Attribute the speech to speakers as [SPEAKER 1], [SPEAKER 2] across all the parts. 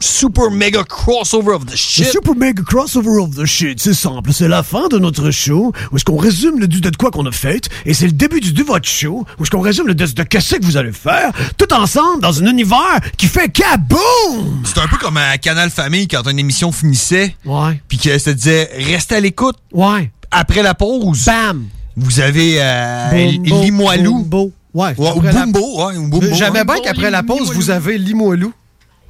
[SPEAKER 1] super mega crossover of the
[SPEAKER 2] Le
[SPEAKER 1] shit.
[SPEAKER 2] Super Mega Crossover of the Shit, c'est simple, c'est la fin de notre show, où est-ce qu'on résume le du de quoi qu'on a fait, et c'est le début du de votre show, où est-ce qu'on résume le de de cassé que vous allez faire, tout ensemble dans un univers qui fait kaboom!
[SPEAKER 1] C'est un peu comme à Canal Famille quand une émission finissait,
[SPEAKER 2] Ouais,
[SPEAKER 1] puis que ça disait restez à l'écoute
[SPEAKER 2] ouais,
[SPEAKER 1] après la pause.
[SPEAKER 2] bam!
[SPEAKER 1] Vous avez euh,
[SPEAKER 2] Boombo,
[SPEAKER 1] Limoilou.
[SPEAKER 2] Boombo. Ouais,
[SPEAKER 1] Ouais, ou
[SPEAKER 2] après la-
[SPEAKER 1] Bumbo, ouais, ou Bumbo.
[SPEAKER 3] J'aimais
[SPEAKER 1] ouais.
[SPEAKER 3] bien qu'après la pause, vous avez Limoilou.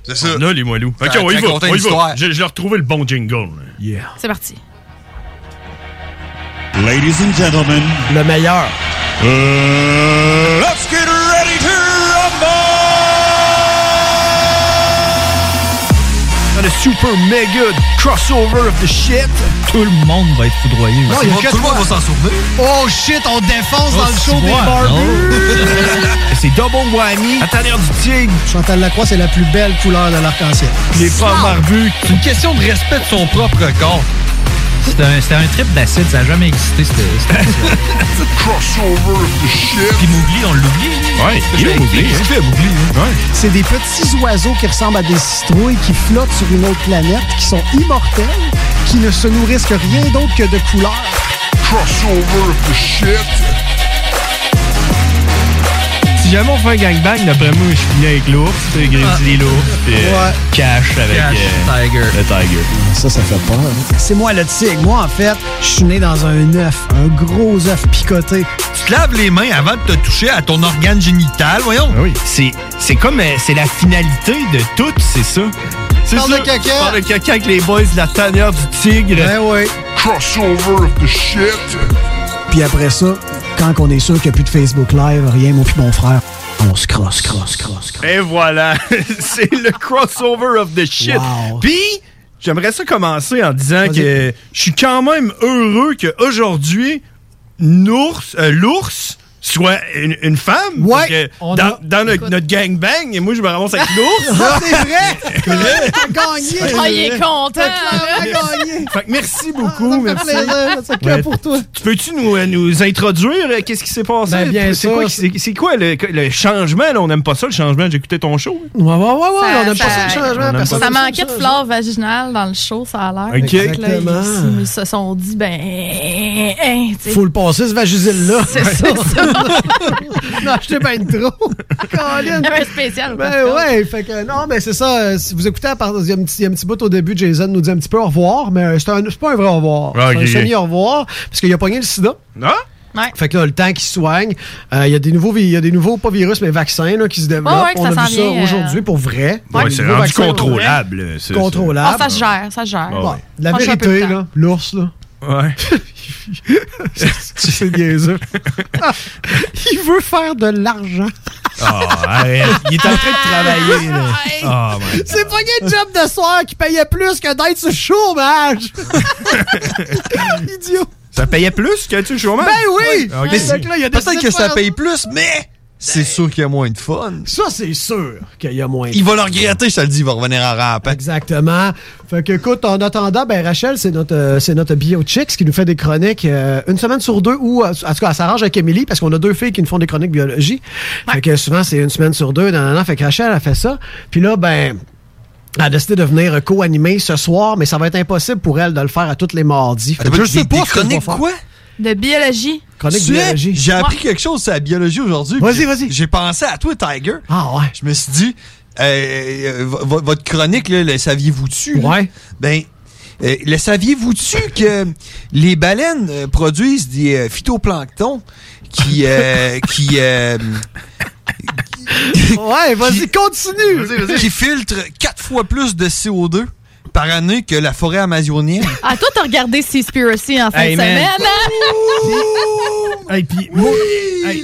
[SPEAKER 1] C'est ça.
[SPEAKER 4] Là, les moelleux. Ok,
[SPEAKER 1] Ça
[SPEAKER 4] on y
[SPEAKER 1] raconte
[SPEAKER 4] va.
[SPEAKER 1] une
[SPEAKER 4] On y
[SPEAKER 1] histoire.
[SPEAKER 4] va. J'ai j'ai retrouvé le bon jingle. là.
[SPEAKER 2] Yeah.
[SPEAKER 5] C'est parti.
[SPEAKER 6] Ladies and gentlemen,
[SPEAKER 3] Le meilleur.
[SPEAKER 6] uh, let's get ready to rumble!
[SPEAKER 4] Dans le super mega crossover of the shit.
[SPEAKER 7] Tout le monde va être foudroyé.
[SPEAKER 3] Non,
[SPEAKER 1] Tout le
[SPEAKER 3] il y a
[SPEAKER 1] monde
[SPEAKER 3] que
[SPEAKER 1] tout le monde
[SPEAKER 3] toi.
[SPEAKER 1] va s'en souvenir.
[SPEAKER 3] Oh shit, on défonce dans le show des barbus.
[SPEAKER 7] barbus! C'est double whammy.
[SPEAKER 4] La tanière du tigre.
[SPEAKER 3] Chantal Lacroix, c'est la plus belle couleur de l'arc-en-ciel.
[SPEAKER 4] Les femmes barbues.
[SPEAKER 7] C'est une question de respect de son propre corps. C'était un, c'était un trip d'acide, ça n'a jamais existé, cette crossover shit. Puis Mougli, on l'oublie.
[SPEAKER 4] Ouais, il est oublié.
[SPEAKER 1] Qu'est-ce qu'il fait, Mowgli, hein?
[SPEAKER 3] C'est des petits oiseaux qui ressemblent à des citrouilles qui flottent sur une autre planète, qui sont immortels, qui ne se nourrissent que rien d'autre que de couleurs.
[SPEAKER 4] Si jamais on fait un gangbang, d'après moi, je finis avec l'ours, tu sais, Grizzly l'ours, puis euh, Cash avec
[SPEAKER 7] Cash
[SPEAKER 4] euh,
[SPEAKER 7] Tiger.
[SPEAKER 4] le Tiger.
[SPEAKER 3] Ça, ça fait peur. hein. C'est moi le tigre. Moi, en fait, je suis né dans un œuf, un gros œuf picoté.
[SPEAKER 1] Tu te laves les mains avant de te toucher à ton organe génital, voyons.
[SPEAKER 7] Ah
[SPEAKER 4] oui. C'est, c'est comme, euh, c'est la finalité de tout, c'est ça. C'est
[SPEAKER 3] Parle
[SPEAKER 4] ça.
[SPEAKER 3] de caca.
[SPEAKER 4] Parle de caca avec les boys de la tanière du tigre.
[SPEAKER 3] oui.
[SPEAKER 4] Crossover of the shit.
[SPEAKER 3] Puis après ça, quand on est sûr qu'il n'y a plus de Facebook Live, rien, moi puis mon frère, on se crosse, crosse, crosse, crosse.
[SPEAKER 4] Et voilà, c'est le crossover of the shit.
[SPEAKER 3] Wow.
[SPEAKER 4] Puis, j'aimerais ça commencer en disant
[SPEAKER 3] Vas-y.
[SPEAKER 4] que je suis quand même heureux qu'aujourd'hui, euh, l'ours soit une, une femme.
[SPEAKER 3] Ouais.
[SPEAKER 4] Parce que
[SPEAKER 3] On
[SPEAKER 4] dans
[SPEAKER 3] a-
[SPEAKER 4] dans notre, notre gangbang, et moi, je me ramasse avec l'ours.
[SPEAKER 3] Ah, c'est vrai! T'as gagné!
[SPEAKER 5] Ah, il est content!
[SPEAKER 3] T'as gagné! Ah,
[SPEAKER 4] fait que merci beaucoup.
[SPEAKER 3] Ça
[SPEAKER 4] merci.
[SPEAKER 3] fait plaisir, ça claque
[SPEAKER 4] Ouais.
[SPEAKER 3] pour toi.
[SPEAKER 4] Tu Peux-tu nous, euh, nous introduire euh, qu'est-ce qui s'est passé?
[SPEAKER 3] Ben, bien
[SPEAKER 4] c'est
[SPEAKER 3] sûr.
[SPEAKER 4] quoi, c'est, c'est quoi le, le changement? Là? On n'aime pas ça, le changement. J'écoutais ton show.
[SPEAKER 3] Ouais, ouais, ouais, ouais,
[SPEAKER 5] Ça-
[SPEAKER 3] on aime pas
[SPEAKER 5] Euh, ça-
[SPEAKER 3] ça le
[SPEAKER 4] on
[SPEAKER 3] changement,
[SPEAKER 4] aime
[SPEAKER 3] personne.
[SPEAKER 4] pas
[SPEAKER 5] Ça
[SPEAKER 3] aime
[SPEAKER 5] manquait de
[SPEAKER 3] le
[SPEAKER 5] flore vaginale dans le show, ça a l'air.
[SPEAKER 4] Ok.
[SPEAKER 5] Fait que là,
[SPEAKER 3] Exactement.
[SPEAKER 5] ils, ils se sont dit, ben. hein, hein, tu sais.
[SPEAKER 3] Faut le passer, ce vagisil-là.
[SPEAKER 5] C'est ça, ça.
[SPEAKER 3] Non, j'étais ben trop. Colin.
[SPEAKER 5] Il y avait un spécial. parce
[SPEAKER 3] Ben
[SPEAKER 5] que-
[SPEAKER 3] ouais, fait que non, mais c'est ça. euh, si vous écoutez, à part- il y, a un petit- il y a un petit bout au début, Jason nous dit un petit peu au revoir, mais euh, c'est un- c'est pas un vrai au revoir.
[SPEAKER 4] Ah, ok. Ah?
[SPEAKER 3] C'est un semi-au revoir, parce qu'il a pogné le sida.
[SPEAKER 4] Non?
[SPEAKER 5] Ouais.
[SPEAKER 3] Fait que là, le temps qu'il soigne, euh, il y a des nouveaux, vi- il y a des nouveaux, pas virus, mais vaccins là, qui se développent.
[SPEAKER 5] Ouais, ouais, que
[SPEAKER 3] On
[SPEAKER 5] ça
[SPEAKER 3] a
[SPEAKER 5] s'en
[SPEAKER 3] vu ça
[SPEAKER 5] vient, euh,
[SPEAKER 3] aujourd'hui pour vrai.
[SPEAKER 4] Ouais,
[SPEAKER 3] Les
[SPEAKER 4] c'est
[SPEAKER 3] nouveaux
[SPEAKER 4] rendu
[SPEAKER 3] vaccins,
[SPEAKER 4] contrôlable. là, c'est-
[SPEAKER 3] ouais.
[SPEAKER 4] c'est-
[SPEAKER 3] Contrôlable.
[SPEAKER 5] Ah, ça se gère, ça se gère.
[SPEAKER 4] Ah
[SPEAKER 3] Bon,
[SPEAKER 4] ouais.
[SPEAKER 3] La
[SPEAKER 5] On change un peu
[SPEAKER 3] vérité,
[SPEAKER 5] de temps.
[SPEAKER 3] là, l'ours, là,
[SPEAKER 4] Ouais.
[SPEAKER 3] c'est niaiseux. il veut faire de l'argent.
[SPEAKER 4] Ah, arrête. Il est en train de travailler, là. Ah, ouais.
[SPEAKER 3] C'est pas un job de soir qui payait plus que d'être sur le chômage. Idiot.
[SPEAKER 4] Ça payait plus que tu le chômage?
[SPEAKER 3] Ben oui!
[SPEAKER 4] Ouais, Ah, ok.
[SPEAKER 3] Mais c'est que là, il y a des
[SPEAKER 1] Peut-être que ça paye plus, mais c'est sûr qu'il y a moins de fun.
[SPEAKER 3] Ça, c'est sûr qu'il y a moins. de-
[SPEAKER 1] Il va le regretter, je te le dis, il va revenir en rap. hein.
[SPEAKER 3] Exactement. Fait que, écoute, en attendant, ben, Rachel, c'est notre, euh, c'est notre bio Chicks qui nous fait des chroniques euh, une semaine sur deux ou, euh, en tout cas, elle s'arrange avec Émilie parce qu'on a deux filles qui nous font des chroniques biologie. Fait que souvent, c'est une semaine sur deux. Nan, nan, nan. Fait que Rachel a fait ça. Puis là, ben, elle a décidé de venir euh, co-animer ce soir, mais ça va être impossible pour elle de le faire à tous les mardis. Fait
[SPEAKER 1] Attends,
[SPEAKER 3] que je
[SPEAKER 1] des-
[SPEAKER 3] sais pas
[SPEAKER 1] des
[SPEAKER 3] ce que je vais
[SPEAKER 1] chroniques
[SPEAKER 3] faire.
[SPEAKER 1] quoi?
[SPEAKER 5] De biologie.
[SPEAKER 1] Chronique biologie. J'ai appris quelque chose sur la biologie aujourd'hui. puis j'ai- J'ai pensé à toi, Tiger. Ah ouais. Je me suis dit, euh, euh, vo- vo- votre chronique, là, le saviez-vous dessus? Ouais. Ben, euh, le saviez-vous dessus que les baleines euh, produisent des euh, phytoplanctons qui. euh, qui euh, ouais, vas-y, continue! Qui filtrent quatre fois plus de CO2 par année que la forêt amazonienne.
[SPEAKER 5] Ah, toi, t'as regardé Seaspiracy en fin
[SPEAKER 1] Hey,
[SPEAKER 5] de
[SPEAKER 1] man.
[SPEAKER 5] semaine.
[SPEAKER 4] Hey, puis moi,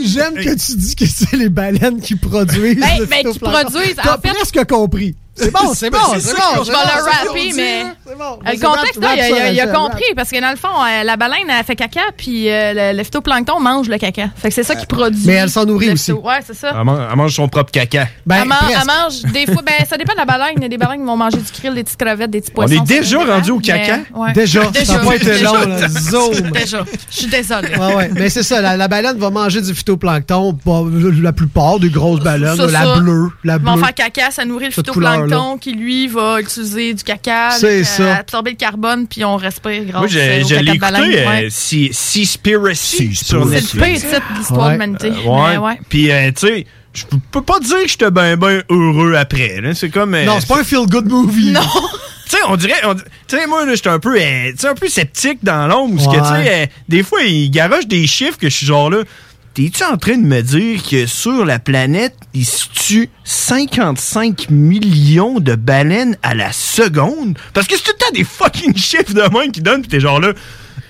[SPEAKER 3] J'aime que tu dis que c'est les baleines qui produisent.
[SPEAKER 5] Ben,
[SPEAKER 3] le
[SPEAKER 5] ben, qui
[SPEAKER 3] phytoplancton.
[SPEAKER 5] produisent, en
[SPEAKER 3] T'as
[SPEAKER 5] fait-
[SPEAKER 3] presque compris. C'est bon, c'est
[SPEAKER 1] Ben,
[SPEAKER 3] bon, c'est bon.
[SPEAKER 5] Je
[SPEAKER 3] c'est
[SPEAKER 5] vais
[SPEAKER 3] bon,
[SPEAKER 5] le
[SPEAKER 3] hein. c'est bon.
[SPEAKER 5] rapper, mais.
[SPEAKER 3] Vas-y,
[SPEAKER 5] Le contexte,
[SPEAKER 3] rap,
[SPEAKER 5] là, il a- il
[SPEAKER 3] rap
[SPEAKER 5] a,
[SPEAKER 3] ça,
[SPEAKER 5] il a
[SPEAKER 3] Rachel,
[SPEAKER 5] compris, parce que dans le fond, euh, la baleine, elle fait caca, puis euh, le, le phytoplancton mange le caca. Fait que c'est ça qui produit.
[SPEAKER 3] Euh, mais elle s'en nourrit
[SPEAKER 5] le
[SPEAKER 3] aussi. Ben,
[SPEAKER 5] phyto- Ouais, c'est ça.
[SPEAKER 4] Elle mange, elle mange son propre caca.
[SPEAKER 5] elle, man- elle mange des fois. Ben, ça dépend de la baleine. Il y a des baleines qui vont manger du krill, des petites crevettes, des petits
[SPEAKER 4] On
[SPEAKER 5] poissons.
[SPEAKER 4] est déjà
[SPEAKER 5] ça dépend,
[SPEAKER 4] rendu au caca?
[SPEAKER 5] mais- ouais.
[SPEAKER 3] Déjà, ça a pas été
[SPEAKER 5] Déjà.
[SPEAKER 3] long, là. Zoom.
[SPEAKER 5] Déjà. Je suis désolée.
[SPEAKER 3] Ouais, ouais. Mais c'est ça, la, la baleine va manger du phytoplancton, pas- la plupart des grosses baleines,
[SPEAKER 5] Ça,
[SPEAKER 3] la
[SPEAKER 5] ça.
[SPEAKER 3] bleue, la
[SPEAKER 5] Ils
[SPEAKER 3] bleue.
[SPEAKER 5] vont faire caca, ça nourrit le
[SPEAKER 3] Cette couleur-là.
[SPEAKER 5] phytoplancton qui, lui, va utiliser du caca,
[SPEAKER 3] C'est
[SPEAKER 5] euh,
[SPEAKER 3] ça.
[SPEAKER 5] absorber le carbone, puis on respire grâce
[SPEAKER 4] Moi,
[SPEAKER 5] euh,
[SPEAKER 4] je,
[SPEAKER 5] au
[SPEAKER 4] je
[SPEAKER 5] caca
[SPEAKER 4] l'ai
[SPEAKER 5] de baleine.
[SPEAKER 4] écouté,
[SPEAKER 5] ouais.
[SPEAKER 4] euh, Sea- Seaspiracy sur
[SPEAKER 5] C'est le
[SPEAKER 4] Netflix.
[SPEAKER 5] pire titre de l'histoire de l'humanité.
[SPEAKER 4] Euh, ouais.
[SPEAKER 5] Mais ouais.
[SPEAKER 4] Puis, euh, tu sais, je peux- peux pas dire que j'étais ben ben heureux après. là. C'est comme. euh,
[SPEAKER 3] Non, c'est pas un feel-good movie.
[SPEAKER 5] Non.
[SPEAKER 4] Tu sais, on dirait. on- Tu sais, moi, là, j'étais un peu. euh, tu sais, un peu sceptique dans l'ombre. Parce que,
[SPEAKER 3] Ouais.
[SPEAKER 4] tu sais, euh, des fois, ils garochent des chiffres que je suis genre là. T'es-tu en train de me dire que sur la planète, il se tue 55 millions de baleines à la seconde? Parce que c'est tout le temps des fucking chiffres de même qui donnent, pis t'es genre là,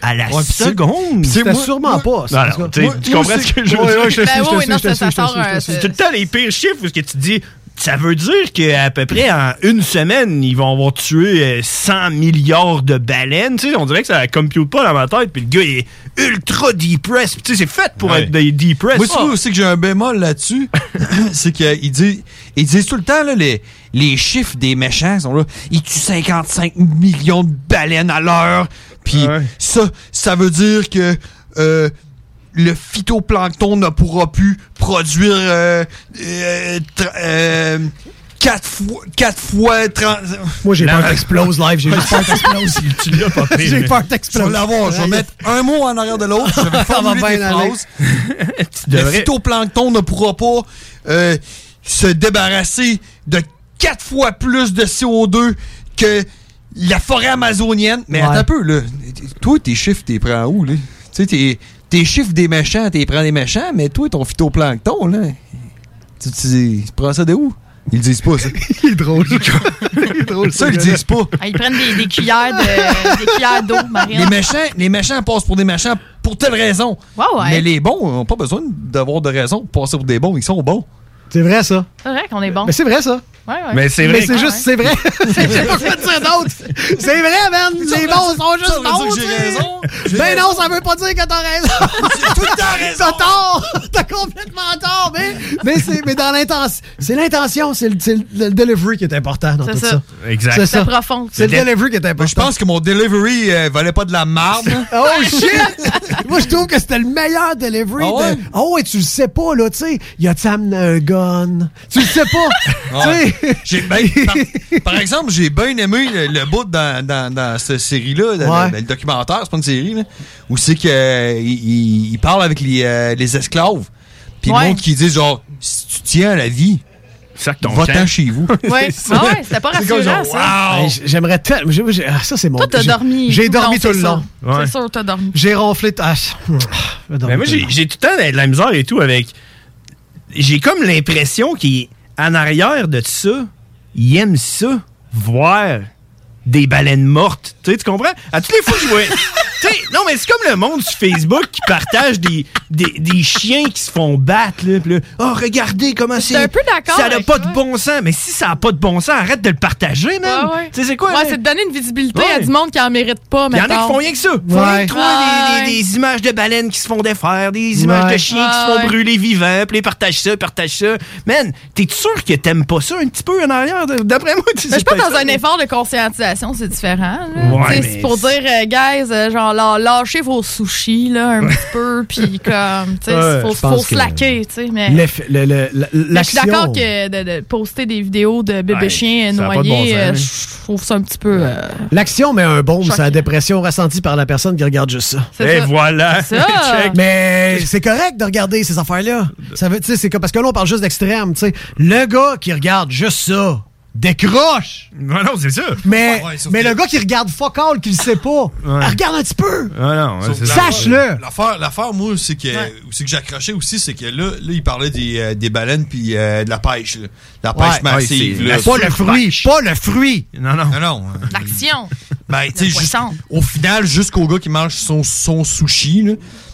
[SPEAKER 4] à la
[SPEAKER 3] Ouais, pis c'est-
[SPEAKER 4] seconde?
[SPEAKER 3] pis c'était
[SPEAKER 4] Moi-
[SPEAKER 3] sûrement
[SPEAKER 4] moi-
[SPEAKER 3] pas, ça,
[SPEAKER 4] Non,
[SPEAKER 3] parce
[SPEAKER 4] non,
[SPEAKER 3] que-
[SPEAKER 4] t'sais,
[SPEAKER 3] moi-
[SPEAKER 4] tu
[SPEAKER 3] moi
[SPEAKER 4] comprends
[SPEAKER 3] aussi-
[SPEAKER 4] ce que je veux
[SPEAKER 3] Ouais,
[SPEAKER 4] dire?
[SPEAKER 3] ouais, je te Ben suis, je te oui,
[SPEAKER 5] suis, non, je te ça- suis, ça je te sort, suis, je te euh, suis.
[SPEAKER 4] C'est tout le temps les pires chiffres où ce que tu te dis, ça veut dire qu'à peu près en une semaine, ils vont avoir tué euh, 100 milliards de baleines. Tu sais, on dirait que ça compute pas dans ma tête. Puis le gars, il est ultra depressed. Tu sais, c'est fait pour
[SPEAKER 1] Ouais.
[SPEAKER 4] être des depressed.
[SPEAKER 1] Moi, tu vois aussi que j'ai un bémol là-dessus. c'est qu'ils disent, ils disent tout le temps, là, les, les chiffres des méchants sont là. Ils tuent 55 millions de baleines à l'heure. Puis ça, ça veut dire que euh, le phytoplancton ne pourra plus produire euh, euh, tra- euh, quatre fois, quatre fois 30.
[SPEAKER 3] Moi, j'ai peur que t'exploses live, j'ai juste peur que t'exploses.
[SPEAKER 4] tu l'as pas pris,
[SPEAKER 3] J'ai
[SPEAKER 4] mais-
[SPEAKER 3] peur que t'exploses.
[SPEAKER 1] Je vais l'avoir, je vais mettre un mot en arrière de l'autre, je vais formuler
[SPEAKER 3] Ça va
[SPEAKER 1] des
[SPEAKER 3] bien aller.
[SPEAKER 1] phrases. Le phytoplancton ne pourra pas euh, se débarrasser de quatre fois plus de CO2 que la forêt amazonienne. Mais attends un peu, là. Toi, tes chiffres, t'es prends où, là? Tu sais, tes, tes chiffres des méchants, t'es prends des méchants, mais toi, ton phytoplancton, là, tu, tu, tu prends ça de où? Ils le disent pas, ça.
[SPEAKER 3] Il est drôle. Il est drôle.
[SPEAKER 1] Ça, ils le disent pas.
[SPEAKER 5] Ah, ils prennent des, des cuillères de- des cuillères d'eau, Marianne.
[SPEAKER 1] Les méchants, les méchants passent pour des méchants pour telle raison.
[SPEAKER 5] Ouais, ouais.
[SPEAKER 1] Mais les bons n'ont pas besoin d'avoir de raison pour passer pour des bons. Ils sont bons.
[SPEAKER 3] C'est vrai, ça.
[SPEAKER 5] C'est vrai qu'on est bon.
[SPEAKER 3] Mais c'est vrai, ça.
[SPEAKER 5] Ouais, ouais.
[SPEAKER 4] Mais c'est
[SPEAKER 3] Mais
[SPEAKER 4] vrai.
[SPEAKER 3] c'est
[SPEAKER 4] que-
[SPEAKER 3] juste, c'est vrai. Je sais pas quoi te dire d'autre. C'est vrai, man. Les bons sont
[SPEAKER 1] Ça
[SPEAKER 3] juste
[SPEAKER 1] veut dire
[SPEAKER 3] bons.
[SPEAKER 1] que j'ai
[SPEAKER 3] tu sais.
[SPEAKER 1] raison. J'ai
[SPEAKER 3] Ben
[SPEAKER 1] raison.
[SPEAKER 3] non, ça veut pas dire que t'as raison.
[SPEAKER 1] J'ai tout le temps raison.
[SPEAKER 3] T'as tort. T'as complètement tort. Mais, mais, c'est- mais dans l'intention. C'est l'intention, c'est le, c'est le delivery qui est important dans
[SPEAKER 5] C'est
[SPEAKER 3] tout
[SPEAKER 5] ça.
[SPEAKER 3] ça.
[SPEAKER 4] Exact.
[SPEAKER 3] C'est
[SPEAKER 5] C'est
[SPEAKER 3] ça.
[SPEAKER 5] profond.
[SPEAKER 3] C'est le
[SPEAKER 4] de-
[SPEAKER 3] delivery qui est important.
[SPEAKER 1] Ben, je pense que mon delivery euh, valait pas de la marde.
[SPEAKER 3] Oh shit! Moi, je trouve que c'était le meilleur delivery.
[SPEAKER 1] Ah ouais?
[SPEAKER 3] de- Oh, ouais, tu le sais pas, là, tu sais. Il a-tu amené un gun? Tu le sais pas.
[SPEAKER 1] Ouais.
[SPEAKER 3] tu sais.
[SPEAKER 1] Ah. J'ai ben, par, par exemple, j'ai bien aimé le, le bout dans, dans, dans cette série-là, dans
[SPEAKER 3] Ouais.
[SPEAKER 1] le, ben, le documentaire, c'est pas une série, là, où c'est qu'il il, il parle avec les, euh, les esclaves. Puis le
[SPEAKER 5] Ouais.
[SPEAKER 1] monde qui dit genre, si tu tiens à la vie,
[SPEAKER 4] Sac ton
[SPEAKER 1] va-t'en
[SPEAKER 4] camp.
[SPEAKER 1] chez vous.
[SPEAKER 5] Ouais, ah ouais, c'était pas
[SPEAKER 1] C'est comme
[SPEAKER 5] rassurant,
[SPEAKER 1] genre,
[SPEAKER 5] ça.
[SPEAKER 3] Hey, j- J'aimerais tellement. j'ai- j'ai- ah, Ça, c'est mon.
[SPEAKER 5] Toi, t'as
[SPEAKER 3] j'ai-
[SPEAKER 5] dormi.
[SPEAKER 3] J'ai dormi tout
[SPEAKER 5] c'est
[SPEAKER 3] le long.
[SPEAKER 5] sûr.
[SPEAKER 4] Ouais.
[SPEAKER 5] C'est sûr, t'as dormi.
[SPEAKER 3] J'ai ronflé. t- Ah, j'ai dormi
[SPEAKER 4] Mais Ben, moi,
[SPEAKER 3] tout le
[SPEAKER 4] j'ai
[SPEAKER 3] long.
[SPEAKER 4] j'ai tout le temps de la misère et tout avec. J'ai comme l'impression qu'en arrière de ça, ils aiment ça, voir des baleines mortes. Tu sais, tu comprends? À toutes les fois que je vois. Tu sais, non, mais c'est comme le monde sur Facebook qui partage des, des, des chiens qui se font battre. Là, pis là, oh, regardez comment c'est.
[SPEAKER 5] J'étais un peu d'accord
[SPEAKER 4] Ça n'a
[SPEAKER 5] avec
[SPEAKER 4] pas
[SPEAKER 5] toi.
[SPEAKER 4] de bon sens. Mais si ça n'a pas de bon sens, arrête de le partager, man.
[SPEAKER 5] Ouais, ouais.
[SPEAKER 4] Tu sais, c'est quoi?
[SPEAKER 5] Ouais,
[SPEAKER 4] là?
[SPEAKER 5] c'est de donner une visibilité
[SPEAKER 4] Ouais.
[SPEAKER 5] à du monde qui en mérite pas,
[SPEAKER 4] Il
[SPEAKER 5] mais.
[SPEAKER 4] y en a qui font rien que ça. Font rien que trouver
[SPEAKER 5] Ouais.
[SPEAKER 4] des, des- des images de baleines qui se font défaire, des images
[SPEAKER 3] Ouais.
[SPEAKER 4] de chiens qui se font
[SPEAKER 5] Ouais.
[SPEAKER 4] brûler vivants, puis ils partagent ça, partagent ça. Man, t'es sûr que t'aimes pas ça un petit peu en arrière? de- D'après moi, tu
[SPEAKER 5] Mais je
[SPEAKER 4] sais
[SPEAKER 5] suis pas dans
[SPEAKER 4] ça.
[SPEAKER 5] un effort de conscientisation, c'est différent. là.
[SPEAKER 4] Ouais,
[SPEAKER 5] Tu sais,
[SPEAKER 4] mais
[SPEAKER 5] c'est pour dire, euh, guys, euh, genre, genre là, lâcher vos sushis là, un petit peu, puis comme, tu sais,
[SPEAKER 3] Ouais,
[SPEAKER 5] faut,
[SPEAKER 3] je pense
[SPEAKER 5] faut
[SPEAKER 3] que-
[SPEAKER 5] slacker, tu sais. Mais,
[SPEAKER 3] L'eff- le- le- la-
[SPEAKER 5] mais je suis
[SPEAKER 3] l'action.
[SPEAKER 5] d'accord que de, de poster des vidéos de bébés
[SPEAKER 3] Ouais,
[SPEAKER 5] chiens
[SPEAKER 3] ça a pas de
[SPEAKER 5] noyés,
[SPEAKER 3] bon sens,
[SPEAKER 5] euh,
[SPEAKER 3] hein.
[SPEAKER 5] je trouve ça un petit peu. euh,
[SPEAKER 3] L'action met un baume sur la dépression ressentie par la personne qui regarde juste ça.
[SPEAKER 5] C'est Et ça.
[SPEAKER 4] voilà.
[SPEAKER 5] C'est ça. Check.
[SPEAKER 3] Mais c'est correct de regarder ces affaires-là. Ça veut, tu sais, c'est que- parce que là on parle juste d'extrême. tu sais. Le gars qui regarde juste ça décroche.
[SPEAKER 4] Non, non, c'est ça.
[SPEAKER 3] Mais,
[SPEAKER 5] Ah
[SPEAKER 3] mais le gars qui regarde fuck all, qu'il sait pas, regarde un petit peu.
[SPEAKER 4] Ah non,
[SPEAKER 3] ouais, c'est ça. Sache-le.
[SPEAKER 1] L'affaire, l'affaire, moi, c'est que, c'est que j'accrochais aussi, c'est que là, là, il parlait des, euh, des baleines puis euh, de la pêche, là. la pêche
[SPEAKER 4] Ouais. Ouais,
[SPEAKER 1] massive.
[SPEAKER 4] c'est
[SPEAKER 1] là.
[SPEAKER 4] la Pas le fruit, surpêche.
[SPEAKER 3] pas le fruit.
[SPEAKER 4] Non, non.
[SPEAKER 1] Non, non.
[SPEAKER 5] L'action.
[SPEAKER 1] Ben, tu sais, juste- au final, jusqu'au gars qui mange son, son sushi, là.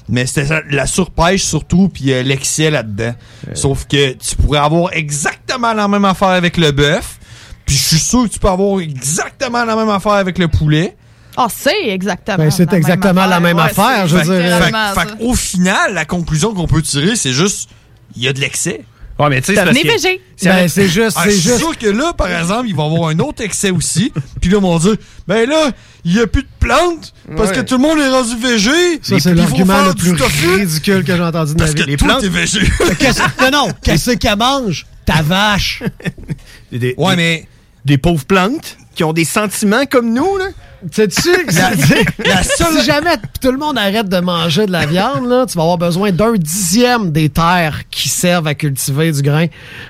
[SPEAKER 1] Mais c'était ça, la surpêche surtout, puis euh, l'excès là-dedans. Sauf que tu pourrais avoir exactement la même affaire avec le bœuf, puis je suis sûr que tu peux avoir exactement la même affaire avec le poulet.
[SPEAKER 5] Ah, c'est exactement.
[SPEAKER 3] Ben, c'est
[SPEAKER 5] la même
[SPEAKER 3] exactement la même
[SPEAKER 5] Ouais,
[SPEAKER 3] affaire,
[SPEAKER 5] c'est
[SPEAKER 3] je veux dire. euh,
[SPEAKER 5] littéralement
[SPEAKER 1] Fait-
[SPEAKER 5] ça.
[SPEAKER 1] fait qu'au final, la conclusion qu'on peut tirer, c'est juste, il y a de l'excès.
[SPEAKER 4] Ouais, mais tu
[SPEAKER 5] sais, c'est Devenez parce que- végé. c'est
[SPEAKER 3] Ben,
[SPEAKER 1] avec-
[SPEAKER 3] c'est juste,
[SPEAKER 1] Ah,
[SPEAKER 3] c'est
[SPEAKER 1] je suis
[SPEAKER 3] juste.
[SPEAKER 1] sûr que là, par exemple, il va y avoir un autre excès aussi. Puis là, ils vont dire, ben là, il n'y a plus de plantes parce
[SPEAKER 3] Ouais.
[SPEAKER 1] que tout le monde est rendu végé. puis
[SPEAKER 3] Ça, c'est
[SPEAKER 1] il faut
[SPEAKER 3] l'argument
[SPEAKER 1] faire
[SPEAKER 3] le
[SPEAKER 1] du
[SPEAKER 3] plus
[SPEAKER 1] tofu.
[SPEAKER 3] ridicule que j'ai entendu de ma
[SPEAKER 1] Parce
[SPEAKER 3] vie.
[SPEAKER 1] que toi, t'es végé.
[SPEAKER 3] Qu'est-ce- non, non, qu'est-ce qu'elle mange? Ta vache.
[SPEAKER 1] ouais, mais.
[SPEAKER 4] Des pauvres plantes qui ont des sentiments comme nous, là.
[SPEAKER 3] Sais-tu que ça
[SPEAKER 4] La-
[SPEAKER 3] veut dire-
[SPEAKER 4] la seule-
[SPEAKER 3] Si jamais t- tout le monde arrête de manger de la viande, là, tu vas avoir besoin d'un dixième des terres qui servent à cultiver du grain.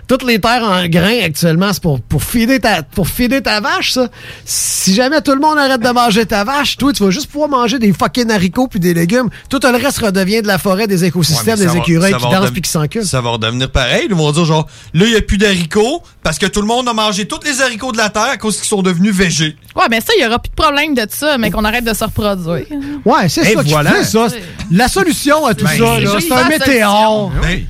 [SPEAKER 3] Toutes les terres en grain actuellement, c'est pour, pour, fider ta, pour fider ta vache, ça. Si jamais tout le monde arrête de manger ta vache, toi, tu vas juste pouvoir manger des fucking haricots puis des légumes. Tout le reste redevient de la forêt, des écosystèmes,
[SPEAKER 1] Ouais, mais ça
[SPEAKER 3] des
[SPEAKER 1] va-
[SPEAKER 3] écureuils
[SPEAKER 1] ça
[SPEAKER 3] qui
[SPEAKER 1] va
[SPEAKER 3] dansent
[SPEAKER 1] redem-
[SPEAKER 3] puis qui s'enculent.
[SPEAKER 1] Ça va redevenir pareil. Ils vont dire, genre, là, il n'y a plus d'haricots parce que tout le monde a mangé tous les haricots de la terre à cause qu'ils sont devenus végés.
[SPEAKER 5] Ouais, mais ça, il n'y aura plus de problème de ça, mais qu'on arrête de se reproduire.
[SPEAKER 3] Ouais, c'est
[SPEAKER 1] Et
[SPEAKER 3] ça que je
[SPEAKER 1] voilà.
[SPEAKER 3] disais, ça. La solution à tout
[SPEAKER 1] Ben,
[SPEAKER 3] ça,
[SPEAKER 1] c'est
[SPEAKER 3] là,
[SPEAKER 1] juste
[SPEAKER 3] c'est un
[SPEAKER 5] la
[SPEAKER 3] météore.
[SPEAKER 1] Ben,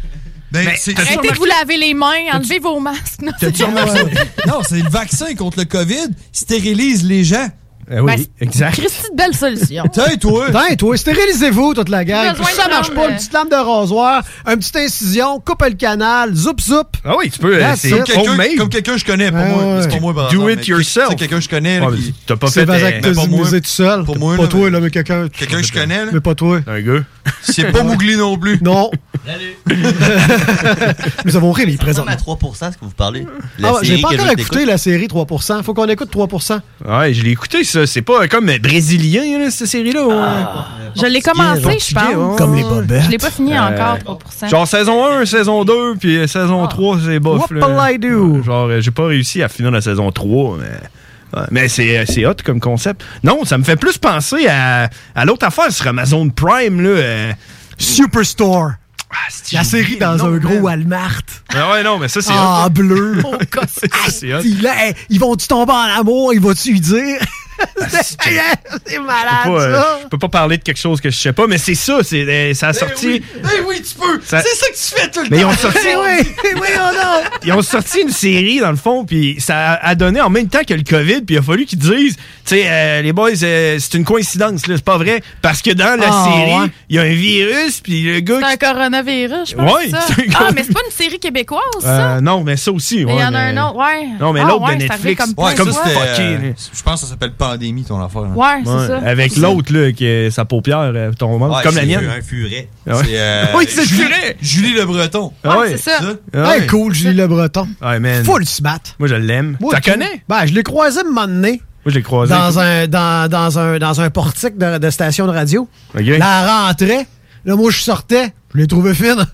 [SPEAKER 1] ben, c'est- t'as-tu
[SPEAKER 5] Arrêtez de vous
[SPEAKER 1] remarqué-
[SPEAKER 5] laver les mains, enlevez vos masques. Non,
[SPEAKER 1] T'as-tu remarqué? Non, c'est le vaccin contre le COVID stérilise les gens.
[SPEAKER 4] Eh
[SPEAKER 5] Ben, c'est- Christy, de belle solution.
[SPEAKER 1] Tiens, toi.
[SPEAKER 3] Tiens, toi, stérilisez-vous toute la gang.
[SPEAKER 5] Besoin
[SPEAKER 3] Si ça
[SPEAKER 5] de
[SPEAKER 3] marche
[SPEAKER 5] langue,
[SPEAKER 3] pas,
[SPEAKER 5] euh.
[SPEAKER 3] une petite lame de rasoir, une petite incision, coupe le canal, zoup zoup.
[SPEAKER 4] Ah oui, tu peux. euh,
[SPEAKER 3] That's
[SPEAKER 4] C'est
[SPEAKER 3] it.
[SPEAKER 1] Comme quelqu'un
[SPEAKER 4] homemade.
[SPEAKER 1] comme quelqu'un que je connais, pas moi. C'est pas moi, par
[SPEAKER 4] Do
[SPEAKER 1] exemple,
[SPEAKER 4] it
[SPEAKER 1] mais
[SPEAKER 4] yourself.
[SPEAKER 1] C'est quelqu'un que je connais. là,
[SPEAKER 4] Ouais, mais
[SPEAKER 1] qui-
[SPEAKER 4] T'as pas
[SPEAKER 3] C'est
[SPEAKER 4] fait
[SPEAKER 3] vas
[SPEAKER 4] euh,
[SPEAKER 3] à
[SPEAKER 1] mais pas moi.
[SPEAKER 3] cuisiniser tout seul.
[SPEAKER 1] Pas moi,
[SPEAKER 3] Pas
[SPEAKER 1] là,
[SPEAKER 3] toi, là, mais quelqu'un.
[SPEAKER 1] Quelqu'un que je connais, là.
[SPEAKER 3] Mais pas toi.
[SPEAKER 4] un gars.
[SPEAKER 1] C'est pas Mougli non plus.
[SPEAKER 3] Non. Nous avons ri, mais il présente.
[SPEAKER 8] à 3%, ce que vous parlez. La
[SPEAKER 3] Ah, ouais, j'ai
[SPEAKER 8] série
[SPEAKER 3] pas
[SPEAKER 8] que
[SPEAKER 3] encore
[SPEAKER 8] je
[SPEAKER 3] écouté la série 3%. Faut qu'on écoute 3%.
[SPEAKER 4] Ouais, je l'ai écouté, ça. C'est pas euh, comme euh, brésilien, là, cette série-là. ouais.
[SPEAKER 8] Ah.
[SPEAKER 5] Je l'ai commencé, je
[SPEAKER 4] hein.
[SPEAKER 5] pense.
[SPEAKER 3] Comme les bobettes.
[SPEAKER 5] Je l'ai pas fini
[SPEAKER 4] Euh,
[SPEAKER 5] encore, 3%.
[SPEAKER 4] Genre saison 1, saison 2, puis euh,
[SPEAKER 3] Ah.
[SPEAKER 4] saison 3, c'est bof. là.
[SPEAKER 3] Whoop-a-lay do.
[SPEAKER 4] Ouais, Genre, euh, j'ai pas réussi à finir la saison 3, mais, ouais, mais c'est, euh, c'est hot comme concept. Non, ça me fait plus penser à, à l'autre affaire sur Amazon Prime, là. euh,
[SPEAKER 3] Superstore.
[SPEAKER 4] ah, c'est-
[SPEAKER 3] La série dans
[SPEAKER 4] non,
[SPEAKER 3] un
[SPEAKER 4] man.
[SPEAKER 3] gros Walmart.
[SPEAKER 4] Ah ouais, non, mais ça, c'est
[SPEAKER 3] Ah,
[SPEAKER 4] hot.
[SPEAKER 3] bleu.
[SPEAKER 4] ça, c'est hot.
[SPEAKER 3] Il- là, hey, Ils vont-tu tomber en amour? Ils vont-tu lui dire?
[SPEAKER 4] Ah,
[SPEAKER 3] hein, C'est
[SPEAKER 4] Je peux
[SPEAKER 3] malade,
[SPEAKER 4] pas, euh,
[SPEAKER 3] ça.
[SPEAKER 4] je peux pas parler de quelque chose que je sais pas, mais c'est ça, c'est, euh, ça a sorti.
[SPEAKER 1] Ben oui, tu peux.
[SPEAKER 4] Ça-
[SPEAKER 1] C'est ça que tu fais tout le
[SPEAKER 4] Mais ils
[SPEAKER 1] temps.
[SPEAKER 4] ont sorti.
[SPEAKER 3] Oui, oui, on a.
[SPEAKER 4] ils ont sorti une série, dans le fond, puis ça a- a donné en même temps que le COVID, puis il a fallu qu'ils disent, tu sais, euh, les boys, euh, c'est une coïncidence, là, c'est pas vrai, parce que dans la
[SPEAKER 3] Ah, ouais.
[SPEAKER 4] série, il y a un virus, puis euh, le gars...
[SPEAKER 5] C'est un
[SPEAKER 4] qui-
[SPEAKER 5] coronavirus, je pense.
[SPEAKER 4] Ouais,
[SPEAKER 5] ça.
[SPEAKER 4] c'est un
[SPEAKER 5] Ah,
[SPEAKER 4] cor-
[SPEAKER 5] mais c'est pas une série québécoise, ça.
[SPEAKER 4] Euh, non, mais ça aussi,
[SPEAKER 5] Mais il
[SPEAKER 4] ouais,
[SPEAKER 5] y en a
[SPEAKER 4] mais-
[SPEAKER 5] un autre, ouais.
[SPEAKER 4] Non, mais
[SPEAKER 5] Ah,
[SPEAKER 4] l'autre
[SPEAKER 5] ouais,
[SPEAKER 4] de
[SPEAKER 5] c'est arrivé
[SPEAKER 4] Netflix,
[SPEAKER 5] comme
[SPEAKER 1] Ouais,
[SPEAKER 5] plein
[SPEAKER 1] comme
[SPEAKER 5] de fois.
[SPEAKER 1] c'était.
[SPEAKER 4] Fucké,
[SPEAKER 1] euh,
[SPEAKER 4] là.
[SPEAKER 1] je pense que ça s'appelle pandémie, ton affaire. hein.
[SPEAKER 5] Ouais,
[SPEAKER 4] Ouais,
[SPEAKER 5] c'est ça.
[SPEAKER 4] Avec l'autre, là, qui est sa paupière, euh, ton membre,
[SPEAKER 1] Ouais,
[SPEAKER 4] comme la
[SPEAKER 1] c'est
[SPEAKER 4] mienne.
[SPEAKER 1] Un furet.
[SPEAKER 4] Ah ouais.
[SPEAKER 1] C'est, euh,
[SPEAKER 4] Oui, c'est
[SPEAKER 1] Julie-
[SPEAKER 4] furet.
[SPEAKER 1] Julie Le Breton.
[SPEAKER 4] Ah
[SPEAKER 5] Ouais, c'est ça.
[SPEAKER 4] Ah
[SPEAKER 3] Hey,
[SPEAKER 4] ouais.
[SPEAKER 3] cool, Julie Le Breton.
[SPEAKER 4] Ouais, man.
[SPEAKER 3] Full smat.
[SPEAKER 4] Moi, je l'aime.
[SPEAKER 3] Moi,
[SPEAKER 4] T'as
[SPEAKER 3] tout.
[SPEAKER 4] connais?
[SPEAKER 3] Ben, je l'ai croisé un moment donné.
[SPEAKER 4] Moi, je l'ai croisé.
[SPEAKER 3] Dans un, dans, dans un, dans un portique de, de station de radio.
[SPEAKER 4] Ok.
[SPEAKER 3] Là, elle rentrait. Là, moi, je sortais. Je l'ai trouvé fine.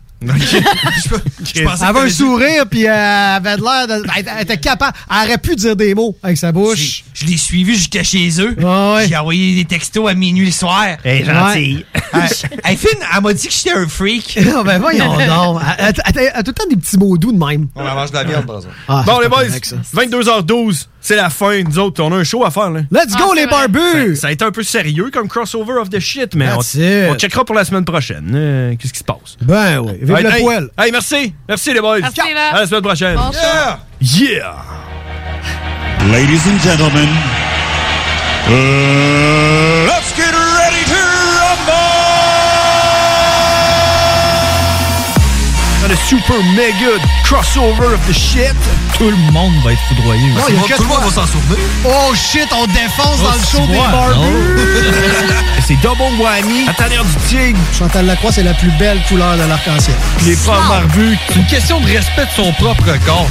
[SPEAKER 1] Je pensais que
[SPEAKER 3] Elle avait un
[SPEAKER 1] t'allais dire-
[SPEAKER 3] sourire, puis euh, elle avait de l'air. de- Elle, elle était capable. Elle aurait pu dire des mots avec sa bouche.
[SPEAKER 1] J'ai- Je l'ai suivi jusqu'à chez eux.
[SPEAKER 3] Ouais, ouais.
[SPEAKER 1] J'ai envoyé des textos à minuit le soir.
[SPEAKER 4] Elle est gentille.
[SPEAKER 1] Elle, elle, Finn, elle m'a dit que j'étais un freak.
[SPEAKER 3] Non, ben voyons donc. Elle, elle- elle- elle a tout le temps des petits mots doux de même.
[SPEAKER 1] On mange de la viande, par exemple.
[SPEAKER 3] Ah,
[SPEAKER 4] Bon,
[SPEAKER 3] c'est
[SPEAKER 4] les
[SPEAKER 3] pas
[SPEAKER 4] boys,
[SPEAKER 3] correct, ça.
[SPEAKER 4] 22h12, c'est la fin. Nous autres, on a un show à faire, là.
[SPEAKER 3] Let's
[SPEAKER 5] Ah,
[SPEAKER 3] go,
[SPEAKER 5] c'est
[SPEAKER 3] les
[SPEAKER 5] vrai.
[SPEAKER 3] barbus!
[SPEAKER 4] Ça a été un peu sérieux comme crossover of the shit, mais on,
[SPEAKER 3] That's it.
[SPEAKER 4] on checkera pour la semaine prochaine. Euh, Qu'est-ce qui se passe?
[SPEAKER 3] Ben oui. Vive
[SPEAKER 4] Hey,
[SPEAKER 3] le
[SPEAKER 4] hey,
[SPEAKER 3] poil.
[SPEAKER 4] hey, merci! Merci les boys!
[SPEAKER 5] Merci, là.
[SPEAKER 4] Oh, à la semaine prochaine!
[SPEAKER 5] Bon show.
[SPEAKER 1] Yeah!
[SPEAKER 4] Yeah!
[SPEAKER 9] Ladies and gentlemen, uh, let's get ready to rumble!
[SPEAKER 4] Ça, the super mega crossover of the shit.
[SPEAKER 1] Tout le monde va être foudroyé.
[SPEAKER 4] Non, il
[SPEAKER 1] aussi.
[SPEAKER 4] y a que
[SPEAKER 1] Tout le monde
[SPEAKER 4] toi.
[SPEAKER 1] va s'en souvenir.
[SPEAKER 10] Oh shit, on défonce dans le show des barbus!
[SPEAKER 4] C'est double whammy. Oh. À travers du tigre.
[SPEAKER 3] Chantal Lacroix, c'est la plus belle couleur de l'arc-en-ciel.
[SPEAKER 1] Les pas barbus. C'est une question de respect de son propre corps.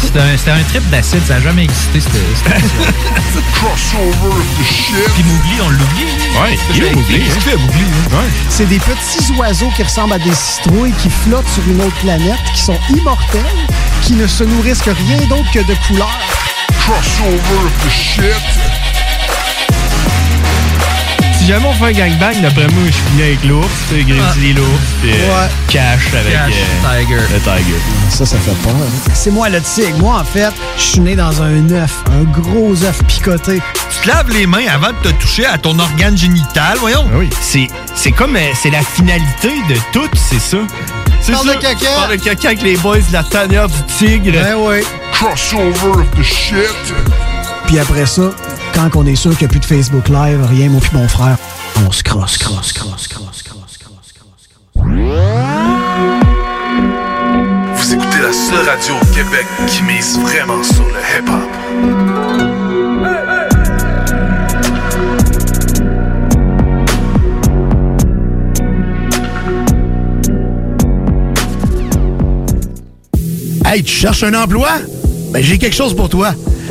[SPEAKER 1] C'était un, c'était un trip d'acide, ça n'a jamais existé, cette
[SPEAKER 7] Crossover of the shit.
[SPEAKER 1] Puis Mougli, on l'oublie.
[SPEAKER 4] Ouais, il est Mowgli, hein.
[SPEAKER 3] C'est des petits oiseaux qui ressemblent à des citrouilles qui flottent sur une autre planète, qui sont immortels, qui ne se nourrissent que rien d'autre que de couleurs.
[SPEAKER 7] Crossover of the shit.
[SPEAKER 4] Si jamais on fait un gangbang, d'après moi, je finis avec l'ours, tu sais, Grizzly l'ours, puis euh,
[SPEAKER 3] Ouais.
[SPEAKER 4] Ah. Cash avec
[SPEAKER 3] Cash,
[SPEAKER 4] euh, le Tiger.
[SPEAKER 3] Ça, ça fait peur. hein. C'est moi le tigre. Moi, en fait, je suis né dans un œuf, un gros œuf picoté.
[SPEAKER 11] Tu te laves les mains avant de te toucher à ton organe génital, voyons.
[SPEAKER 1] Ah
[SPEAKER 4] Oui. C'est, c'est comme, euh, c'est la finalité de tout, c'est ça. C'est
[SPEAKER 7] Parle
[SPEAKER 4] ça.
[SPEAKER 7] de caca.
[SPEAKER 4] Parle de caca avec les boys de la tanière du tigre.
[SPEAKER 3] Ben ouais.
[SPEAKER 7] Crossover of the shit.
[SPEAKER 3] Puis après ça, quand on est sûr qu'il n'y a plus de Facebook Live, rien, mon puis mon frère, on se crosse, crosse, crosse, crosse, crosse, crosse, crosse,
[SPEAKER 7] Vous écoutez la seule radio au Québec qui mise vraiment sur le hip-hop.
[SPEAKER 12] Hey, tu cherches un emploi? Ben, j'ai quelque chose pour toi.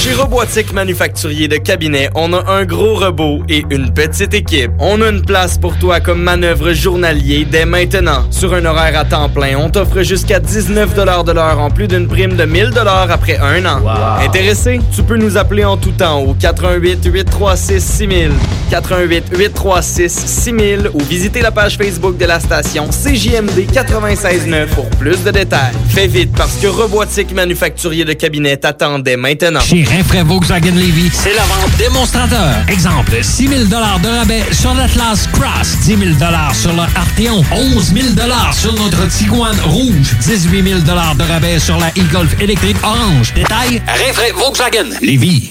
[SPEAKER 13] Chez Robotique Manufacturier de Cabinet, on a un gros robot et une petite équipe. On a une place pour toi comme manœuvre journalier dès maintenant. Sur un horaire à temps plein, on t'offre jusqu'à 19 de l'heure en plus d'une prime de 1000 après un an. Intéressé? Tu peux nous appeler en tout temps au 88 836 6000, 88 836 6000 ou visiter la page Facebook de la station CJMD 969 pour plus de détails. Fais vite parce que Robotique Manufacturier de Cabinet t'attendait maintenant.
[SPEAKER 14] Chez Renfrais Volkswagen Levy, c'est la vente démonstrateur. Exemple, 6 000 de rabais sur l'Atlas Cross, 10 000 sur le Arteon, 11 000 sur notre Tiguan Rouge, 18 000 de rabais sur la e-Golf électrique orange. Détail, Renfrais Volkswagen Levy.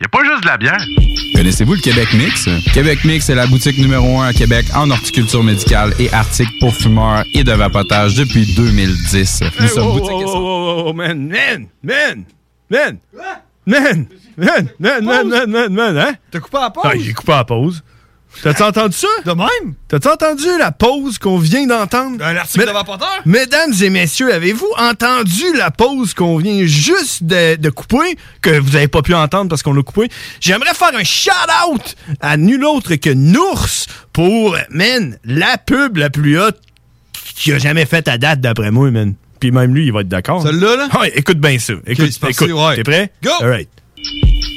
[SPEAKER 15] y a pas juste de la bière.
[SPEAKER 16] Connaissez-vous le Québec Mix? Québec Mix est la boutique numéro 1 à Québec en horticulture médicale et arctique pour fumeurs et de vapotage depuis 2010. Nous
[SPEAKER 4] Hey,
[SPEAKER 16] sommes
[SPEAKER 4] wow,
[SPEAKER 16] boutique-
[SPEAKER 4] wow, wow, wow, wow, oh, man, man, man, man, man, man, man, man, man, man, man, hein?
[SPEAKER 11] T'as coupé la
[SPEAKER 4] Ah, j'ai coupé la pause. T'as-tu entendu ça? De même? Ben T'as-tu entendu la pause qu'on vient d'entendre? Un
[SPEAKER 11] article de Vapoteur?
[SPEAKER 4] Mesdames et messieurs, avez-vous entendu la pause qu'on vient juste de, de couper, que vous n'avez pas pu entendre parce qu'on l'a coupé? J'aimerais faire un shout-out à nul autre que Nours pour, man, la pub la plus haute qui a jamais fait à date, d'après moi, man. Puis même lui, il va être d'accord. Celle-là, là? Ouais, écoute bien ça. Écoute, écoute. T'es prêt? Go! All right.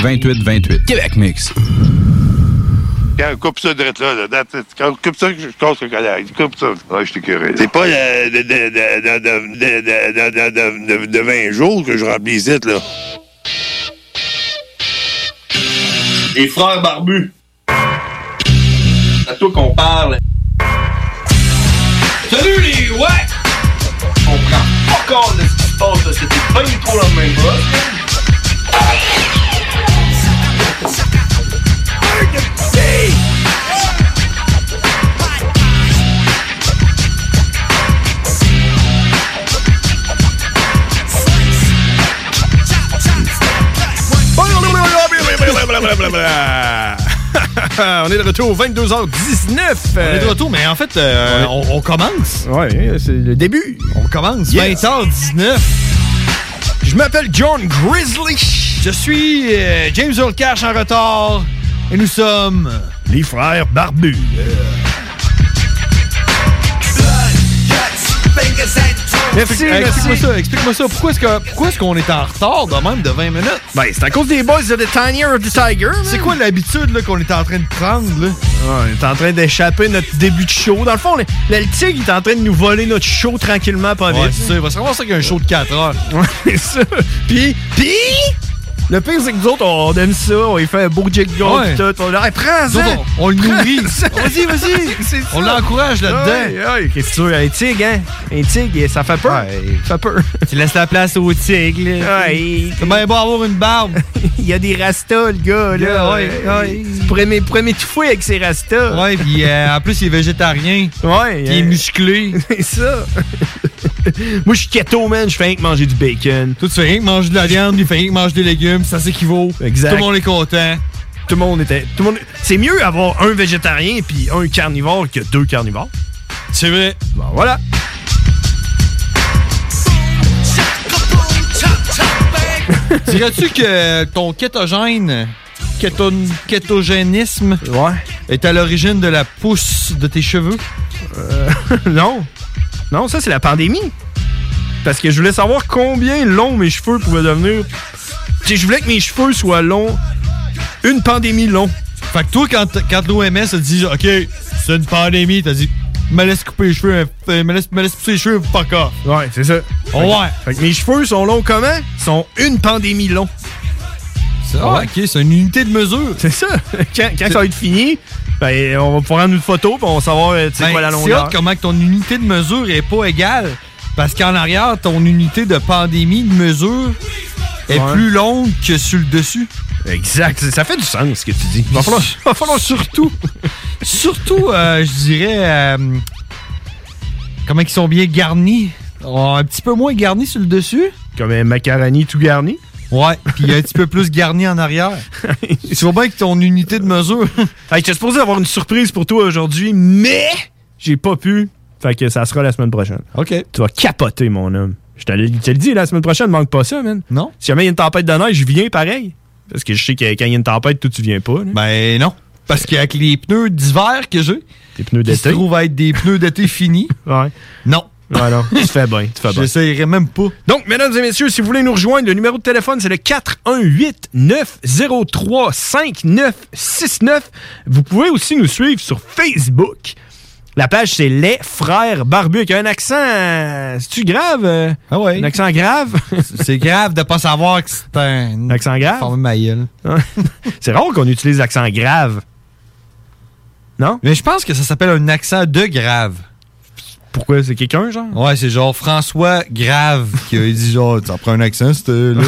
[SPEAKER 16] 28 28. Québec Mix.
[SPEAKER 9] Quand coupe ça direct là, là, là, t'sais, quand coupe ça, je casse le colère. Coupe ça. Ouais, je t'ai C'est pas euh, de, de, de, de, de, de, de, de, de, de 20 jours que je remplis ici, là.
[SPEAKER 12] Les frères barbus. C'est à toi qu'on parle. Salut les ouais! On prend pas compte de ce qui se passe, là. c'était pas du tout la même
[SPEAKER 4] Blablabla. on est de retour au 22h19.
[SPEAKER 1] On est de retour, mais en fait, euh, on, on commence.
[SPEAKER 4] Ouais, c'est le début.
[SPEAKER 1] On commence.
[SPEAKER 4] Yes.
[SPEAKER 1] 20h19.
[SPEAKER 4] Je m'appelle John Grizzly.
[SPEAKER 1] Je suis euh, James Olcash en retard. Et nous sommes.
[SPEAKER 4] Les frères barbus.
[SPEAKER 1] Merci,
[SPEAKER 4] Euh,
[SPEAKER 1] Explique-moi
[SPEAKER 4] merci.
[SPEAKER 1] ça, explique-moi ça. Pourquoi est-ce que- pourquoi est-ce qu'on est, en retard de même de 20 minutes?
[SPEAKER 4] Ben, c'est à cause des boys de The Tinier of the Tiger.
[SPEAKER 1] C'est quoi l'habitude là, qu'on est en train de prendre? Là?
[SPEAKER 4] Ouais, on est en train d'échapper notre début de show. Dans le fond, le, le tigre il est en train de nous voler notre show tranquillement, pas
[SPEAKER 1] Ouais,
[SPEAKER 4] vite.
[SPEAKER 1] c'est ça. Il va se ramasser avec un show de 4 heures.
[SPEAKER 4] Ouais, c'est ça. Puis, puis, le pire, c'est que nous autres, on aime ça. On y fait un beau jig
[SPEAKER 1] Ouais.
[SPEAKER 4] et tout. On leur hey, prends-en!
[SPEAKER 1] Nous autres, on- on le
[SPEAKER 4] Prends-en!
[SPEAKER 1] nourrit. Vas-y, vas-y.
[SPEAKER 4] C'est ça.
[SPEAKER 1] On l'encourage là-dedans.
[SPEAKER 4] Ouais, ouais, Qu'est-ce que tu veux? Un tigre, hein? Un tigre, ça fait peur. Ça fait peur.
[SPEAKER 1] Tu laisses la place au tigre. là. C'est bien beau avoir une barbe.
[SPEAKER 4] Il y a des rastas, le gars, là. Euh,
[SPEAKER 1] Ouais, ouais.
[SPEAKER 4] Tu pourrais m'é- pourrais m'étouffer avec ces rastas.
[SPEAKER 1] Ouais, puis euh, en plus, il est végétarien.
[SPEAKER 4] Ouais. euh,
[SPEAKER 1] Il est musclé.
[SPEAKER 4] C'est ça. Moi, je suis keto, man. Je fais rien que manger du bacon.
[SPEAKER 1] Toi, tu fais rien que manger de la viande, il fait rien que manger des légumes. Ça s'équivaut.
[SPEAKER 4] Exact.
[SPEAKER 1] Tout le monde est content.
[SPEAKER 4] Tout le monde était. Tout le monde. C'est mieux avoir un végétarien puis un carnivore que deux carnivores.
[SPEAKER 1] C'est vrai.
[SPEAKER 4] Bon, voilà.
[SPEAKER 1] Dirais-tu que ton kétogène, kéton- kétogénisme, est à l'origine de la pousse de tes cheveux?
[SPEAKER 4] Euh, non. Non, ça, c'est la pandémie. Parce que je voulais savoir combien longs mes cheveux pouvaient devenir. Tu sais, je voulais que mes cheveux soient longs. Une pandémie long.
[SPEAKER 1] Fait que toi, quand, quand l'OMS a dit, OK, c'est une pandémie, t'as dit, me laisse couper les cheveux, euh, me laisse, me laisse pousser les cheveux, fuck off. Oh,
[SPEAKER 4] Ouais, c'est ça.
[SPEAKER 1] ouais.
[SPEAKER 4] Fait que mes cheveux sont longs comment? Ils sont une pandémie longs.
[SPEAKER 1] Ah ouais, ok, c'est une unité de mesure.
[SPEAKER 4] C'est ça. Quand, quand ça va être fini, ben, on va prendre une photo puis on va savoir euh, tu sais,
[SPEAKER 1] Ben,
[SPEAKER 4] quoi la
[SPEAKER 1] c'est
[SPEAKER 4] longueur.
[SPEAKER 1] hot comment que ton unité de mesure est pas égale. Parce qu'en arrière, ton unité de pandémie de mesure est
[SPEAKER 4] Ouais.
[SPEAKER 1] plus longue que sur le dessus.
[SPEAKER 4] Exact. Ça fait du sens ce que tu dis.
[SPEAKER 1] Va falloir, va falloir surtout, surtout, euh, je dirais, euh, comment ils sont bien garnis. Oh, un petit peu moins garnis sur le dessus.
[SPEAKER 4] Comme un macaroni tout garni.
[SPEAKER 1] Ouais, puis un petit peu plus garni en arrière. Tu vois bien que ton unité de mesure.
[SPEAKER 4] Hey, j'étais supposé avoir une surprise pour toi aujourd'hui, mais j'ai pas pu. Fait que ça sera la semaine prochaine.
[SPEAKER 1] OK.
[SPEAKER 4] Tu vas capoter, mon homme. Je te le je te le dis, la semaine prochaine, manque pas ça, man.
[SPEAKER 1] Non.
[SPEAKER 4] Si jamais il y a une tempête de neige, je viens pareil. Parce que je sais que quand il y a une tempête, toi, tu viens pas. là.
[SPEAKER 1] Ben non. Parce qu'avec les pneus d'hiver que j'ai,
[SPEAKER 4] Tes pneus
[SPEAKER 1] qui se
[SPEAKER 4] d'été.
[SPEAKER 1] trouvent à être des pneus d'été finis,
[SPEAKER 4] Ouais.
[SPEAKER 1] non.
[SPEAKER 4] Ouais, non. Tu fais bien. Tu fais bien.
[SPEAKER 1] J'essayerai même pas.
[SPEAKER 4] Donc, mesdames et messieurs, si vous voulez nous rejoindre, le numéro de téléphone, c'est le 418-903-5969. Vous pouvez aussi nous suivre sur Facebook. La page, c'est Les Frères Barbus, avec un accent... euh, C'est-tu grave? euh?
[SPEAKER 1] Ah ouais.
[SPEAKER 4] Un accent grave?
[SPEAKER 1] C'est grave de pas savoir que c'est un.
[SPEAKER 4] Accent grave?
[SPEAKER 1] Forme ma gueule.
[SPEAKER 4] c'est rare qu'on utilise l'accent grave. Non?
[SPEAKER 1] Mais je pense que ça s'appelle un accent de grave.
[SPEAKER 4] Pourquoi? C'est quelqu'un, genre?
[SPEAKER 1] Ouais, c'est genre François Grave qui a dit genre, ça prend un accent, c'était là.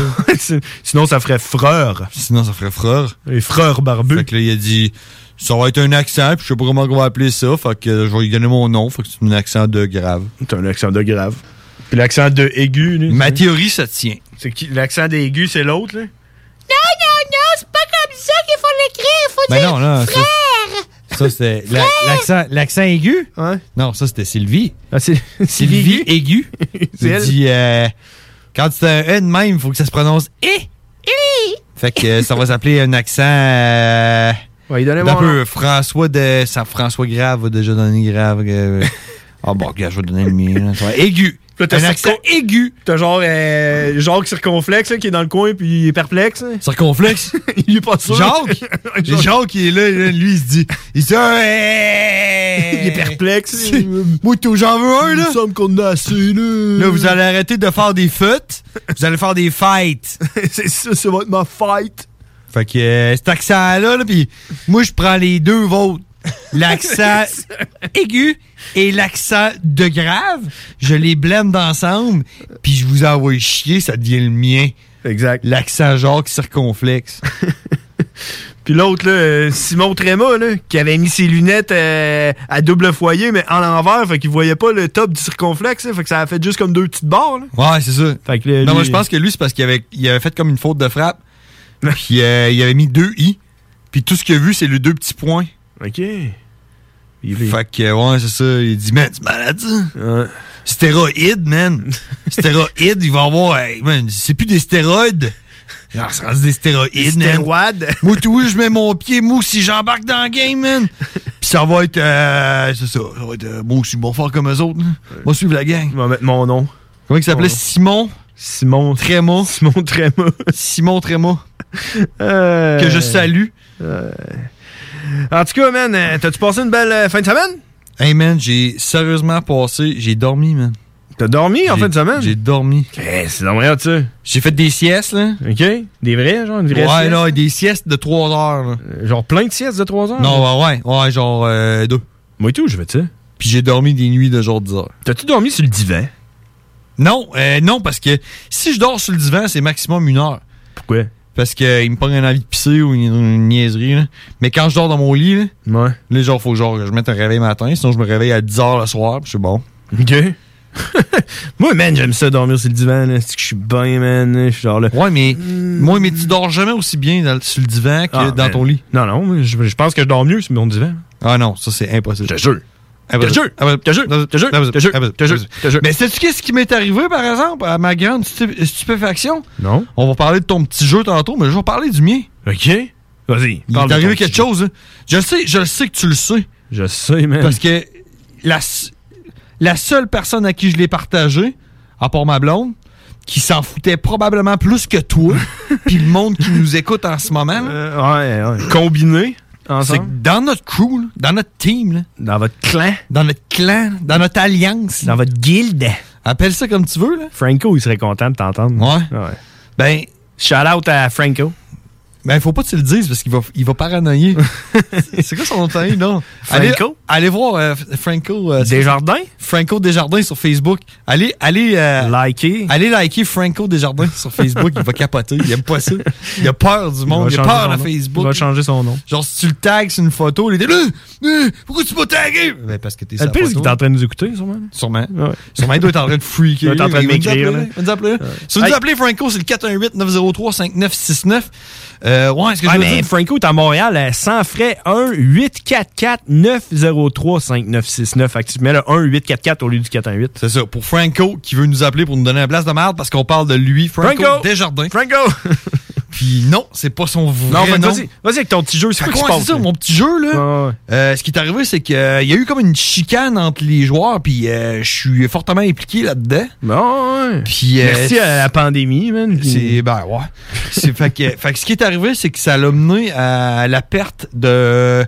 [SPEAKER 4] Sinon, ça ferait freur.
[SPEAKER 1] Sinon, ça ferait frère.
[SPEAKER 4] Les frères barbus.
[SPEAKER 1] Fait que là, il a dit, ça va être un accent, puis je sais pas comment on va appeler ça, fait que euh, je vais lui donner mon nom, fait que c'est un accent de grave.
[SPEAKER 4] T'as un accent de grave. Puis l'accent de aigu, lui,
[SPEAKER 1] Ma théorie, ça tient.
[SPEAKER 4] c'est qui- l'accent des aigus, c'est l'autre, là?
[SPEAKER 17] non! non, c'est pas comme ça qu'il faut l'écrire. Faut
[SPEAKER 1] Ben
[SPEAKER 17] dire
[SPEAKER 1] non, là, ça-
[SPEAKER 17] frère.
[SPEAKER 1] Ça, c'était la-
[SPEAKER 17] Frère!
[SPEAKER 1] l'accent, l'accent aigu? Non, ça, c'était Sylvie. Sylvie aigu.
[SPEAKER 4] Ah, C'est elle.
[SPEAKER 1] dit, euh, quand c'est un E de même, il faut que ça se prononce E. Fait que euh, ça va s'appeler un accent. Euh,
[SPEAKER 4] mon
[SPEAKER 1] d'un peu François de. Ça, François Grave va déjà donner grave. euh, Ah bon, gars, je vais donner le mien. là. Ça va être Aigu.
[SPEAKER 4] Là, t'as
[SPEAKER 1] Un accent aigu.
[SPEAKER 4] T'as genre, euh, Jacques circonflexe là, qui est dans le coin puis il est perplexe. hein.
[SPEAKER 1] Circonflexe.
[SPEAKER 4] il est pas sûr.
[SPEAKER 1] Jacques? J'ai Jacques qui est là, là, lui, il se dit. Il se dit.
[SPEAKER 4] il est perplexe.
[SPEAKER 1] Moi, tout, j'en veux un, là. Il me
[SPEAKER 4] semble qu'on a assez, là.
[SPEAKER 1] Là, vous allez arrêter de faire des fêtes. vous allez faire des fights.
[SPEAKER 4] c'est ça, ça va être ma fight.
[SPEAKER 1] Fait que euh, cet accent-là, là, puis moi, je prends les deux vôtres. L'accent aigu et l'accent de grave, je les blende ensemble, puis je vous envoie chier, ça devient le mien.
[SPEAKER 4] Exact.
[SPEAKER 1] L'accent Jacques circonflexe.
[SPEAKER 4] Puis l'autre, là, euh, Simon Tréma, là, qui avait mis ses lunettes euh, à double foyer, mais en l'envers, fait qu'il voyait pas le top du circonflexe, là, fait que ça a fait juste comme deux petites barres. là.
[SPEAKER 1] Ouais, c'est ça. non, moi, je pense que lui, c'est parce qu'il avait, il avait fait comme une faute de frappe. Puis euh, il avait mis deux i. Puis tout ce qu'il a vu, c'est les deux petits points.
[SPEAKER 4] OK.
[SPEAKER 1] Fait que, ouais, c'est ça. Il dit, man, tu es malade, ça? Stéroïdes, man. Stéroïdes, il va avoir. hey, man, c'est plus des stéroïdes. Alors, c'est rendu des stéroïdes, man. Moi, tout, oui, je mets mon pied mou si j'embarque dans le game, man. Puis ça va être. euh, c'est ça. Ça va être. euh, moi aussi, bon fort comme eux autres. là. Moi, suivre la gang.
[SPEAKER 4] Je vais mettre mon nom.
[SPEAKER 1] Comment il s'appelait?
[SPEAKER 4] Mon nom.
[SPEAKER 1] Simon?
[SPEAKER 4] Simon.
[SPEAKER 1] Tréma.
[SPEAKER 4] Simon Tréma.
[SPEAKER 1] Simon Tréma.
[SPEAKER 4] que
[SPEAKER 1] je salue.
[SPEAKER 4] Euh, En tout cas, man, euh, t'as-tu passé une belle euh, fin de semaine?
[SPEAKER 1] Hey man, j'ai sérieusement passé, j'ai dormi, man.
[SPEAKER 4] T'as dormi en fin de semaine? Eh,
[SPEAKER 1] J'ai dormi.
[SPEAKER 4] c'est normal, tu
[SPEAKER 1] J'ai fait des siestes, là.
[SPEAKER 4] OK. Des vrais, genre, une vraie
[SPEAKER 1] Ouais,
[SPEAKER 4] sieste? Euh,
[SPEAKER 1] non, des siestes de 3 heures, là.
[SPEAKER 4] Genre plein de siestes de 3 heures?
[SPEAKER 1] Non, ouais, ouais, ouais, genre 2.
[SPEAKER 4] Moi et tout, je vais, tu sais.
[SPEAKER 1] Puis j'ai dormi des nuits de genre 10 heures.
[SPEAKER 4] T'as-tu dormi sur le divan?
[SPEAKER 1] Non, euh, non, parce que si je dors sur le divan, c'est maximum une heure.
[SPEAKER 4] Pourquoi?
[SPEAKER 1] Parce qu'il me prend une envie de pisser ou une, une niaiserie, là. Mais quand je dors dans mon lit, là, là, genre, faut genre que je mette un réveil matin, sinon je me réveille à 10 heures le soir, puis c'est bon.
[SPEAKER 4] OK. Moi, man, j'aime ça dormir sur le divan. là. C'est que je suis bien, man. Je suis genre là. Hmm.
[SPEAKER 1] Ouais, mais. Moi, mais tu dors jamais aussi bien dans- sur le divan que
[SPEAKER 4] Ah,
[SPEAKER 1] dans
[SPEAKER 4] man.
[SPEAKER 1] ton lit.
[SPEAKER 4] Non, non, moi, je, je pense que je dors mieux sur mon divan.
[SPEAKER 1] Ah non, ça c'est impossible. Je te
[SPEAKER 4] jure.
[SPEAKER 1] Je te jure. Je te
[SPEAKER 4] jure. Je te jure. Je te jure. Je te jure. Je te jure.
[SPEAKER 1] Mais sais-tu qu'est-ce qui m'est arrivé, par exemple, à ma grande stu- stupéfaction?
[SPEAKER 4] Non.
[SPEAKER 1] On va parler de ton petit jeu tantôt, mais je vais parler du mien.
[SPEAKER 4] OK. Vas-y.
[SPEAKER 1] Il
[SPEAKER 4] parle
[SPEAKER 1] t'est
[SPEAKER 4] de
[SPEAKER 1] arrivé
[SPEAKER 4] ton
[SPEAKER 1] quelque chose. hein. Je le sais, je le sais que tu le sais.
[SPEAKER 4] Je sais, man.
[SPEAKER 1] Parce que la, s- la seule personne à qui je l'ai partagé, à part ma blonde, qui s'en foutait probablement plus que toi, puis le monde qui nous écoute en ce moment, là,
[SPEAKER 4] combiné
[SPEAKER 1] c'est que
[SPEAKER 4] Euh, ensemble.
[SPEAKER 1] dans notre crew, là, dans notre team, là,
[SPEAKER 4] dans votre clan,
[SPEAKER 1] dans notre clan, dans notre alliance,
[SPEAKER 4] dans votre guilde,
[SPEAKER 1] appelle ça comme tu veux. Là.
[SPEAKER 4] Franco, il serait content de t'entendre.
[SPEAKER 1] Ouais. Ben.
[SPEAKER 4] Shout out à Franco.
[SPEAKER 1] Ben, faut pas que tu le dises parce qu'il va, il va paranoïer. c'est quoi son nom de famille, non? Allez-
[SPEAKER 4] Franco?
[SPEAKER 1] Allez, voir euh, F- Franco. euh, c'est-
[SPEAKER 4] Desjardins?
[SPEAKER 1] Franco Desjardins sur Facebook. Allez, allez. euh,
[SPEAKER 4] liker.
[SPEAKER 1] Allez liker Franco Desjardins sur Facebook. il va capoter. Il aime pas ça. Il a peur du
[SPEAKER 4] va
[SPEAKER 1] monde. Il, a
[SPEAKER 4] changer
[SPEAKER 1] peur
[SPEAKER 4] son
[SPEAKER 1] à
[SPEAKER 4] nom.
[SPEAKER 1] Facebook.
[SPEAKER 4] Il va changer son nom.
[SPEAKER 1] Genre, si tu le tags sur une photo, il est là. Euh, pourquoi tu m'as tagué? Ben, parce que t'es sur
[SPEAKER 4] Euh, Le
[SPEAKER 1] la
[SPEAKER 4] pire, c'est qu'il
[SPEAKER 1] photo.
[SPEAKER 4] est en train de nous écouter, sûrement.
[SPEAKER 1] Sûrement. Sûrement, il doit être en train de freaker.
[SPEAKER 4] Il doit être en train de
[SPEAKER 1] va nous
[SPEAKER 4] m'écrire,
[SPEAKER 1] appeler,
[SPEAKER 4] là.
[SPEAKER 1] il oh, va nous appeler. Si vous nous appelez Franco, c'est le 418-903-5969. Euh, ouais, est-ce que
[SPEAKER 4] Ouais,
[SPEAKER 1] je veux
[SPEAKER 4] mais
[SPEAKER 1] dire-
[SPEAKER 4] Franco est à Montréal à 100 frais 1 844 903 5969. Fait que tu mets le 1 844 au lieu du 418.
[SPEAKER 1] C'est ça. Pour Franco qui veut nous appeler pour nous donner la place de merde parce qu'on parle de lui, Franco,
[SPEAKER 4] Franco!
[SPEAKER 1] Desjardins.
[SPEAKER 4] Franco!
[SPEAKER 1] Puis non, c'est pas son vrai
[SPEAKER 4] Non, fait que
[SPEAKER 1] nom.
[SPEAKER 4] vas-y, vas-y avec ton petit jeu, c'est
[SPEAKER 1] Fait
[SPEAKER 4] quoi
[SPEAKER 1] que
[SPEAKER 4] qui se
[SPEAKER 1] ouais,
[SPEAKER 4] passe?
[SPEAKER 1] c'est ça, mon petit jeu, là. Euh, ce qui est arrivé, c'est qu'il y a eu comme une chicane entre les joueurs, puis euh, je suis fortement impliqué là-dedans. Puis, euh,
[SPEAKER 4] Merci à la pandémie, man.
[SPEAKER 1] C'est, ben ouais. C'est- fait, que, fait que ce qui est arrivé, c'est que ça l'a mené à la perte de euh,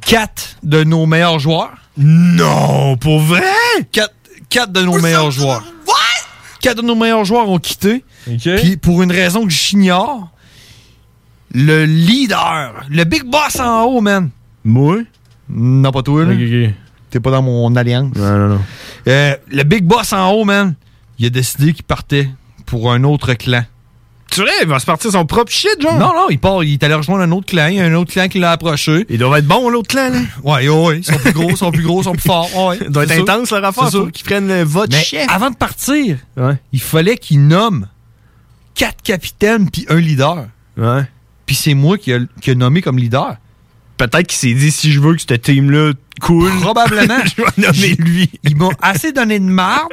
[SPEAKER 1] quatre de nos meilleurs joueurs.
[SPEAKER 4] Non, pour vrai?
[SPEAKER 1] Quatre, quatre de nos meilleurs joueurs. Quatre de nos meilleurs joueurs ont quitté. Puis pour une raison que j'ignore, le leader, le big boss en haut, man.
[SPEAKER 4] Moi?
[SPEAKER 1] Non, pas toi, là. T'es pas dans mon alliance.
[SPEAKER 4] Non, non, non.
[SPEAKER 1] Euh, le big boss en haut, man, il a décidé qu'il partait pour un autre clan.
[SPEAKER 4] Tu vrai? Il va se partir son propre shit, genre?
[SPEAKER 1] Non, non, il part, il est allé rejoindre un autre clan. Il y a un autre clan qui l'a approché.
[SPEAKER 4] Il doit être bon, l'autre clan, là.
[SPEAKER 1] Ouais, ouais, ouais. Ils sont plus gros, ils sont plus gros, ils sont plus forts. Ouais,
[SPEAKER 4] doit être
[SPEAKER 1] c'est sûr.
[SPEAKER 4] intense, le rapport.
[SPEAKER 1] C'est sûr.
[SPEAKER 4] Faut qu'ils prennent le vote
[SPEAKER 1] Mais
[SPEAKER 4] chef.
[SPEAKER 1] Avant de partir, il fallait qu'il nomme quatre capitaines puis un leader.
[SPEAKER 4] Ouais.
[SPEAKER 1] Puis c'est moi qui a, qui a nommé comme leader.
[SPEAKER 4] Peut-être qu'il s'est dit si je veux que ce team-là cool.
[SPEAKER 1] Probablement.
[SPEAKER 4] je vais nommer lui.
[SPEAKER 1] Ils m'ont assez donné de marbre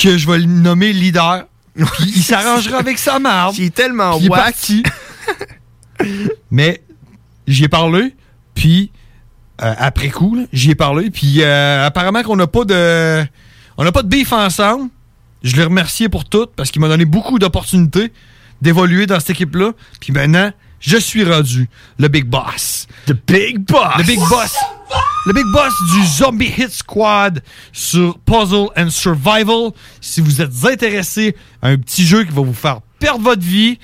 [SPEAKER 1] que je vais le nommer leader. Puis il s'arrangera avec sa marbre.
[SPEAKER 4] Il est tellement
[SPEAKER 1] Puis il est
[SPEAKER 4] wack.
[SPEAKER 1] parti. Mais j'y ai parlé, puis euh, après coup, là, j'y ai parlé, puis euh, apparemment qu'on n'a pas de on n'a pas de beef ensemble. Je l'ai remercié pour tout parce qu'il m'a donné beaucoup d'opportunités d'évoluer dans cette équipe là. Puis maintenant, je suis rendu le big boss.
[SPEAKER 4] The big boss.
[SPEAKER 1] Le big boss. Le big boss du Zombie Hit Squad sur Puzzle and Survival. Si vous êtes intéressé à un petit jeu qui va vous faire perdre votre vie,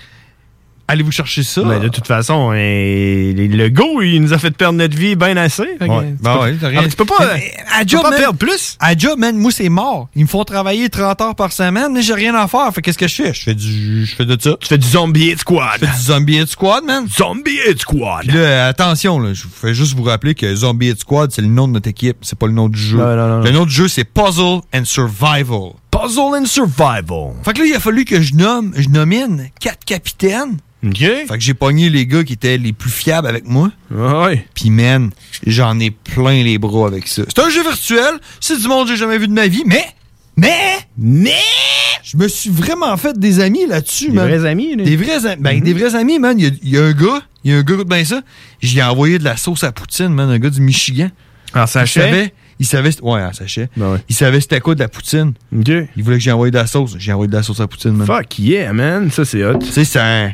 [SPEAKER 1] allez-vous chercher ça.
[SPEAKER 4] Mais de toute façon, eh, le go, il nous a fait perdre notre vie bien assez. Fait que
[SPEAKER 1] Ouais.
[SPEAKER 4] tu
[SPEAKER 1] Ben
[SPEAKER 4] peux-
[SPEAKER 1] ouais, t'as rien-
[SPEAKER 4] Ah, mais tu peux pas,
[SPEAKER 1] Mais,
[SPEAKER 4] tu
[SPEAKER 1] à
[SPEAKER 4] peux
[SPEAKER 1] job,
[SPEAKER 4] pas
[SPEAKER 1] man,
[SPEAKER 4] perdre plus.
[SPEAKER 1] À job, man, moi, c'est mort. Ils me font travailler 30 heures par semaine, mais j'ai rien à faire. Fait qu'est-ce que je fais? Je fais du, je fais de ça.
[SPEAKER 4] Tu fais du zombie hit squad.
[SPEAKER 1] Je fais du zombie hit squad, man.
[SPEAKER 4] Zombie hit squad.
[SPEAKER 1] Puis là, euh, attention, là, je vous fais juste vous rappeler que Zombie Hit Squad, c'est le nom de notre équipe. C'est pas le nom du jeu. le nom du jeu, c'est Puzzle and Survival.
[SPEAKER 4] Puzzle and Survival.
[SPEAKER 1] Fait que là, il a fallu que je nomme, je nomine quatre capitaines. Fait que j'ai pogné les gars qui étaient les plus fiables avec moi.
[SPEAKER 4] Ouais.
[SPEAKER 1] Puis man, j'en ai plein les bras avec ça. C'est un jeu virtuel, c'est du monde que j'ai jamais vu de ma vie, mais, mais, mais, je me suis vraiment fait des amis là-dessus, man.
[SPEAKER 4] vrais amis, là. Mm-hmm.
[SPEAKER 1] Des vrais amis. Ben, des vrais amis, man. Il y a- il y, a un gars, il y a un gars, ben ça, j'ai envoyé de la sauce à poutine, man, un gars du Michigan.
[SPEAKER 4] En
[SPEAKER 1] Il
[SPEAKER 4] sachet?
[SPEAKER 1] savait, il savait, ouais, en sachet.
[SPEAKER 4] Ben
[SPEAKER 1] Il savait c'était quoi de la poutine. Il voulait que j'y envoie de la sauce. J'ai envoyé de la sauce à poutine, man.
[SPEAKER 4] Fuck yeah, man. Ça, c'est hot. Tu
[SPEAKER 1] sais, c'est un.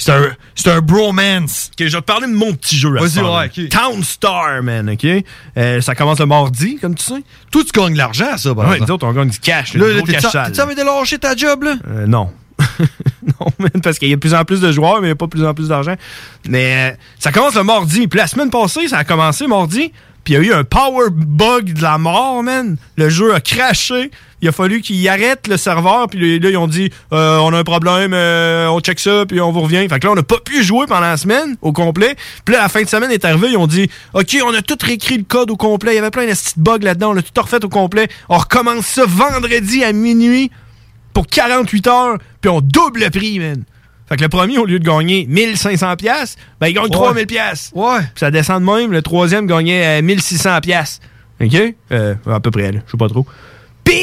[SPEAKER 1] C'est un, c'est un bromance.
[SPEAKER 4] Ok, je vais te parler de mon petit jeu. à
[SPEAKER 1] euh, Vas-y,
[SPEAKER 4] ce moment-là.
[SPEAKER 1] ouais, ok.
[SPEAKER 4] Town Star, man, ok? Euh, ça commence le mardi, comme tu sais.
[SPEAKER 1] Toi, tu gagnes de l'argent, ça, par
[SPEAKER 4] Ouais,
[SPEAKER 1] exemple.
[SPEAKER 4] nous autres, on gagne du cash.
[SPEAKER 1] Là,
[SPEAKER 4] du
[SPEAKER 1] là,
[SPEAKER 4] gros
[SPEAKER 1] t'es-tu
[SPEAKER 4] cash sale.
[SPEAKER 1] t'es-tu envie de lâcher ta job, là?
[SPEAKER 4] Euh, non. non, man, parce qu'il y a de plus en plus de joueurs, mais il n'y a pas de plus en plus d'argent. Mais euh, ça commence le mardi. Puis la semaine passée, ça a commencé mardi. Puis il y a eu un power bug de la mort, man. Le jeu a craché. Il a fallu qu'ils arrêtent le serveur. Puis là, ils ont dit euh, on a un problème, euh, on check ça, puis on vous revient. Fait que là, on n'a pas pu jouer pendant la semaine au complet. Puis là, la fin de semaine est arrivée. Ils ont dit OK, on a tout réécrit le code au complet. Il y avait plein de petites bugs là-dedans. On l'a tout refait au complet. On recommence ça vendredi à minuit pour 48 heures, puis on double le prix, man. Fait que le premier, au lieu de gagner 1500 pièces, ben il gagne 3000 pièces.
[SPEAKER 1] Ouais.
[SPEAKER 4] Puis ça descend de même, le troisième gagnait euh, 1600 pièces. OK? Euh, à peu près, là. je sais pas trop. Puis,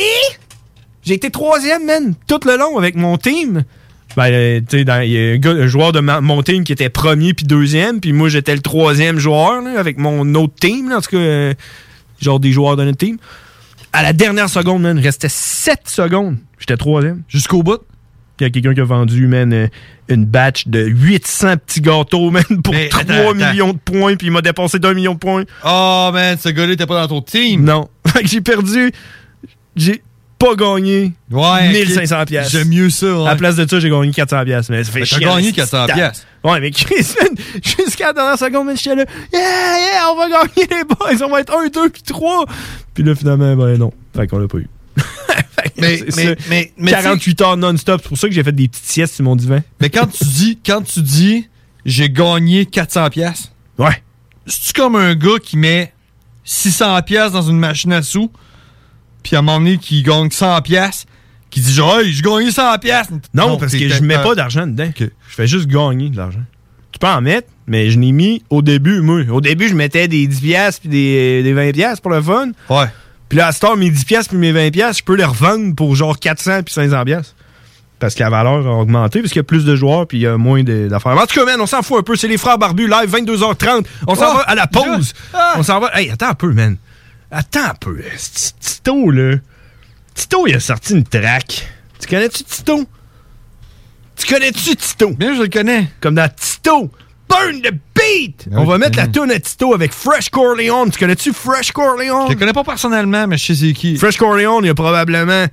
[SPEAKER 4] j'ai été troisième, man, tout le long avec mon team. Ben, euh, tu sais, dans- il y a un, gars- un joueur de ma- mon team qui était premier puis deuxième, puis moi, j'étais le troisième joueur, là, avec mon autre team, là, en tout cas, euh, genre des joueurs de notre team. À la dernière seconde, man, il restait 7 secondes. J'étais troisième.
[SPEAKER 1] Jusqu'au bout.
[SPEAKER 4] Il y a quelqu'un qui a vendu, man, euh, une batch de 800 petits gâteaux, man, pour
[SPEAKER 1] Mais
[SPEAKER 4] 3
[SPEAKER 1] attends, attends.
[SPEAKER 4] millions de points, puis il m'a dépensé d'un million de points.
[SPEAKER 1] Oh, man, ce gars-là était pas dans ton team.
[SPEAKER 4] Non. Fait que j'ai perdu. J'ai pas gagné
[SPEAKER 1] Ouais, ok.
[SPEAKER 4] 1500 pièces.
[SPEAKER 1] J'aime mieux ça, ouais.
[SPEAKER 4] À la place de ça, j'ai gagné 400 pièces. Mais ça fait
[SPEAKER 1] Mais t'as
[SPEAKER 4] chier,
[SPEAKER 1] gagné
[SPEAKER 4] c'est
[SPEAKER 1] 400
[SPEAKER 4] ta-
[SPEAKER 1] piastres.
[SPEAKER 4] Ouais, mais Chris, man, jusqu'à la dernière seconde, man, j'étais là. Yeah, yeah, on va gagner les boys. On va être 1, 2, puis 3. Puis là, finalement, ben non. Fait qu'on l'a pas eu.
[SPEAKER 1] Mais,
[SPEAKER 4] C'est
[SPEAKER 1] mais,
[SPEAKER 4] ça.
[SPEAKER 1] mais, mais,
[SPEAKER 4] 48 heures non-stop. C'est pour ça que j'ai fait des petites siestes sur mon divan.
[SPEAKER 1] Mais quand tu dis, quand tu dis, j'ai gagné 400 pièces.
[SPEAKER 4] Ouais.
[SPEAKER 1] C'est-tu comme un gars qui met 600 pièces dans une machine à sous, puis à un moment donné, qui gagne 100 pièces, qui dit genre, hey, j'ai gagné 100 pièces.
[SPEAKER 4] Non, parce que je mets pas d'argent dedans. Je fais juste gagner de l'argent. Tu peux en mettre, mais je n'ai mis au début, moi. Au début, je mettais des 10 piastres puis des, des 20 piastres pour le fun.
[SPEAKER 1] Ouais.
[SPEAKER 4] Puis là, à cette heure, mes 10 piastres puis mes 20 piastres, je peux les revendre pour genre 400 puis 500 piastres. Parce que la valeur a augmenté, parce qu'il y a plus de joueurs puis il y a moins de- d'affaires. En tout cas, man, on s'en fout un peu. C'est les frères barbus live, 22h30. On s'en
[SPEAKER 1] Oh,
[SPEAKER 4] va à la pause.
[SPEAKER 1] Ah.
[SPEAKER 4] On s'en va. Hey, attends un peu, man. Attends un peu. C'ti- Tito, là. Tito, il a sorti une track. Tu connais-tu Tito? Tu connais-tu Tito?
[SPEAKER 1] Bien, je le connais. Ben
[SPEAKER 4] Comme dans Tito. Burn the beat! On va mettre la tune à Tito avec Fresh Corleone. Tu connais-tu Fresh Corleone?
[SPEAKER 1] Je le connais pas personnellement, mais je sais c'est qui.
[SPEAKER 4] Fresh Corleone, il y a probablement.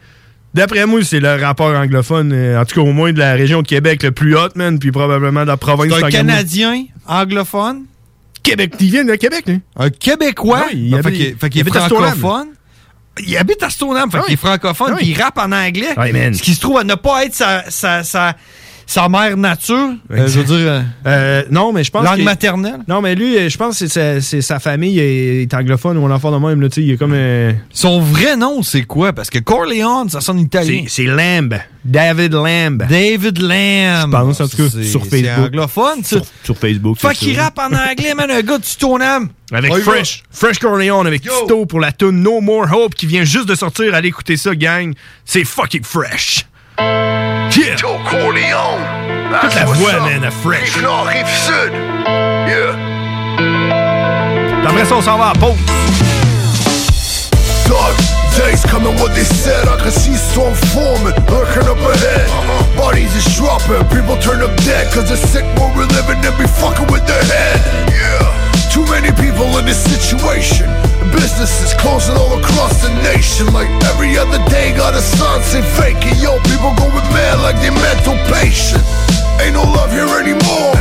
[SPEAKER 4] D'après moi, c'est le rappeur anglophone, euh, en tout cas au moins de la région de Québec, le plus hot, man, puis probablement de la province
[SPEAKER 1] C'est un
[SPEAKER 4] d'Angleterre.
[SPEAKER 1] Canadien anglophone.
[SPEAKER 4] Québec, il vient de Québec, lui.
[SPEAKER 1] Un Québécois.
[SPEAKER 4] Non, il
[SPEAKER 1] Ben,
[SPEAKER 4] habite-
[SPEAKER 1] fait qu'il- fait
[SPEAKER 4] il
[SPEAKER 1] qu'il est
[SPEAKER 4] habite à Stoneham. Ah
[SPEAKER 1] francophone. Il habite à Stoneham, fait
[SPEAKER 4] Ouais.
[SPEAKER 1] qu'il est francophone,
[SPEAKER 4] Ouais.
[SPEAKER 1] puis il rappe en anglais.
[SPEAKER 4] Ouais, Ah man.
[SPEAKER 1] Ce qui se trouve à ne pas être sa, sa, sa,
[SPEAKER 4] sa mère nature.
[SPEAKER 1] Euh, je veux dire, euh,
[SPEAKER 4] Euh, non, mais je pense.
[SPEAKER 1] Langue
[SPEAKER 4] que-
[SPEAKER 1] maternelle?
[SPEAKER 4] Non, mais lui, euh, je pense que c'est sa, c'est sa famille est, est anglophone ou un enfant de même. Là, tu sais, il est comme. euh,
[SPEAKER 1] Son vrai nom, c'est quoi? Parce que Corleone, ça sonne italien.
[SPEAKER 4] C'est Lamb. David Lamb.
[SPEAKER 1] David
[SPEAKER 4] Je
[SPEAKER 1] Lamb.
[SPEAKER 4] pense, en tout cas,
[SPEAKER 1] C'est-
[SPEAKER 4] sur
[SPEAKER 1] C'est
[SPEAKER 4] Facebook.
[SPEAKER 1] anglophone, ça.
[SPEAKER 4] Sur, sur Facebook.
[SPEAKER 1] Fait
[SPEAKER 4] c'est
[SPEAKER 1] qu'il
[SPEAKER 4] ça.
[SPEAKER 1] rappe en anglais, man, un gars de Stoneham.
[SPEAKER 4] Avec
[SPEAKER 1] On y va.
[SPEAKER 4] Fresh. Fresh Corleone avec Tito pour la tune No More Hope qui vient juste de sortir. Allez écouter ça, gang. C'est fucking fresh. Yeah.
[SPEAKER 6] Tito Corleone.
[SPEAKER 4] Toute la
[SPEAKER 6] That's what's
[SPEAKER 4] voix,
[SPEAKER 6] up.
[SPEAKER 4] man, à fresh.
[SPEAKER 6] Rive Nord, rive sud. Yeah.
[SPEAKER 4] Après ça, on s'en va à pause.
[SPEAKER 6] Dog days coming what they said. Aggressive storm forming, hurricane up ahead. Bodies is dropping, people turn up dead. Cause they're sick where we're living and be fucking with their head. Yeah. Too many people in this situation. Businesses closing all across the nation. Like every other day, got a sign saying fake it. Yo, people going mad like they mental patient. Ain't no love here anymore.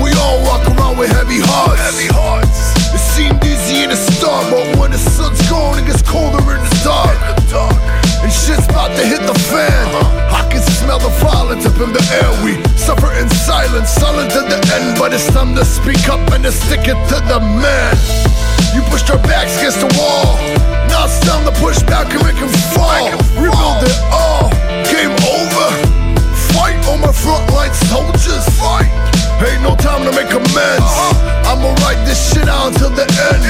[SPEAKER 6] We all walk around with heavy hearts. Heavy hearts. It seemed easy in the start, but when the sun's gone, it gets colder in the dark. Uh-huh. And shit's about to hit the fan. I can smell the violence up in the air. We suffer in silence, silent to the end. But it's time to speak up and to stick it to the man. You pushed our backs against the wall. Now it's time to push back and make him fall. Rebuild it all. Game over. Fight on my front line, soldiers. Fight. Ain't no time to make amends. I'ma ride this shit out until the end.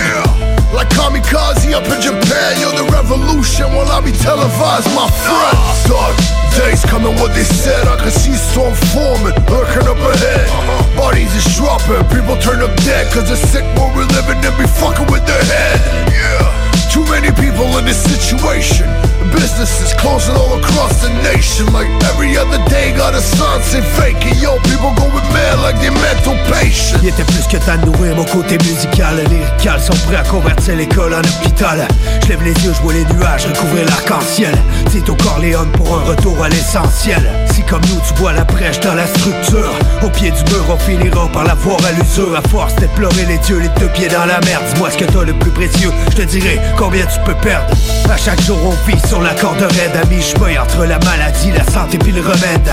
[SPEAKER 6] Like kamikaze up in Japan, you're the revolution. Will I be televised, my friend? Dark days coming, what they said. I can see storm forming, lurking up ahead. Bodies is dropping, people turn up dead. Cause they're sick where we're living and be fucking with their head. Yeah. Too many people in this situation. Businesses closing all across the nation. Like every other day, got a sign saying fake it. Yo, people going mad like they're mental patients.
[SPEAKER 12] Il était plus que temps de nourrir mon côté musical Les cales sont prêts à convertir l'école en hôpital Je lève les yeux, je vois les nuages recouvrir l'arc-en-ciel C'est au Corléon pour un retour à l'essentiel Si comme nous tu vois la prêche dans la structure Au pied du mur on finira par la voir à l'usure À force d'éplorer les dieux, les deux pieds dans la merde Dis-moi ce que t'as le plus précieux, je te dirai combien tu peux perdre À chaque jour on vit sur la corde raide À mi-chemin entre la maladie, la santé puis le remède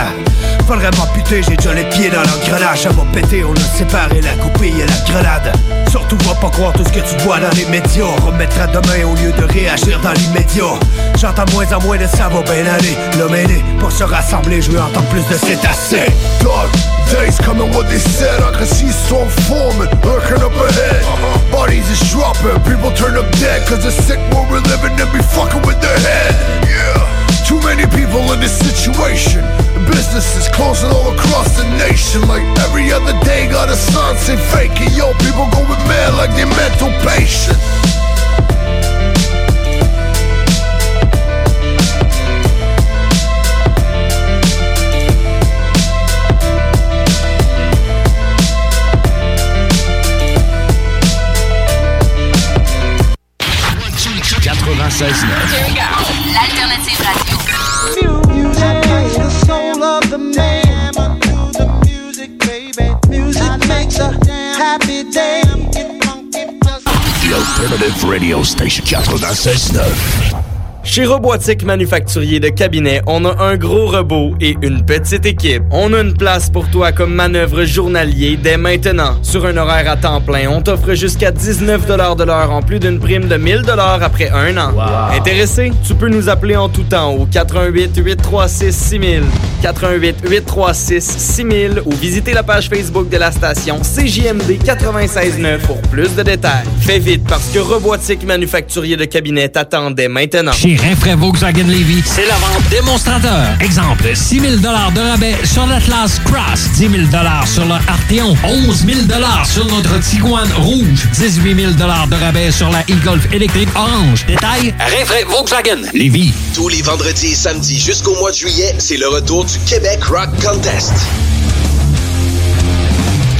[SPEAKER 12] Faudrait m'amputer, j'ai déjà les pieds dans l'engrenage Ça va péter, on a séparé la coupée et la grenade Surtout va pas croire tout ce que tu vois dans les médias Remettre à demain au lieu de réagir dans l'immédiat J'entends moins en moins de ça va bien aller L'homme est né pour se rassembler, je veux entendre plus de cétacés
[SPEAKER 6] Dark days coming, what they said. I can see storm forming, lurking up ahead. Bodies is dropping, people turn up dead. Cause they're sick where we're living and be fucking with their head. Yeah. Too many people in this situation. Businesses closing all across the nation. Like every other day, got a sign saying fake it. Yo, people going mad like they're mental patients.
[SPEAKER 18] L'alternative radio.
[SPEAKER 3] The alternative radio station 969.
[SPEAKER 13] Chez Robotique Manufacturier de Cabinet, on a un gros robot et une petite équipe. On a une place pour toi comme manœuvre journalier dès maintenant. Sur un horaire à temps plein, on t'offre jusqu'à 19 de l'heure en plus d'une prime de 1000 après un an. Intéressé? Tu peux nous appeler en tout temps au 88 836 6000, 88 836 6000 ou visiter la page Facebook de la station CJMD 969 pour plus de détails. Fais vite parce que Robotique Manufacturier de Cabinet t'attendait maintenant.
[SPEAKER 14] Chez Rinfraie Volkswagen Levy, c'est la vente démonstrateur. Exemple, 6 000 de rabais sur l'Atlas Cross, 10 000 sur le Arteon, 11 000 sur notre Tiguan Rouge, 18 000 de rabais sur la e-Golf électrique orange. Détail, Rinfraie Volkswagen Levy.
[SPEAKER 19] Tous les vendredis et samedis jusqu'au mois de juillet, c'est le retour du Québec Rock Contest.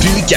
[SPEAKER 19] Plus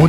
[SPEAKER 20] Au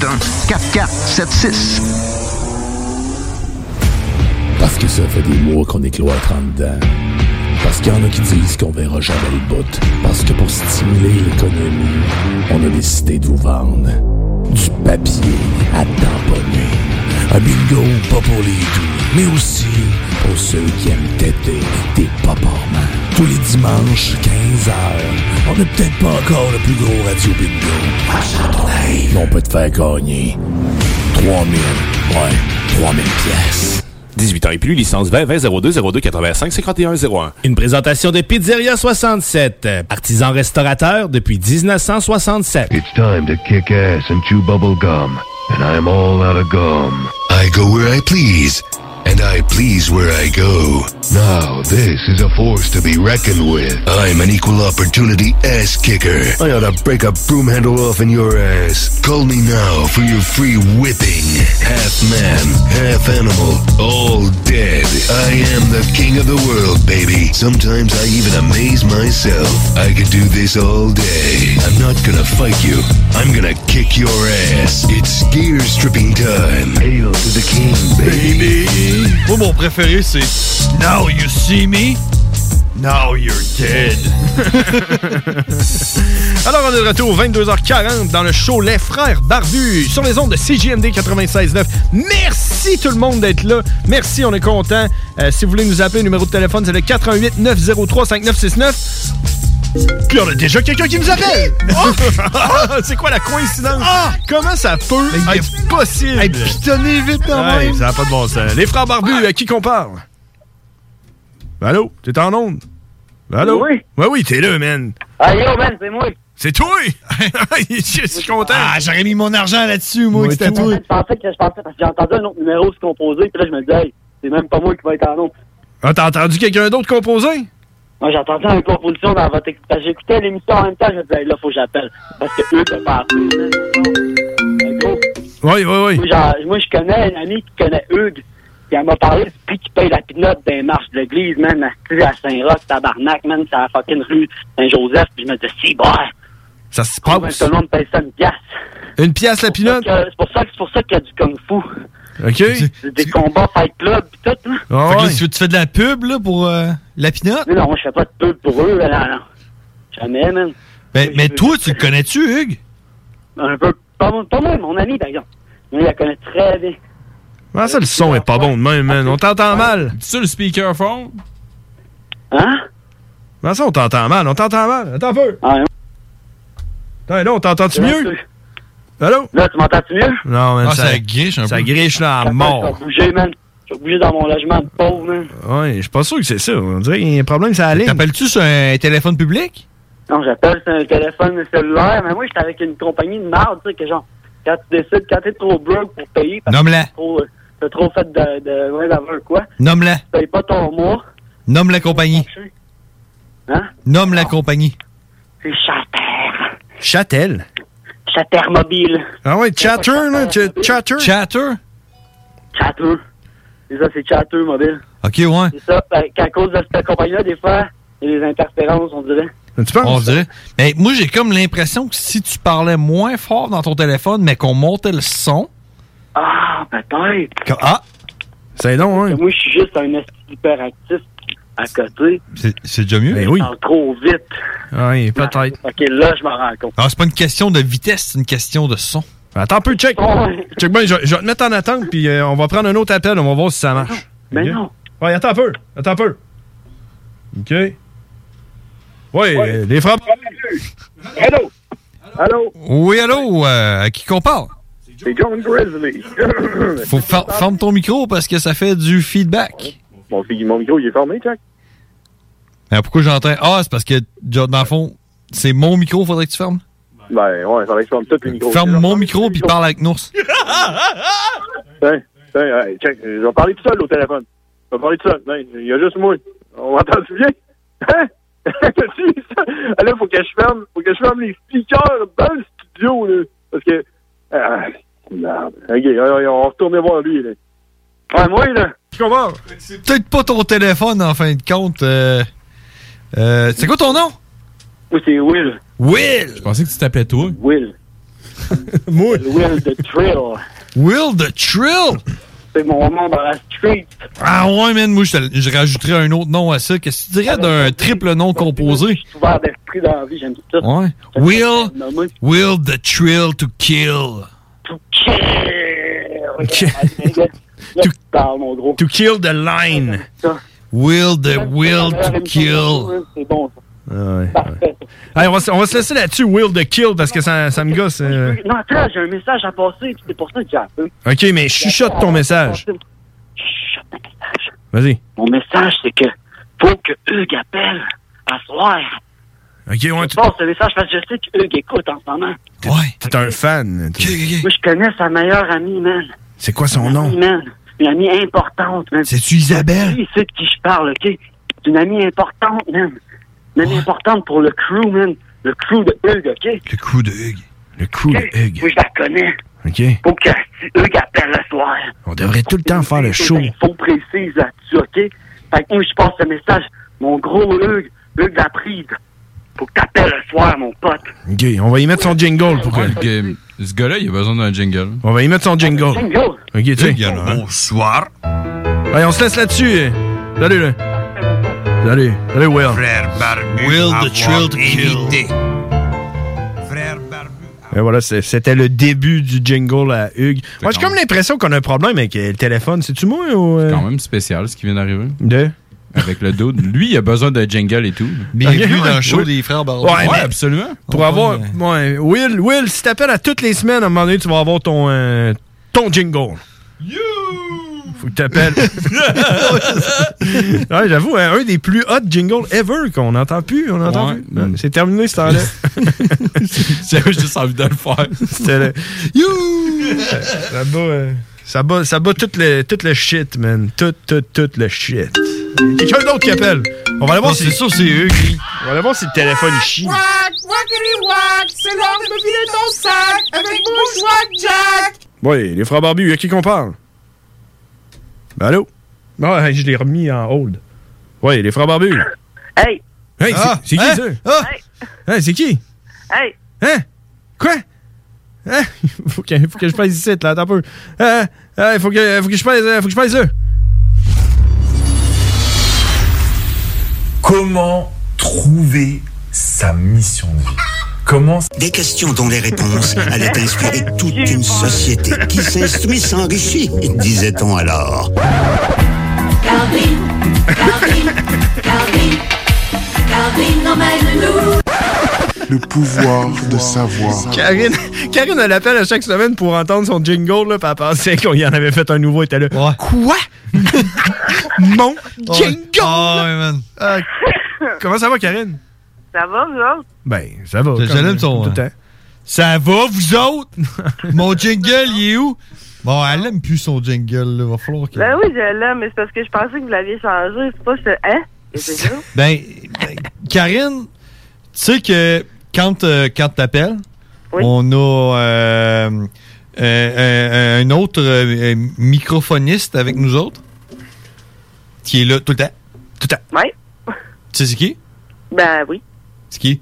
[SPEAKER 21] 4476
[SPEAKER 18] Parce que ça fait des mois qu'on est cloître en dedans. Parce qu'il y en a qui disent qu'on verra jamais le bout. Parce que pour stimuler l'économie, on a décidé de vous vendre du papier à tamponner. Un bingo pas pour les doux, mais aussi pour ceux qui aiment têter des paparmans. Tous les dimanches, 15h, on n'est peut-être pas encore le plus gros radio bingo. Mais on peut te faire gagner 3000, ouais, 3000 pièces.
[SPEAKER 22] 18 ans et plus, licence 20 20 02 02 85 51 01.
[SPEAKER 23] Une présentation de Pizzeria 67, euh, artisan restaurateur depuis 1967.
[SPEAKER 6] It's time to kick ass and chew bubble gum, and I'm all out of gum.
[SPEAKER 9] I go where I please, and I please where I go.
[SPEAKER 6] Now, this is a force to be reckoned with.
[SPEAKER 9] I'm an equal opportunity ass kicker.
[SPEAKER 6] I ought to break a broom handle off in your uh, ass.
[SPEAKER 9] Call me now for your free whipping. Half man, half animal, all dead. I am the king of the world, baby. Sometimes I even amaze myself. I could do this all day. I'm not gonna fight you. I'm gonna kick your ass. It's gear stripping time.
[SPEAKER 6] Hail to the king, baby.
[SPEAKER 1] Moi, mon préféré, c'est Now you see me, now you're dead.
[SPEAKER 4] Alors, on est de retour au 22h40 dans le show Les Frères Barbus sur les ondes de CGMD 96.9. Merci tout le monde d'être là. Merci, on est content. Euh, si vous voulez nous appeler, le numéro de téléphone, c'est le 88 903 5969. Puis on a déjà quelqu'un qui nous appelle! Oh! Ah! c'est quoi la coïncidence?
[SPEAKER 1] Ah!
[SPEAKER 4] Comment ça peut être possible?
[SPEAKER 1] Être pitonné vite quand
[SPEAKER 4] Ouais,
[SPEAKER 1] même. Ah!
[SPEAKER 4] Ça n'a pas de bon sens. Les frères barbus, à qui qu'on parle? Ben, Allô? T'es en onde? Ben, Allô? Oui. Ouais, oui, t'es là, man.
[SPEAKER 24] Ah yo, man, c'est moi.
[SPEAKER 4] C'est toi! je suis content. Ah, j'aurais mis mon argent là-dessus,
[SPEAKER 24] Moi, je pensais- Je pensais que je pensais parce que j'ai entendu un autre numéro se composer, puis là, je me disais, hey, c'est même pas moi qui va être en nom.
[SPEAKER 4] Ah, t'as entendu quelqu'un d'autre composer?
[SPEAKER 24] Moi, j'entendais une composition dans votre. équipe. Parce que J'écoutais l'émission en même temps, je me disais, hey, là, faut que j'appelle. Parce que eux, t'as pas appelé, man. Un gros.
[SPEAKER 4] Oui, oui, oui.
[SPEAKER 24] Moi, j'en- moi, je connais un ami qui connaît Hugues, qui m'a parlé du prix qui paye la pinote des marches de l'église, man, à à Saint-Roch, tabarnak, man, c'est à la fucking rue Saint-Joseph, puis je me disais, si, bah,
[SPEAKER 4] Ça se
[SPEAKER 24] tout le monde paye ça une pièce.
[SPEAKER 4] Une pièce la pinote?
[SPEAKER 24] C'est pour ça que- c'est pour ça qu'il y a du kung-fu.
[SPEAKER 4] OK. Ah
[SPEAKER 24] Des combats fight club pis tout, là.
[SPEAKER 1] Fait que là, tu, tu fais de la pub là, pour euh, la pinotte?
[SPEAKER 24] Mais non, moi, je fais pas de pub pour eux, là, non, non. Jamais, man.
[SPEAKER 1] Ben, Mais, mais toi, tu le connais-tu, Hugues?
[SPEAKER 24] Un peu. Pas, mon- pas moi, mon ami, par exemple. Moi, il la connaît très bien.
[SPEAKER 4] Ah, ça, le son est pas bon de même, man. On t'entend mal.
[SPEAKER 22] Sur le speakerphone?
[SPEAKER 24] Hein?
[SPEAKER 4] Comment Ben, ça, on t'entend mal? On t'entend mal. Attends un peu.
[SPEAKER 24] Ah,
[SPEAKER 4] Attends, là, on t'entend-tu mieux? Allô?
[SPEAKER 24] Là, tu m'entends-tu mieux?
[SPEAKER 4] Non, man,
[SPEAKER 24] Ah,
[SPEAKER 4] ça,
[SPEAKER 24] ça
[SPEAKER 4] griche un peu. Ça griche, là, à
[SPEAKER 24] Je
[SPEAKER 4] mort.
[SPEAKER 24] vais bouger, man. Je vais bouger dans mon logement de pauvre, man.
[SPEAKER 4] Ouais, je suis pas sûr que c'est ça. On dirait qu'il y a un problème, ça allait.
[SPEAKER 1] T'appelles-tu sur un téléphone public?
[SPEAKER 24] Non, j'appelle sur un téléphone cellulaire, mais moi, j'étais avec une compagnie de merde, tu sais, que genre, quand tu décides, quand t'es trop broke pour payer, parce que
[SPEAKER 1] Nomme-la.
[SPEAKER 24] t'as trop, euh, t'as trop fait de, de, ouais, d'avoir quoi,
[SPEAKER 1] Nomme-la.
[SPEAKER 24] tu payes pas ton mois,
[SPEAKER 1] Nomme la compagnie.
[SPEAKER 24] Hein?
[SPEAKER 1] Nomme la compagnie.
[SPEAKER 24] c'est Chatter.
[SPEAKER 4] Châtel.
[SPEAKER 24] Chatter mobile.
[SPEAKER 4] Ah ouais, chatter, là. ch- Chatter.
[SPEAKER 1] Chatter?
[SPEAKER 24] Chatter. C'est ça, c'est Chatter mobile.
[SPEAKER 1] OK, ouais.
[SPEAKER 24] C'est ça, fait qu'à cause de cette compagnie-là, des fois, il y a des interférences, on dirait.
[SPEAKER 1] On dirait. Mais moi, j'ai comme l'impression que si tu parlais moins fort dans ton téléphone, mais qu'on montait le son.
[SPEAKER 24] Ah, peut-être.
[SPEAKER 1] que- ah!
[SPEAKER 4] C'est hein. non,
[SPEAKER 24] Moi, je suis juste un esti hyperactif à côté.
[SPEAKER 1] C'est c'est déjà mieux?
[SPEAKER 24] Je parle trop vite. Ah,
[SPEAKER 4] Oui, Ben peut-être.
[SPEAKER 24] OK, là, je m'en rends compte.
[SPEAKER 1] Alors, Ah, c'est pas une question de vitesse, c'est une question de son.
[SPEAKER 4] Attends un peu, check. Check bien, je, je vais te mettre en attente, puis euh, on va prendre un autre appel, on va voir si ça marche.
[SPEAKER 25] Ben
[SPEAKER 24] Mais
[SPEAKER 4] Ok?
[SPEAKER 24] non.
[SPEAKER 4] Ouais, attends un peu. Attends un peu. OK. Ouais, euh, les frappes.
[SPEAKER 25] Allô? Allô?
[SPEAKER 1] Oui, allô? euh, à qui qu'on parle?
[SPEAKER 25] C'est John Grizzly.
[SPEAKER 1] Faut fer- ferme ton micro parce que ça fait du feedback.
[SPEAKER 25] Mon, fi- mon micro, il est fermé, Jack?
[SPEAKER 1] Mais pourquoi j'entends? Ah, c'est parce que, dans le fond, c'est mon micro, faudrait que tu fermes.
[SPEAKER 25] Ben, ouais, ça va être fermé tout le micro.
[SPEAKER 1] Ferme mon micro puis parle avec nous.
[SPEAKER 25] Tiens, tiens, hey, check. Je vais parler tout seul au téléphone. Je vais parler tout seul. Tiens, Il y a juste moi. On m'entend-tu bien? Hein? Si, ça-
[SPEAKER 24] Ah,
[SPEAKER 25] là, faut que je ferme, faut que je ferme les speakers dans le studio, là. Parce que, ah, merde. OK, on- on va retourner voir lui, là. Ouais, moi, là.
[SPEAKER 1] Je comprends. C'est peut-être pas ton téléphone en fin de compte. euh, euh, c'est quoi ton nom?
[SPEAKER 24] Oui, c'est Will.
[SPEAKER 1] Will!
[SPEAKER 16] Je pensais que tu t'appelais toi.
[SPEAKER 24] Will.
[SPEAKER 1] Moi.
[SPEAKER 24] Will the Trill.
[SPEAKER 1] Will the Trill!
[SPEAKER 24] C'est mon nom dans la street.
[SPEAKER 1] Ah ouais, man, moi, je, te- je rajouterais un autre nom à ça. Qu'est-ce que tu dirais d'un triple nom composé?
[SPEAKER 24] Ouvert d'esprit dans la vie, j'aime ça.
[SPEAKER 1] Ouais. Will, will the Trill to kill.
[SPEAKER 24] Là, tu parles, mon gros.
[SPEAKER 4] To kill the line.
[SPEAKER 1] Will the will
[SPEAKER 24] to kill. C'est bon, ça.
[SPEAKER 4] Ah, Hey, on, va, se- on va se laisser là-dessus, Will the Kill, parce que ça, ça me gosse. euh.
[SPEAKER 24] Non, attends, j'ai un message à passer, puis c'est pour ça que j'ai appelé.
[SPEAKER 4] OK, mais chuchote ton message. Vas-y.
[SPEAKER 24] Mon message, c'est que faut que Hugues appelle à soir.
[SPEAKER 4] OK, ouais,
[SPEAKER 24] Je passe le message parce que je sais que Hugues écoute en ce moment.
[SPEAKER 4] tu- t'es un fan. t'es-
[SPEAKER 24] Moi, je connais sa meilleure amie, man.
[SPEAKER 4] C'est quoi son nom?
[SPEAKER 24] Amie, man. Une amie importante, man.
[SPEAKER 1] C'est-tu Isabelle?
[SPEAKER 24] Oui, c'est de qui je parle, OK? C'est une amie importante, man. Une amie importante pour le crew, man. Le crew de Hugues, OK?
[SPEAKER 1] Le crew de Hugues.
[SPEAKER 4] Le crew de Hugues.
[SPEAKER 24] Moi, je la connais.
[SPEAKER 4] OK.
[SPEAKER 24] Faut que si Hugues appelle le soir.
[SPEAKER 4] On devrait tout le temps faire le show.
[SPEAKER 24] faut précise là-dessus, OK? Fait que moi, je passe le message. Mon gros Hugues, Hugues la prise. Faut que t'appelles le soir, mon pote.
[SPEAKER 4] OK, on va y mettre son jingle pour que...
[SPEAKER 16] ce gars-là, il a besoin d'un jingle.
[SPEAKER 4] On va y mettre son jingle.
[SPEAKER 24] Jingle!
[SPEAKER 4] OK, tu sais.
[SPEAKER 1] Bonsoir.
[SPEAKER 4] Allez, on se laisse là-dessus. Salut, là. Salut. Salut, Will.
[SPEAKER 1] Will the Trill to kill.
[SPEAKER 4] Et voilà, c'est- c'était le début du jingle à Hugues. Moi, j'ai comme l'impression qu'on a un problème avec euh, le téléphone. C'est-tu moi ou... euh,
[SPEAKER 16] C'est quand même spécial ce qui vient d'arriver.
[SPEAKER 4] De?
[SPEAKER 16] Avec le dude. Lui, il a besoin de jingle et tout.
[SPEAKER 4] Bienvenue dans le show Oui.
[SPEAKER 1] des frères
[SPEAKER 16] Baron. Ouais,
[SPEAKER 4] mais-
[SPEAKER 16] absolument.
[SPEAKER 4] Pour avoir... ouais, Will, Will, si t'appelles à toutes les semaines, à un moment donné, tu vas avoir ton, euh, ton jingle. Faut que t'appelles. ouais, j'avoue, hein, un des plus hot jingles ever qu'on n'entend plus. On n'entend
[SPEAKER 16] Ouais.
[SPEAKER 4] plus. C'est terminé ce temps-là.
[SPEAKER 16] J'avais juste envie de le faire.
[SPEAKER 4] C'était le- You! Ça bat, euh, ça bat, ça bat tout, le, tout le shit, man. Tout, tout, tout le shit. Quelqu'un d'autre qui appelle. On va aller voir
[SPEAKER 1] Oh,
[SPEAKER 4] si.
[SPEAKER 1] c'est sûr, c'est eux qui-
[SPEAKER 4] On va aller voir si le téléphone il chie.
[SPEAKER 26] Wack, wackity wack, c'est l'heure de me vider ton sac avec Bushwack Jack.
[SPEAKER 4] Ouais, les frères barbus, y a qui qu'on parle? Ben, allô? Ouais, je l'ai remis en hold. Ouais, les frères barbus.
[SPEAKER 24] Hey!
[SPEAKER 4] Hey, c'est-
[SPEAKER 24] Ah,
[SPEAKER 4] c'est qui
[SPEAKER 24] hein?
[SPEAKER 4] ça? Hey, c'est qui?
[SPEAKER 24] Hey!
[SPEAKER 4] Hein? Quoi? Hein? faut, que, faut que je passe ici, là, attends un peu. Hein? Hein, faut, que, faut que je passe, euh, faut que je passe là.
[SPEAKER 20] Comment trouver sa mission de vie Comment
[SPEAKER 12] Des questions dont les réponses allaient inspirer toute une société qui s'instruit s'enrichit, disait-on alors.
[SPEAKER 26] Calvin, Calvin, Calvin, Calvin emmène-nous.
[SPEAKER 27] Le pouvoir de savoir.
[SPEAKER 4] Karine, Karine, elle appelle à chaque semaine pour entendre son jingle, là, puis elle pensait qu'on y en avait fait un nouveau, elle était là. Quoi? Mon jingle! Ah, comment ça va, Karine?
[SPEAKER 28] Ça va, vous autres?
[SPEAKER 4] Ben, ça va.
[SPEAKER 1] J'aime
[SPEAKER 4] comme-
[SPEAKER 1] ton,
[SPEAKER 4] comme tout le
[SPEAKER 1] hein.
[SPEAKER 4] temps.
[SPEAKER 1] Ça va, vous autres? Mon jingle, il est où? Bon, elle aime plus son jingle, là. Va falloir que.
[SPEAKER 28] Ben oui, je l'ai, mais c'est parce que je pensais que vous l'aviez changé. C'est pas ce. Hein? C'est ça?
[SPEAKER 1] Ben, ben, Karine, tu sais que quand, euh, quand t'appelles, on a euh, euh, euh, un autre euh, euh, microphoniste avec nous autres qui est là tout le temps. Tout le temps.
[SPEAKER 26] Ouais.
[SPEAKER 1] Tu sais c'est qui?
[SPEAKER 26] Ben oui.
[SPEAKER 1] C'est qui?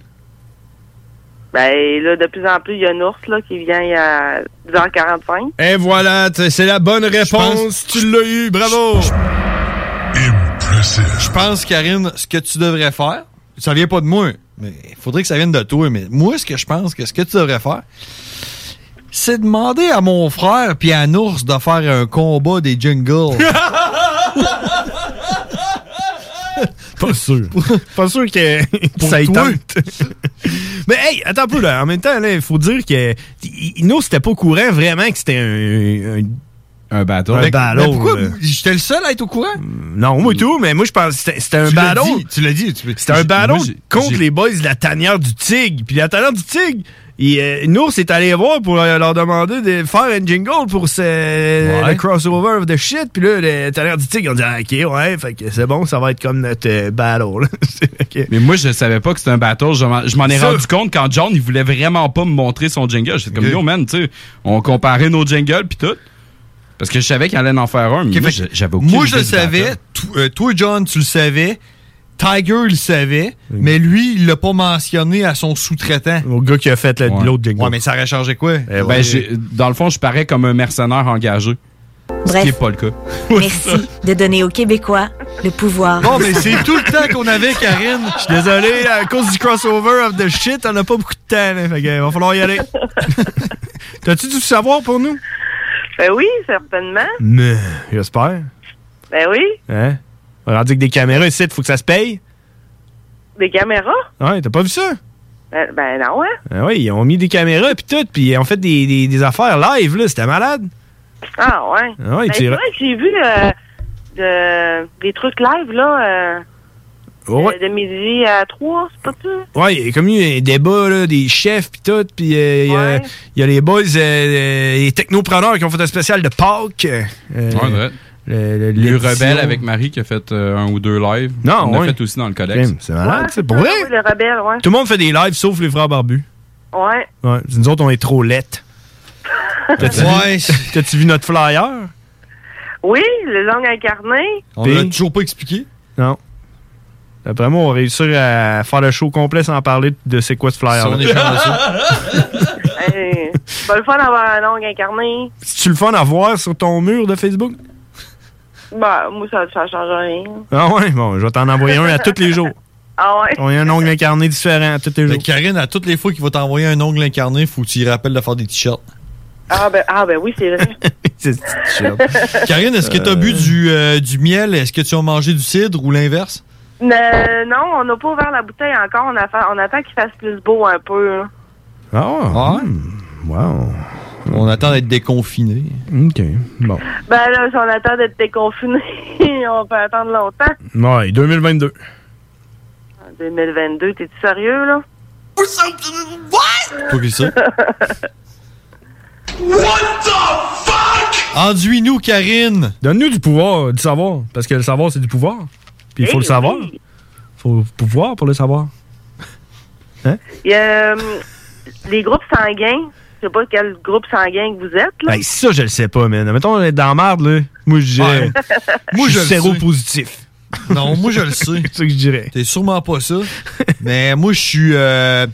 [SPEAKER 26] Ben là, de plus en plus, il y a un ours là, qui vient à 10h45.
[SPEAKER 4] Et voilà, t- c'est la bonne réponse. Tu l'as eu, bravo.
[SPEAKER 1] Je pense, Karine, ce que tu devrais faire, ça vient pas de moi, mais il faudrait que ça vienne de toi, mais moi, ce que je pense que ce que tu devrais faire, c'est demander à mon frère puis à Nours de faire un combat des jungles.
[SPEAKER 4] Pas sûr. Pas sûr que ça y tente. Mais hey, attends un peu là. En même temps, là, il faut dire que I- Ino, c'était pas au courant vraiment que c'était un,
[SPEAKER 16] un battle.
[SPEAKER 4] Un
[SPEAKER 1] Mais-
[SPEAKER 4] battle.
[SPEAKER 1] mais pourquoi
[SPEAKER 4] là.
[SPEAKER 1] j'étais le seul à être au courant?
[SPEAKER 4] Non, moi et tout, mais moi je pense que c'était- c'était un
[SPEAKER 1] Tu l'as
[SPEAKER 4] battle.
[SPEAKER 1] dit, tu l'as dit. tu-
[SPEAKER 4] C'était un
[SPEAKER 1] j'ai-
[SPEAKER 4] battle
[SPEAKER 1] moi, j'ai-
[SPEAKER 4] contre
[SPEAKER 1] j'ai-
[SPEAKER 4] les boys de la tanière du Tigre. Puis la tanière du Tigre, il, euh, Nours est allé voir pour euh, leur demander de faire un jingle pour ce, le crossover of the shit. Puis là, la tanière du Tigre, on dit ah, Ok, ouais, fait que c'est bon, ça va être comme notre euh, battle. là. C'est- ok.
[SPEAKER 16] Mais moi, je savais pas que c'était un battle. Je m'en- je m'en ai
[SPEAKER 4] Ça.
[SPEAKER 16] rendu compte quand John, il voulait vraiment pas me montrer son jingle. J'étais comme, yo, man, tu sais, on comparait nos jingles puis tout. Parce que je savais qu'il allait en faire un, mais moi, je- j'avais aucune
[SPEAKER 1] Moi, je
[SPEAKER 16] idée
[SPEAKER 1] le
[SPEAKER 16] du battle.
[SPEAKER 1] savais. Tou- euh, toi, John, tu le savais. Tiger, il le savait.
[SPEAKER 16] Mm.
[SPEAKER 1] Mais lui, il l'a pas mentionné à son sous-traitant.
[SPEAKER 4] Au gars qui a fait
[SPEAKER 16] Ouais.
[SPEAKER 4] l'autre jingle.
[SPEAKER 1] Ouais, mais ça aurait changé quoi?
[SPEAKER 16] Ben, j'ai- dans le fond, je parais comme un mercenaire engagé. Ce
[SPEAKER 5] Bref.
[SPEAKER 16] qui n'est pas le cas.
[SPEAKER 4] Euh,
[SPEAKER 5] Merci de donner aux Québécois le pouvoir.
[SPEAKER 4] Bon,
[SPEAKER 5] de
[SPEAKER 4] mais c'est
[SPEAKER 5] savoir.
[SPEAKER 4] tout le temps qu'on avait, Karine. Je suis désolé, à cause du crossover of the shit, on n'a pas beaucoup de temps. Là, fait que, va falloir y aller. T'as-tu du savoir pour nous?
[SPEAKER 26] Ben oui, certainement.
[SPEAKER 4] Mais, j'espère.
[SPEAKER 26] Ben oui,
[SPEAKER 4] Hein? On a dit que des caméras ici, il faut que ça se paye.
[SPEAKER 26] des caméras.
[SPEAKER 4] Ouais, t'as pas vu ça?
[SPEAKER 26] Ben, ben non, hein.
[SPEAKER 4] Ah oui, ils ont mis des caméras puis tout, puis ils ont fait des, des- des affaires live, là. C'était malade.
[SPEAKER 26] Ah ouais.
[SPEAKER 4] Ah ouais,
[SPEAKER 26] ben,
[SPEAKER 4] tu
[SPEAKER 26] c'est
[SPEAKER 4] iras-
[SPEAKER 26] vrai que j'ai vu euh, de- des trucs live là, euh,
[SPEAKER 4] Ouais.
[SPEAKER 26] de midi à 3, c'est pas ça?
[SPEAKER 4] Ouais, il y a comme eu un débat, là, des chefs puis tout, puis euh, il y a- il y, a les boys, euh, euh, les technopreneurs qui ont fait un spécial de Pâques. euh,
[SPEAKER 16] Ouais, ouais.
[SPEAKER 4] le,
[SPEAKER 16] Le
[SPEAKER 4] l'édition.
[SPEAKER 16] rebelle avec Marie qui a fait euh, un ou deux lives.
[SPEAKER 4] Non,
[SPEAKER 16] On
[SPEAKER 4] ouais.
[SPEAKER 16] a fait aussi dans le codex.
[SPEAKER 4] Crime, C'est malade, c'est pour
[SPEAKER 26] Ah,
[SPEAKER 4] vrai.
[SPEAKER 26] oui, le rebelle, ouais.
[SPEAKER 4] Tout le monde fait des lives sauf les frères barbus.
[SPEAKER 26] Ouais.
[SPEAKER 4] Ouais, nous autres, on est trop lettes. T'as-tu
[SPEAKER 1] Ouais.
[SPEAKER 4] vu, t'as-tu vu notre flyer?
[SPEAKER 26] Oui, les langues incarnées.
[SPEAKER 4] On l'a
[SPEAKER 1] toujours pas expliqué.
[SPEAKER 4] Non. D'après moi, on va réussir à faire le show complet sans parler de c'est quoi ce flyer.
[SPEAKER 1] Si on est chanceux.
[SPEAKER 26] Hey, c'est Ben, pas le fun d'avoir un langue incarnée.
[SPEAKER 4] tu le fun à voir sur ton mur de Facebook?
[SPEAKER 26] Ben, moi, ça, ça change rien.
[SPEAKER 4] Ah ouais, bon, je vais t'en envoyer un à tous les jours.
[SPEAKER 26] Ah ouais.
[SPEAKER 4] On a un ongle incarné différent à tous les jours.
[SPEAKER 1] Mais Karine, à toutes les fois qu'il va t'envoyer un ongle incarné, faut que tu lui rappelles de faire des t-shirts.
[SPEAKER 26] Ah ben, ah ben oui, c'est vrai.
[SPEAKER 1] Karine, est-ce que t'as bu du, euh, du miel? Est-ce que tu as mangé du cidre ou l'inverse?
[SPEAKER 26] Ne- Euh, non, on n'a pas ouvert la bouteille encore. On, a fa- on attend qu'il fasse plus beau un peu. hein. là.
[SPEAKER 4] Ah ouais. Wow.
[SPEAKER 1] On attend d'être déconfiné.
[SPEAKER 4] OK. Bon.
[SPEAKER 26] Ben là, si on attend d'être déconfiné, on peut attendre longtemps.
[SPEAKER 4] Ouais, 2022.
[SPEAKER 26] En 2022, t'es-tu sérieux, là?
[SPEAKER 1] Pas que ça. Enduis-nous, Karine.
[SPEAKER 4] Donne-nous du pouvoir, du savoir. Parce que le savoir, c'est du pouvoir. Puis il faut
[SPEAKER 26] Eh
[SPEAKER 4] le savoir.
[SPEAKER 26] oui.
[SPEAKER 4] faut pouvoir pour le savoir.
[SPEAKER 26] Il y a, euh, les groupes sanguins. Je sais pas quel groupe sanguin que vous êtes, là.
[SPEAKER 4] Hey, ça, je le sais pas, man. Mettons, on est dans la merde, là. Moi, je dirais.
[SPEAKER 1] Moi,
[SPEAKER 4] je suis
[SPEAKER 1] je le sais.
[SPEAKER 4] séropositif.
[SPEAKER 1] Non, moi je le sais.
[SPEAKER 4] c'est ce que je dirais.
[SPEAKER 1] T'es sûrement pas ça. Mais moi je suis euh,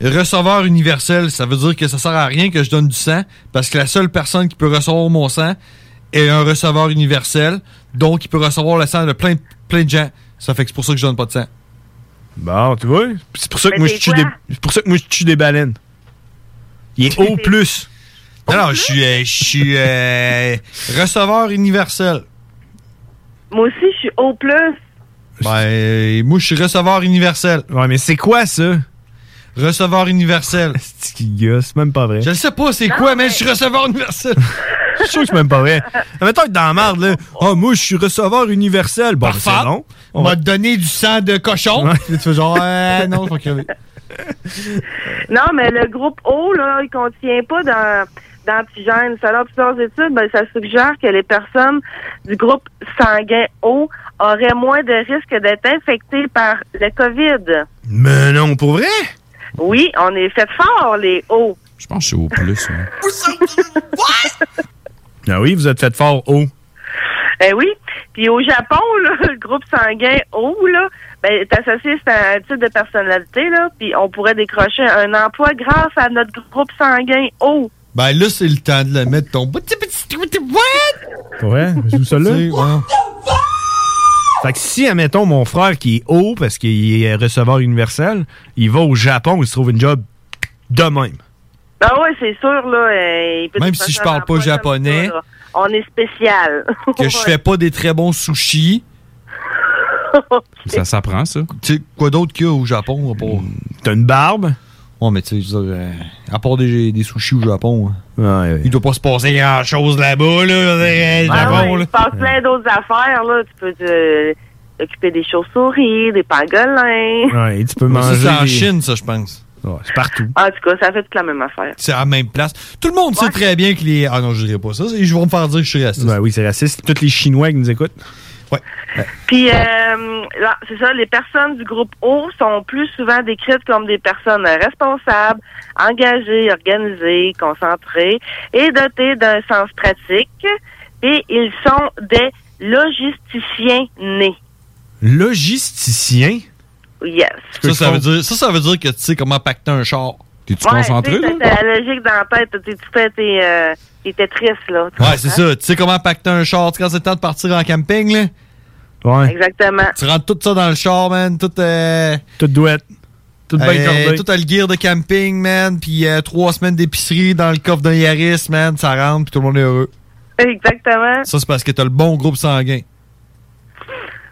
[SPEAKER 1] receveur universel. Ça veut dire que ça sert à rien que je donne du sang parce que la seule personne qui peut recevoir mon sang est un receveur universel. Donc il peut recevoir le sang de plein, plein de gens. Ça fait que c'est pour ça que je donne pas de sang.
[SPEAKER 4] Bon, tu vois. C'est pour ça que
[SPEAKER 1] Mais
[SPEAKER 4] moi, je
[SPEAKER 1] t'es
[SPEAKER 4] tue
[SPEAKER 1] quoi?
[SPEAKER 4] des, c'est pour ça que moi, je tue des baleines. Il est O+. plus.
[SPEAKER 1] Alors, je suis, euh, je suis euh, receveur universel.
[SPEAKER 26] Moi aussi, je suis au plus.
[SPEAKER 1] Ben, moi, je suis receveur universel.
[SPEAKER 4] Ouais, mais c'est quoi ça?
[SPEAKER 1] Receveur universel.
[SPEAKER 4] C'est qui gosse, c'est même pas vrai.
[SPEAKER 1] Je le sais pas, c'est quoi, mais je suis receveur universel.
[SPEAKER 4] Je suis sûr que c'est même pas vrai.
[SPEAKER 1] Euh.
[SPEAKER 4] Mais Mettons que dans la merde, là. Oh, moi, je suis receveur universel. Bon, ben, c'est
[SPEAKER 1] Parfait.
[SPEAKER 4] bon.
[SPEAKER 1] On va te donner du sang de cochon. Puis tu fais genre, euh, non, je vais crever.
[SPEAKER 26] Non, mais le groupe O, là, il contient pas d'an- d'antigènes. Selon plusieurs études, ben, ça suggère que les personnes du groupe sanguin O auraient moins de risques d'être infectées par le COVID.
[SPEAKER 4] Mais non, pour vrai?
[SPEAKER 26] Oui, on est fait fort, les O.
[SPEAKER 16] Je pense que c'est au plus. hein. moi.
[SPEAKER 4] Ah oui, vous êtes fait fort haut.
[SPEAKER 26] Eh oui. Puis au Japon, là, le groupe sanguin O, là, ben, est associé à un type de personnalité, là, puis on pourrait décrocher un emploi grâce à notre groupe sanguin O.
[SPEAKER 1] Ben là, c'est le temps de le mettre ton petit petit petit
[SPEAKER 4] Ouais, joue ça là. Fait que si, admettons, mon frère qui est haut parce qu'il est receveur universel, il va au Japon, il se trouve une job de même.
[SPEAKER 26] Ben ouais, c'est sûr, là. euh, il peut
[SPEAKER 1] Même
[SPEAKER 26] nous
[SPEAKER 1] si je
[SPEAKER 26] passer un
[SPEAKER 1] parle pas
[SPEAKER 26] emploi comme
[SPEAKER 1] japonais,
[SPEAKER 26] ça, là. On est spécial.
[SPEAKER 1] que je fais pas des très bons sushis.
[SPEAKER 16] Ça s'apprend, ça.
[SPEAKER 1] Tu sais, quoi d'autre qu'il y a au Japon?
[SPEAKER 4] Hmm, T'as une barbe?
[SPEAKER 1] Ouais, mais tu sais, je veux dire, euh, à part des, des sushis au Japon, hein, il doit pas se passer grand-chose là-bas, là. je veux dire, euh, le
[SPEAKER 4] Ah
[SPEAKER 26] Ouais,
[SPEAKER 1] Japon,
[SPEAKER 26] Ah ouais, il
[SPEAKER 1] là.
[SPEAKER 26] se passe plein d'autres affaires, là. Tu peux te- t'occuper des chauves-souris, des pangolins.
[SPEAKER 4] Ouais, tu peux
[SPEAKER 1] Mais ça,
[SPEAKER 4] manger
[SPEAKER 1] c'est en
[SPEAKER 4] des-
[SPEAKER 1] Chine, ça, je pense.
[SPEAKER 4] c'est partout.
[SPEAKER 26] En tout cas, ça fait toute la même affaire.
[SPEAKER 1] C'est à la même place. Tout le monde sait très bien que les. Ah non, je dirais pas ça. c'est- Je vais me faire dire que je suis raciste.
[SPEAKER 4] Ben oui, c'est raciste. Tous les Chinois qui nous écoutent.
[SPEAKER 1] Ouais.
[SPEAKER 26] Puis, euh, là, c'est ça, les personnes du groupe O sont plus souvent décrites comme des personnes responsables, engagées, organisées, concentrées et dotées d'un sens pratique. Et ils sont des logisticiens nés.
[SPEAKER 4] Logisticien?
[SPEAKER 26] Yes.
[SPEAKER 1] Ça, ça veut dire, ça, ça veut dire que tu sais comment pacter un char. T'es-tu
[SPEAKER 26] Ouais, tu sais, T'as la logique dans la tête. Tu tu fais tes, euh, tes Tetris, là. tu
[SPEAKER 1] Ouais, c'est
[SPEAKER 26] comprends?
[SPEAKER 1] ça. Tu sais comment pacter un char. Tu sais, quand c'est le temps de partir en camping, là.
[SPEAKER 4] Ouais.
[SPEAKER 26] Exactement.
[SPEAKER 1] Tu rentres tout ça dans le char, man. Tout. Euh,
[SPEAKER 4] tout douette. Tout
[SPEAKER 1] à
[SPEAKER 4] bien cordé.
[SPEAKER 1] Tout à le gear de camping, man. Puis euh, trois semaines d'épicerie dans le coffre d'un Yaris, man. Ça rentre, puis tout le monde est heureux.
[SPEAKER 26] Exactement.
[SPEAKER 1] Ça, c'est parce que t'as le bon groupe sanguin.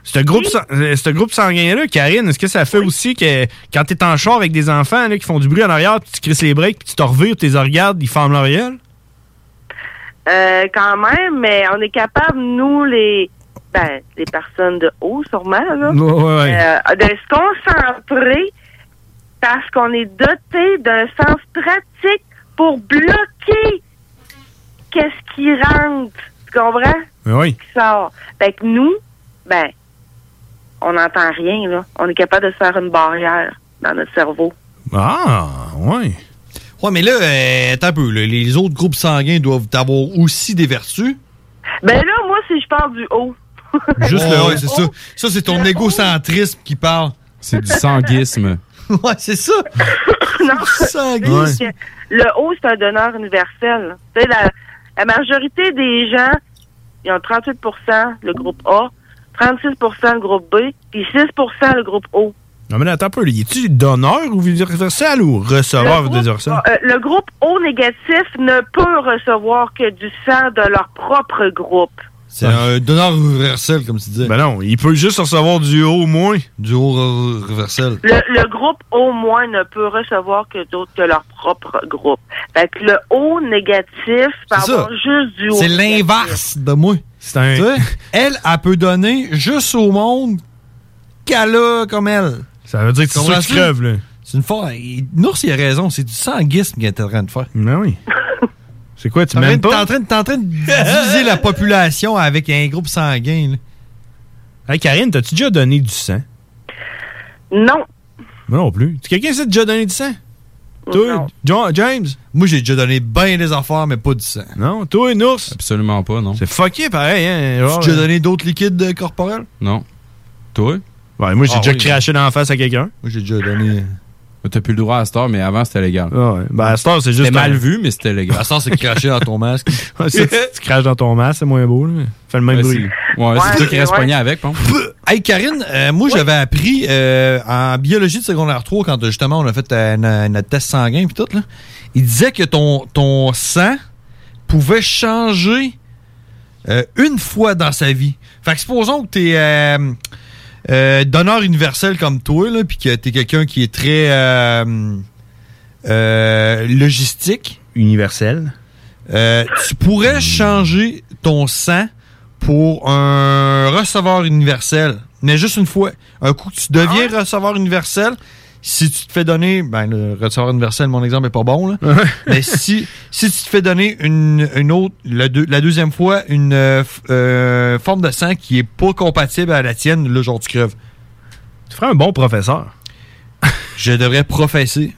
[SPEAKER 4] Ce groupe, sang- euh, ce groupe sanguin-là, Karine, est-ce que ça fait aussi que quand t'es en char avec des enfants là, qui font du bruit en arrière, puis tu crisses les breaks, puis tu te revires, tu les regardes, ils ferment leur gueule?
[SPEAKER 26] Euh, quand même, mais on est capable, nous, les ben, les personnes de haut, sûrement, là,
[SPEAKER 4] Ouais, ouais.
[SPEAKER 26] euh, de se concentrer parce qu'on est doté d'un sens pratique pour bloquer qu'est-ce qui rentre, tu comprends?
[SPEAKER 4] Oui.
[SPEAKER 26] Qui sort. Fait que nous, ben, on n'entend rien, là. On est capable de se faire une barrière dans notre cerveau.
[SPEAKER 4] Ah, ouais.
[SPEAKER 1] Ouais, mais là, euh, attends un peu. là. Les autres groupes sanguins doivent avoir aussi des vertus.
[SPEAKER 26] Ben là, moi, si je parle du haut,
[SPEAKER 1] Juste
[SPEAKER 16] le haut.
[SPEAKER 1] c'est ça. Ça, c'est ton égocentrisme qui parle.
[SPEAKER 16] C'est du sanguisme.
[SPEAKER 1] ouais, c'est ça.
[SPEAKER 26] non,
[SPEAKER 1] Sanguin.
[SPEAKER 26] c'est que le haut, c'est un donneur universel. Tu sais, la, la majorité des gens, ils ont 38 le groupe A, 36 le groupe B, puis 6 le groupe O.
[SPEAKER 4] Non, mais là, attends un peu. là. Y est-tu donneur ou universel ou receveur
[SPEAKER 26] Le
[SPEAKER 4] universel?
[SPEAKER 26] Euh, le groupe O négatif ne peut recevoir que du sang de leur propre groupe.
[SPEAKER 1] C'est un donneur universel, comme tu dis.
[SPEAKER 4] Ah. Ben non, il peut juste recevoir du haut au moins.
[SPEAKER 1] Du haut universel.
[SPEAKER 26] Le, le groupe O- moins ne peut recevoir que d'autres que leur propre groupe. Fait que le O négatif,
[SPEAKER 1] C'est ça.
[SPEAKER 26] pardon, juste du O.
[SPEAKER 1] C'est
[SPEAKER 26] négatif.
[SPEAKER 1] l'inverse de moi.
[SPEAKER 4] C'est un...
[SPEAKER 1] elle, elle peut donner juste au monde qu'elle a comme elle.
[SPEAKER 4] Ça veut dire que c'est sûr que tu crèves, là.
[SPEAKER 1] C'est une fois. il- Nours, il a raison. C'est du sanguisme qu'il est en train de faire.
[SPEAKER 4] Ben oui. C'est quoi, tu
[SPEAKER 1] T'es en train
[SPEAKER 4] m'aimes
[SPEAKER 1] de- t'es
[SPEAKER 4] pas?
[SPEAKER 1] en train de- t'es en train de diviser la population avec un groupe sanguin. là.
[SPEAKER 4] Hey, Karine, t'as-tu déjà donné du sang?
[SPEAKER 26] Non.
[SPEAKER 4] Moi non plus. Tu quelqu'un qui s'est déjà donné du sang? Toi, John- James?
[SPEAKER 1] Moi, j'ai déjà donné bien des affaires, mais pas du sang.
[SPEAKER 4] Non? Toi, une ours?
[SPEAKER 16] Absolument pas, non.
[SPEAKER 4] C'est fucké pareil, hein?
[SPEAKER 1] Tu
[SPEAKER 4] Genre,
[SPEAKER 1] as déjà
[SPEAKER 4] euh,
[SPEAKER 1] donné d'autres liquides euh, corporels?
[SPEAKER 16] Non. Toi? Ah
[SPEAKER 4] Ouais, moi, j'ai déjà craché dans la face à quelqu'un.
[SPEAKER 1] Moi, j'ai déjà donné. euh,
[SPEAKER 16] T'as plus le droit à Star, mais avant, c'était légal.
[SPEAKER 4] ouais. Ben, à cette heure, c'est juste
[SPEAKER 16] C'était
[SPEAKER 4] un-
[SPEAKER 16] mal vu, mais c'était légal.
[SPEAKER 1] À Star, c'est cracher dans ton masque.
[SPEAKER 4] Ouais, ça, tu, tu craches dans ton masque, c'est moins beau, là. Fais le même
[SPEAKER 1] Ouais,
[SPEAKER 4] bruit.
[SPEAKER 1] c'est- ouais, c'est Ouais, toi qui restes ouais. pogné
[SPEAKER 16] avec, bon.
[SPEAKER 1] Hey Karine, euh, moi j'avais appris euh, en biologie de secondaire 3 quand euh, justement on a fait euh, na- notre test sanguin puis tout là, il disait que ton ton sang pouvait changer euh, une fois dans sa vie. Fait que supposons que t'es euh, euh, donneur universel comme toi là puis que t'es quelqu'un qui est très euh, euh, logistique Euh,
[SPEAKER 4] universel.
[SPEAKER 1] tu pourrais changer ton sang pour un receveur universel, mais juste une fois. Un coup que tu deviens receveur universel, si tu te fais donner, ben le receveur universel, mon exemple est pas bon là, mais si si tu te fais donner une, une autre la, deux- la deuxième fois une euh, f- euh, forme de sang qui est pas compatible à la tienne, là genre tu creves.
[SPEAKER 4] Tu ferais un bon professeur.
[SPEAKER 1] Je devrais professer.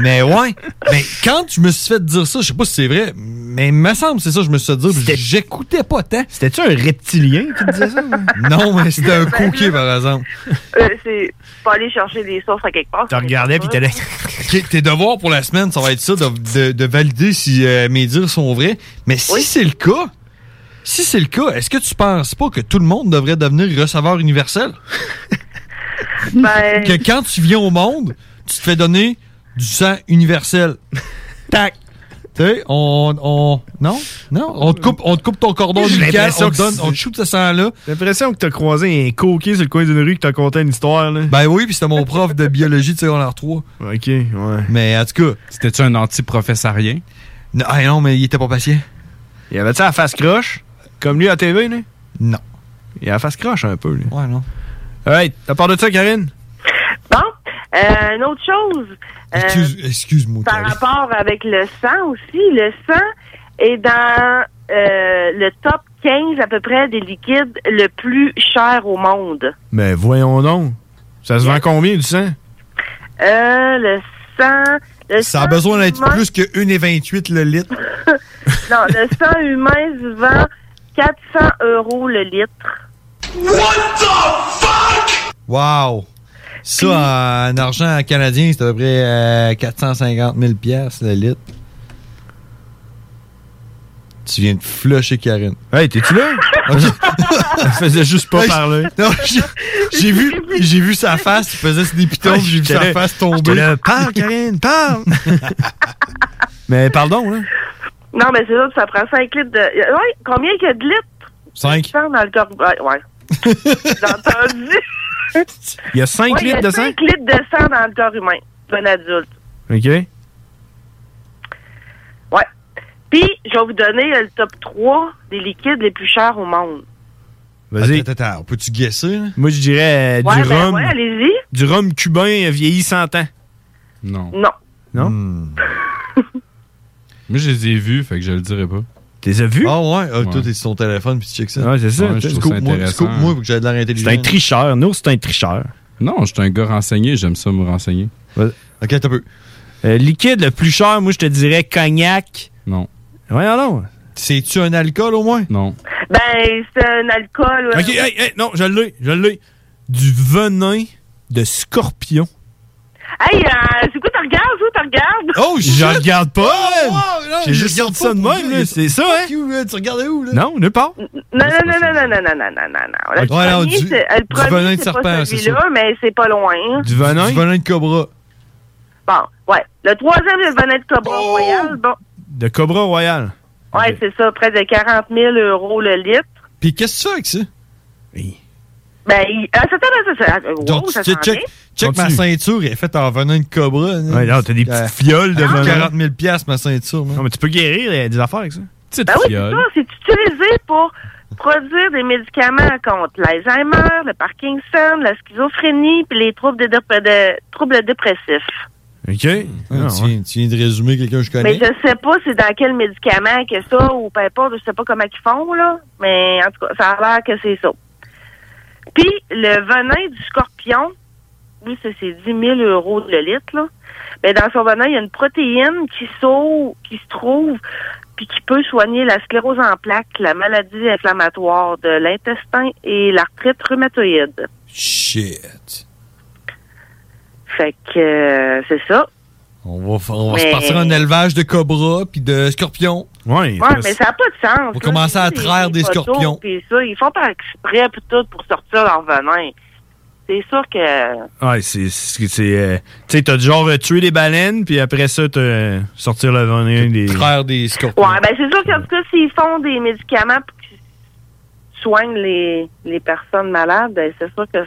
[SPEAKER 1] Mais ouais. Mais quand je me suis fait dire ça, je sais pas si c'est vrai, mais il me semble que c'est ça que je me suis fait dire. puis J'écoutais pas tant.
[SPEAKER 4] C'était-tu un reptilien qui te disait ça?
[SPEAKER 1] non, mais c'était
[SPEAKER 26] Ben
[SPEAKER 1] un coquet, par exemple.
[SPEAKER 26] Euh, c'est pas aller chercher des sources à quelque part.
[SPEAKER 1] T'en regardais puis t'es là. Ok, tes devoirs pour la semaine, ça va être ça, de, de- de valider si euh, mes dires sont vrais. Mais si c'est le cas, si c'est le cas, est-ce que tu penses pas que tout le monde devrait devenir receveur universel?
[SPEAKER 26] Ben,
[SPEAKER 1] que quand tu viens au monde, tu te fais donner du sang universel. Tac! Tu sais, on, on. Non? Non? On te coupe, on te coupe ton cordon
[SPEAKER 4] J'ai
[SPEAKER 1] ombilical,
[SPEAKER 4] l'impression
[SPEAKER 1] on te
[SPEAKER 4] que
[SPEAKER 1] donne,
[SPEAKER 4] c'est-
[SPEAKER 1] on te shoot ce sang-là.
[SPEAKER 4] J'ai l'impression que t'as croisé un coquet sur le coin d'une rue que t'as conté une histoire. Là.
[SPEAKER 1] Ben oui, puis c'était mon prof de biologie de secondaire 3.
[SPEAKER 4] OK, ouais.
[SPEAKER 1] Mais en tout cas.
[SPEAKER 16] C'était-tu un anti-professorien?
[SPEAKER 1] Non, ah non, mais il était pas patient.
[SPEAKER 4] Il avait-tu la face croche? Comme lui à TV, là?
[SPEAKER 1] Non.
[SPEAKER 4] Il a la face croche un peu, lui.
[SPEAKER 1] Ouais, non.
[SPEAKER 4] Hey, t'as part de ça, Karine?
[SPEAKER 26] bon, euh, une autre chose. euh,
[SPEAKER 1] Excuse-moi.
[SPEAKER 26] par rapport avec le sang aussi, le sang est dans euh, le top 15 à peu près des liquides le plus cher au monde.
[SPEAKER 4] Mais Ben, voyons donc. Ça se vend combien, du sang?
[SPEAKER 26] Euh, le sang. Le
[SPEAKER 1] Ça
[SPEAKER 26] sang
[SPEAKER 1] a besoin d'être
[SPEAKER 26] humain-
[SPEAKER 1] plus que 1,28 le litre.
[SPEAKER 26] Non, le sang humain se vend 400 euros le litre.
[SPEAKER 1] Wow! Ça, en argent canadien, c'est à peu près euh, 450 000 piastres le litre. Tu viens de flusher Karine. Hey, t'es-tu là? Elle faisait juste
[SPEAKER 4] pas parler.
[SPEAKER 1] Non, j'ai- j'ai vu, j'ai vu sa face, il faisait des pitons,
[SPEAKER 4] Ouais,
[SPEAKER 1] j'ai vu
[SPEAKER 4] j'étais
[SPEAKER 1] sa
[SPEAKER 4] là,
[SPEAKER 1] face
[SPEAKER 4] j'étais
[SPEAKER 1] tomber.
[SPEAKER 4] là, parle, Karine, parle! Mais pardon, là.
[SPEAKER 26] Non, mais c'est ça, ça prend 5 litres de. Ouais, combien il y a de litres?
[SPEAKER 1] 5.
[SPEAKER 26] de sang dans le corps. Ouais. ouais. J'ai entendu.
[SPEAKER 4] Il y a 5
[SPEAKER 26] Ouais, il y a
[SPEAKER 4] litres de sang?
[SPEAKER 26] cinq litres de sang dans le corps humain, d'un adulte.
[SPEAKER 4] OK.
[SPEAKER 26] Ouais. Puis, je vais vous donner euh, le top 3 des liquides les plus chers au monde.
[SPEAKER 4] Vas-y.
[SPEAKER 1] Attends, attends, peux-tu guesser? Là?
[SPEAKER 4] Moi, je dirais euh,
[SPEAKER 26] ouais,
[SPEAKER 4] du
[SPEAKER 26] ben
[SPEAKER 4] rhum.
[SPEAKER 26] ouais, allez-y.
[SPEAKER 4] Du rhum cubain euh, vieilli 100 ans.
[SPEAKER 16] Non.
[SPEAKER 26] Non.
[SPEAKER 4] Non?
[SPEAKER 1] Hmm.
[SPEAKER 16] Moi, je les ai vus, fait que je le dirai pas.
[SPEAKER 4] Tu les as vus?
[SPEAKER 1] Ah ouais? Ah, Toi, t'es sur ton téléphone puis tu checkes ça.
[SPEAKER 16] Ouais, c'est ça. Ouais, je trouve ça
[SPEAKER 1] Scoop-moi,
[SPEAKER 16] intéressant.
[SPEAKER 1] scoop-moi pour que j'ai de l'air intelligent.
[SPEAKER 4] tricheur. Nous, c'est un tricheur.
[SPEAKER 16] Non, je suis un gars renseigné, j'aime ça me renseigner.
[SPEAKER 1] Ok, t'as peu.
[SPEAKER 4] Euh, liquide le plus cher, moi, je te dirais cognac.
[SPEAKER 16] Non.
[SPEAKER 4] Ouais, non.
[SPEAKER 1] C'est-tu un alcool au moins?
[SPEAKER 16] Non.
[SPEAKER 26] Ben, c'est un alcool. euh, ouais.
[SPEAKER 4] OK, hey, hey, non, je l'ai, je l'ai. Du venin de scorpion.
[SPEAKER 26] Hey, euh, c'est quoi, t'en regardes, toi, t'en regardes?
[SPEAKER 4] Je regarde pas! J'ai juste
[SPEAKER 26] regarde
[SPEAKER 4] sorti ça de même, là. C'est ça, hein?
[SPEAKER 1] Tu regardais où, là?
[SPEAKER 4] Non, ne pas.
[SPEAKER 26] Non, non, non, non, non, non, non, non, non, non. Le
[SPEAKER 4] Ouais,
[SPEAKER 26] premier,
[SPEAKER 4] non, du-
[SPEAKER 26] c'est- euh, le
[SPEAKER 4] du
[SPEAKER 26] premier,
[SPEAKER 4] venin de
[SPEAKER 26] c'est pas
[SPEAKER 4] serpent, c'est
[SPEAKER 26] celui-là,
[SPEAKER 4] sûr.
[SPEAKER 26] mais c'est pas loin.
[SPEAKER 4] Du venin?
[SPEAKER 1] Du venin de cobra.
[SPEAKER 26] Bon, ouais. Le troisième, c'est le venin de Cobra
[SPEAKER 4] Oh!
[SPEAKER 26] Royal. Bon,
[SPEAKER 4] De cobra royal.
[SPEAKER 26] ouais, c'est ça, près de 40 000 euros le litre.
[SPEAKER 1] Puis qu'est-ce que tu fais avec ça?
[SPEAKER 26] Ben, il... ah, ça, ça, ça, ça, wow,
[SPEAKER 1] Donc,
[SPEAKER 26] ça
[SPEAKER 1] tu-
[SPEAKER 26] s'en
[SPEAKER 1] check,
[SPEAKER 26] vient.
[SPEAKER 1] check ma ceinture, elle est faite en venin de cobra. là.
[SPEAKER 4] Ouais, non, t'as des
[SPEAKER 1] Euh,
[SPEAKER 4] petites fioles de
[SPEAKER 1] elle coûte
[SPEAKER 4] venin.
[SPEAKER 1] 40 000 piastres, ma ceinture.
[SPEAKER 4] Non, mais tu peux guérir euh, des affaires avec ça.
[SPEAKER 26] Ben oui, c'est ça, c'est utilisé pour produire des médicaments contre l'Alzheimer, le Parkinson, la schizophrénie, puis les troubles, de dép- de- troubles dépressifs.
[SPEAKER 4] OK.
[SPEAKER 1] Ah, tu, viens, tu viens de résumer quelqu'un que je
[SPEAKER 26] Mais
[SPEAKER 1] connais.
[SPEAKER 26] je sais pas c'est dans quel médicament que ça, ou peu importe, je sais pas comment ils font, là. Mais en tout cas, ça a l'air que c'est ça. Puis, le venin du scorpion, lui, ça, c'est 10 000 euros le litre, là. Mais dans son venin, il y a une protéine qui s'au- qui se trouve, puis qui peut soigner la sclérose en plaques, la maladie inflammatoire de l'intestin et l'arthrite rhumatoïde.
[SPEAKER 1] Shit.
[SPEAKER 26] Fait que, euh, c'est ça.
[SPEAKER 1] On va, fa- on va se
[SPEAKER 26] Mais-
[SPEAKER 1] partir un élevage de cobras puis de scorpions.
[SPEAKER 4] Ouais,
[SPEAKER 26] Ouais, mais ça n'a pas de sens.
[SPEAKER 1] On
[SPEAKER 26] là.
[SPEAKER 1] commence à
[SPEAKER 26] C'est juste
[SPEAKER 1] traire des
[SPEAKER 26] photos,
[SPEAKER 1] scorpions.
[SPEAKER 26] Puis ça, ils font par exprès puis tout pour sortir leur venin. C'est sûr que.
[SPEAKER 4] Ouais, c'est. c'est- c'est, euh, Tu sais, t'as du genre euh, tuer des baleines, puis après ça, t'as euh, sortir le venin des.
[SPEAKER 1] Frère des scorpions.
[SPEAKER 26] Ouais, ben c'est sûr qu'en tout cas, s'ils font des médicaments pour qu'ils soignent les, les personnes malades, ben, c'est sûr que.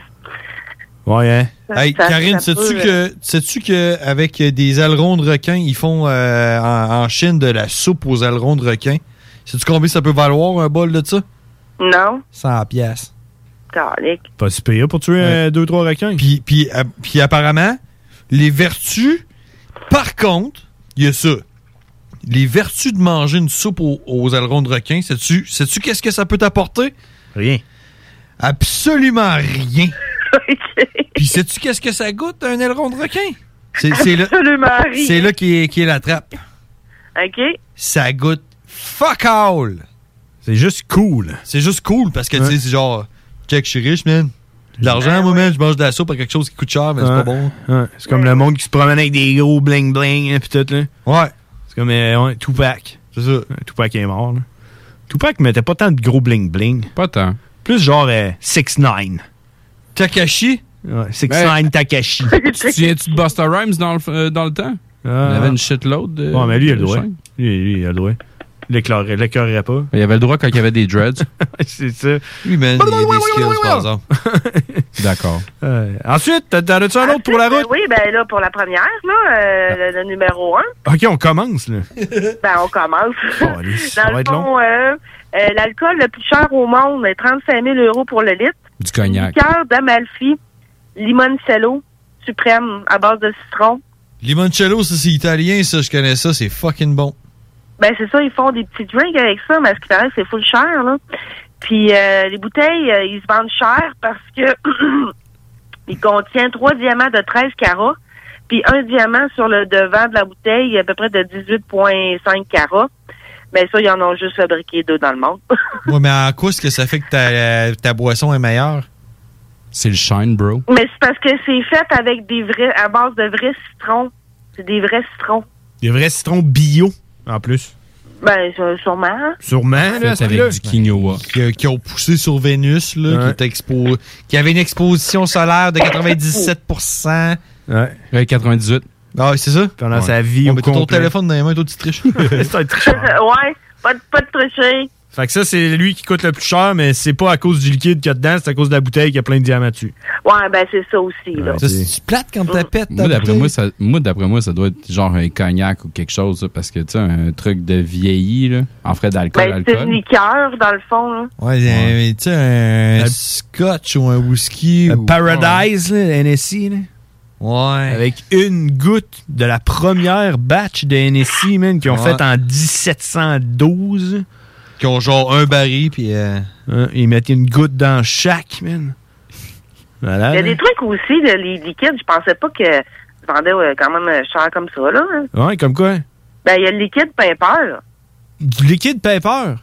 [SPEAKER 4] Ouais, hein?
[SPEAKER 26] Ça-
[SPEAKER 1] Hey,
[SPEAKER 26] ça-
[SPEAKER 1] Karine,
[SPEAKER 26] ça
[SPEAKER 1] sais-tu
[SPEAKER 26] peut, euh,
[SPEAKER 1] que, sais-tu que avec des ailerons de requin, ils font euh, en, en Chine de la soupe aux ailerons de requin? Sais-tu combien ça peut valoir un bol de ça?
[SPEAKER 26] Non,
[SPEAKER 1] 100 piastres.
[SPEAKER 26] calique.
[SPEAKER 4] Pas si pire pour tuer euh, deux, trois requins.
[SPEAKER 1] Puis, puis, euh, puis apparemment, les vertus, par contre, il y a ça. Les vertus de manger une soupe aux, aux ailerons de requin, sais-tu, sais-tu qu'est-ce que ça peut t'apporter?
[SPEAKER 4] Rien.
[SPEAKER 1] Absolument rien. Puis sais-tu qu'est-ce que ça goûte, un aileron de requin? C'est c'est là,
[SPEAKER 26] Absolument rien.
[SPEAKER 1] c'est là qui est, qui est la trappe.
[SPEAKER 26] OK?
[SPEAKER 1] Ça goûte fuck all. C'est juste cool. C'est juste cool parce que tu sais, c'est genre, check, je suis riche, man. De
[SPEAKER 4] Ben
[SPEAKER 1] l'argent, moi, man, je mange de la soupe à quelque chose qui coûte cher, mais c'est pas bon.
[SPEAKER 4] Ouais, C'est comme le monde qui se promène avec des gros bling bling et tout là.
[SPEAKER 1] Ouais.
[SPEAKER 4] C'est comme euh, ouais, Tupac.
[SPEAKER 1] C'est ça.
[SPEAKER 4] Tupac est mort. Là. Tupac mettait pas tant de gros bling bling.
[SPEAKER 16] Pas tant.
[SPEAKER 4] Plus genre 6 9
[SPEAKER 1] Takashi?
[SPEAKER 4] Ouais, 6 9 Takashi.
[SPEAKER 16] Tu te souviens-tu de Buster Rhymes dans le, euh, dans le temps? Il avait une shitload de.
[SPEAKER 4] Ah. Ouais, mais lui, il a le
[SPEAKER 16] de
[SPEAKER 4] droit.
[SPEAKER 16] chaînes.
[SPEAKER 4] Lui, lui, il a le droit. Il l'éclairerait- l'éclairerait pas.
[SPEAKER 16] Il avait le droit quand il y avait des dreads.
[SPEAKER 4] C'est ça.
[SPEAKER 1] Lui, man, il a des skills, par exemple.
[SPEAKER 16] D'accord.
[SPEAKER 4] Euh, ensuite, t'en as-tu un autre pour la route?
[SPEAKER 26] Ben oui, ben là, pour la première, là,
[SPEAKER 1] Ah.
[SPEAKER 26] euh, le, le numéro un,
[SPEAKER 4] Ok, on commence, là.
[SPEAKER 26] ben on commence.
[SPEAKER 1] Oh,
[SPEAKER 4] ça
[SPEAKER 26] Dans
[SPEAKER 4] va
[SPEAKER 26] le
[SPEAKER 4] être
[SPEAKER 26] fond, euh, euh, l'alcool le plus cher au monde, est 35 000 euros pour le litre.
[SPEAKER 16] Du cognac.
[SPEAKER 26] Cœur d'Amalfi, limoncello, suprême, à base de citron.
[SPEAKER 1] Limoncello, ça, c'est italien, ça, je connais ça, c'est fucking bon.
[SPEAKER 26] Ben c'est ça, ils font des petits drinks avec ça, mais à ce qui paraît, c'est full cher, là. Puis euh, les bouteilles, euh, ils se vendent cher parce que il contient trois diamants de 13 carats, puis un diamant sur le devant de la bouteille, à peu près de 18,5 carats. Mais ça, ils en ont juste fabriqué deux dans le monde.
[SPEAKER 1] ouais, mais en quoi est-ce que ça fait que ta, ta boisson est meilleure?
[SPEAKER 16] C'est le shine, bro.
[SPEAKER 26] mais c'est parce que c'est fait avec des vrais, à base de vrais citrons. C'est des vrais citrons.
[SPEAKER 4] Des vrais citrons bio, en plus.
[SPEAKER 26] Ben, ça, sûrement. hein.
[SPEAKER 4] Sûrement, là, à ce prix-là.
[SPEAKER 16] quinoa.
[SPEAKER 1] Qui, qui ont poussé sur Vénus, là, qui, était expo- qui avait une exposition solaire de 97%.
[SPEAKER 4] Ouais.
[SPEAKER 16] 98.
[SPEAKER 1] Ah, c'est ça?
[SPEAKER 4] Pendant sa vie
[SPEAKER 1] On
[SPEAKER 4] au
[SPEAKER 1] met ton
[SPEAKER 4] complet.
[SPEAKER 1] téléphone dans les mains, toi, tu triches.
[SPEAKER 4] C'est un tricheur.
[SPEAKER 26] ouais, pas de, pas de tricher.
[SPEAKER 4] Fait que ça, c'est lui qui coûte le plus cher, mais c'est pas à cause du liquide qu'il y a dedans, c'est à cause de la bouteille qui a plein de diamants dessus.
[SPEAKER 26] Ouais, ben c'est ça aussi, là. Mm.
[SPEAKER 1] plate quand t'as pète.
[SPEAKER 16] Moi, d'après moi, ça, moi, d'après moi, ça doit être genre un cognac ou quelque chose, là, parce que, tu sais, un truc de vieilli, là, en frais d'alcool,
[SPEAKER 26] Ben, c'est une
[SPEAKER 16] alcool.
[SPEAKER 26] liqueur, dans le fond, hein. là.
[SPEAKER 1] Ouais, mais tu sais, un scotch ou un whisky. ou-
[SPEAKER 4] Paradise, là, NSI, là.
[SPEAKER 1] Ouais.
[SPEAKER 4] Avec une goutte de la première batch de NSI, man, qu'ils ont
[SPEAKER 1] Ouais.
[SPEAKER 4] fait en 1712.
[SPEAKER 1] Qui ont genre un baril, puis. euh,
[SPEAKER 4] Hein, ils mettent une goutte dans chaque, man. Voilà.
[SPEAKER 26] Il y a des trucs aussi, là, les liquides, je pensais pas que ils vendaient euh, quand même euh, cher comme ça, là. hein.
[SPEAKER 4] Ouais, comme quoi?
[SPEAKER 26] Ben, il y a le liquide pimpeur, là.
[SPEAKER 4] Du liquide paper.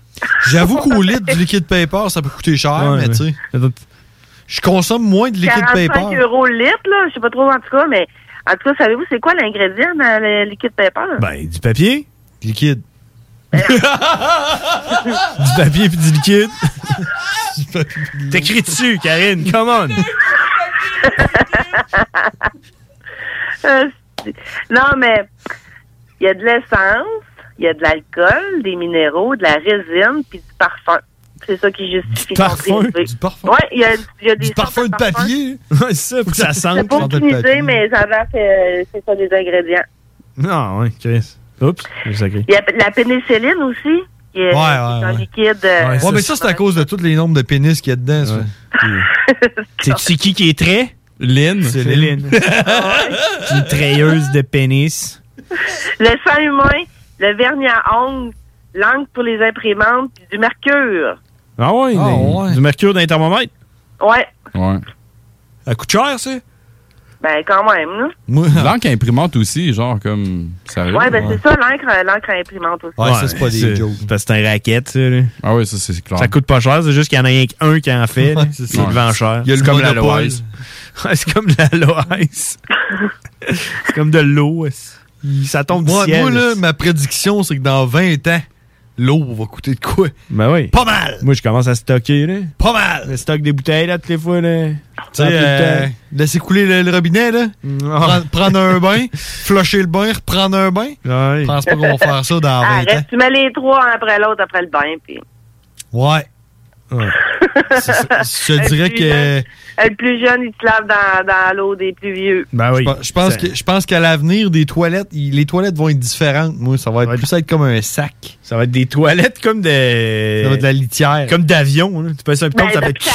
[SPEAKER 1] J'avoue qu'au litre du liquide paper, ça peut coûter cher,
[SPEAKER 4] Ouais,
[SPEAKER 1] mais tu sais. Je consomme moins de liquide
[SPEAKER 26] 45
[SPEAKER 1] paper.
[SPEAKER 26] euros le litre, là. Je sais pas trop, en tout cas, mais... En tout cas, savez-vous, c'est quoi l'ingrédient dans le liquide pimpeur?
[SPEAKER 4] Ben, du papier.
[SPEAKER 1] Liquide.
[SPEAKER 4] Du papier puis du liquide. T'écris dessus, Karine, come on!
[SPEAKER 26] Euh, c'est- non, mais... Il y a de l'essence, il y a de l'alcool, des minéraux, de la résine, puis du parfum. C'est ça qui justifie
[SPEAKER 1] Du parfum?
[SPEAKER 26] Du parfum? Ouais, il y a, il y a des...
[SPEAKER 1] Du parfum de papier.
[SPEAKER 4] Ouais, c'est ça, faut que ça
[SPEAKER 26] J'ai
[SPEAKER 4] sente.
[SPEAKER 26] pas aucune idée, mais ça va que euh, c'est ça des ingrédients.
[SPEAKER 4] Non, ouais, Chris. Oups, j'ai sacré.
[SPEAKER 26] Il y a de la pénicilline aussi, qui est, qui
[SPEAKER 1] Ouais,
[SPEAKER 26] est
[SPEAKER 1] ouais,
[SPEAKER 26] un
[SPEAKER 1] ouais.
[SPEAKER 26] liquide. euh,
[SPEAKER 1] Ouais, mais ça, c'est à cause de tous les nombres de pénis qu'il y a dedans. ça.
[SPEAKER 4] C'est qui qui est très?
[SPEAKER 16] Lynn.
[SPEAKER 4] C'est Lynn. Une treilleuse de pénis.
[SPEAKER 26] le sang humain, le vernis à ongles, l'encre pour les imprimantes, puis du mercure.
[SPEAKER 4] Ah ouais,
[SPEAKER 26] Ah
[SPEAKER 4] des-
[SPEAKER 26] ouais.
[SPEAKER 4] du mercure dans les thermomètres.
[SPEAKER 26] Ouais,
[SPEAKER 16] Ouais.
[SPEAKER 4] Ça coûte cher, ça?
[SPEAKER 26] ben quand même. Là.
[SPEAKER 16] L'encre à imprimante aussi, genre, comme. Ça arrive,
[SPEAKER 26] Ouais, ben c'est ça, l'encre euh, l'encre à imprimante aussi.
[SPEAKER 4] Parce que c'est un racket, Euh, ça, là.
[SPEAKER 16] Ah ouais, ça, c'est clair.
[SPEAKER 4] Ça coûte pas cher, c'est juste qu'il y en a rien qu'un qui en fait. là.
[SPEAKER 16] Ouais, c'est
[SPEAKER 4] c'est
[SPEAKER 16] ça.
[SPEAKER 4] le vend cher.
[SPEAKER 16] Il y a le
[SPEAKER 4] C'est comme la
[SPEAKER 16] monopole.
[SPEAKER 4] Loise. Ouais, c'est comme la Loise. c'est comme de l'eau. Il- Ça tombe du
[SPEAKER 1] Moi,
[SPEAKER 4] ciel.
[SPEAKER 1] moi, là, ma prédiction, c'est que dans 20 ans, l'eau va coûter de quoi?
[SPEAKER 4] Ben oui.
[SPEAKER 1] Pas mal!
[SPEAKER 4] Moi, je commence à stocker, là.
[SPEAKER 1] Pas mal!
[SPEAKER 4] Je stocke des bouteilles, là, toutes les fois, là.
[SPEAKER 1] Tu sais, euh, laisser couler le, le robinet, là. Prendre, prendre un bain, flusher le bain, reprendre un bain.
[SPEAKER 4] Je
[SPEAKER 1] pense pas qu'on va faire ça dans 20 ans.
[SPEAKER 26] Arrête, Ah, tu mets les trois un après l'autre après le bain, puis.
[SPEAKER 1] Ouais. C'est ça. Je te dirais que.
[SPEAKER 26] Le plus jeune, il se lave dans, dans l'eau des plus vieux.
[SPEAKER 1] Je pe- Je pense, que, je pense qu'à l'avenir, des toilettes, il- les toilettes vont être différentes. Moi, ça va être plus être comme un sac.
[SPEAKER 4] Ça va être des toilettes comme des.
[SPEAKER 1] Ça va être de la litière.
[SPEAKER 4] Comme d'avion, là. Tu passes un piton,
[SPEAKER 26] Ben,
[SPEAKER 4] ça fait.
[SPEAKER 26] l'hôpital,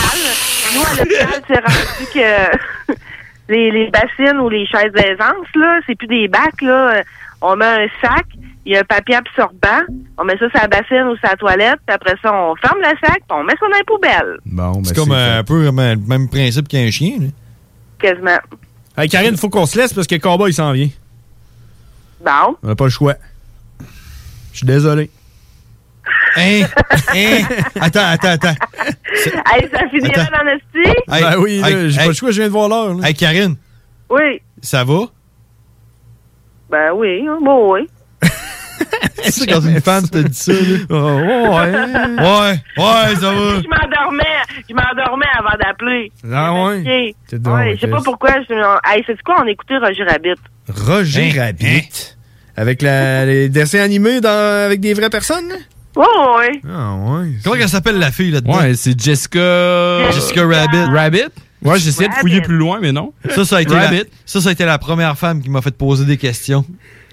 [SPEAKER 26] nous, à l'hôpital, c'est rendu que les, les bassines ou les chaises d'aisance, là, c'est plus des bacs, là. On met un sac, il y a un papier absorbant, on met ça sur la bassine ou sur la toilette, puis après ça, on ferme le sac, puis on met ça dans les poubelles.
[SPEAKER 1] ben c'est comme un peu le même principe qu'un chien. là.
[SPEAKER 26] Quasiment.
[SPEAKER 4] Hey, Karine, faut qu'on se laisse parce que Cowboy il s'en vient.
[SPEAKER 26] Bon.
[SPEAKER 4] On n'a pas le choix. Je suis désolé.
[SPEAKER 1] Hein? Hein? Attends, attends, attends.
[SPEAKER 26] Hey, ça finira
[SPEAKER 1] Attends.
[SPEAKER 26] dans le style?
[SPEAKER 4] Ben oui, là, j'ai pas le
[SPEAKER 1] choix, je viens de voir l'heure. Hey, Karine,
[SPEAKER 26] Oui.
[SPEAKER 1] ça va?
[SPEAKER 26] Ben oui, hein, bon, oui.
[SPEAKER 1] C'est quand une femme te dit ça, là. Oh, ouais. Ouais, ouais, ça
[SPEAKER 4] Euh.
[SPEAKER 1] va.
[SPEAKER 26] Je m'endormais. Je m'endormais avant d'appeler.
[SPEAKER 4] Ah
[SPEAKER 1] Hein?
[SPEAKER 4] ouais.
[SPEAKER 26] Ok.
[SPEAKER 4] C'est donc
[SPEAKER 26] Ouais, je sais pas
[SPEAKER 4] triste.
[SPEAKER 26] pourquoi. Je... Hey, c'est quoi? On écoutait Roger Rabbit.
[SPEAKER 4] Roger
[SPEAKER 1] Hein?
[SPEAKER 4] Rabbit. Avec la- les dessins animés dans- avec des vraies personnes? là?
[SPEAKER 26] Ouais, ouais.
[SPEAKER 4] Ah ouais.
[SPEAKER 1] Comment elle s'appelle la fille là-dedans? Euh,
[SPEAKER 16] Ouais, c'est
[SPEAKER 26] Ah.
[SPEAKER 16] Jessica.
[SPEAKER 1] Jessica Rabbit.
[SPEAKER 16] Rabbit? Ouais, j'essayais de fouiller plus loin, mais non.
[SPEAKER 1] Ça, ça a été, la,
[SPEAKER 16] Rabbit.
[SPEAKER 1] ça, ça a été la première femme qui m'a fait poser des questions.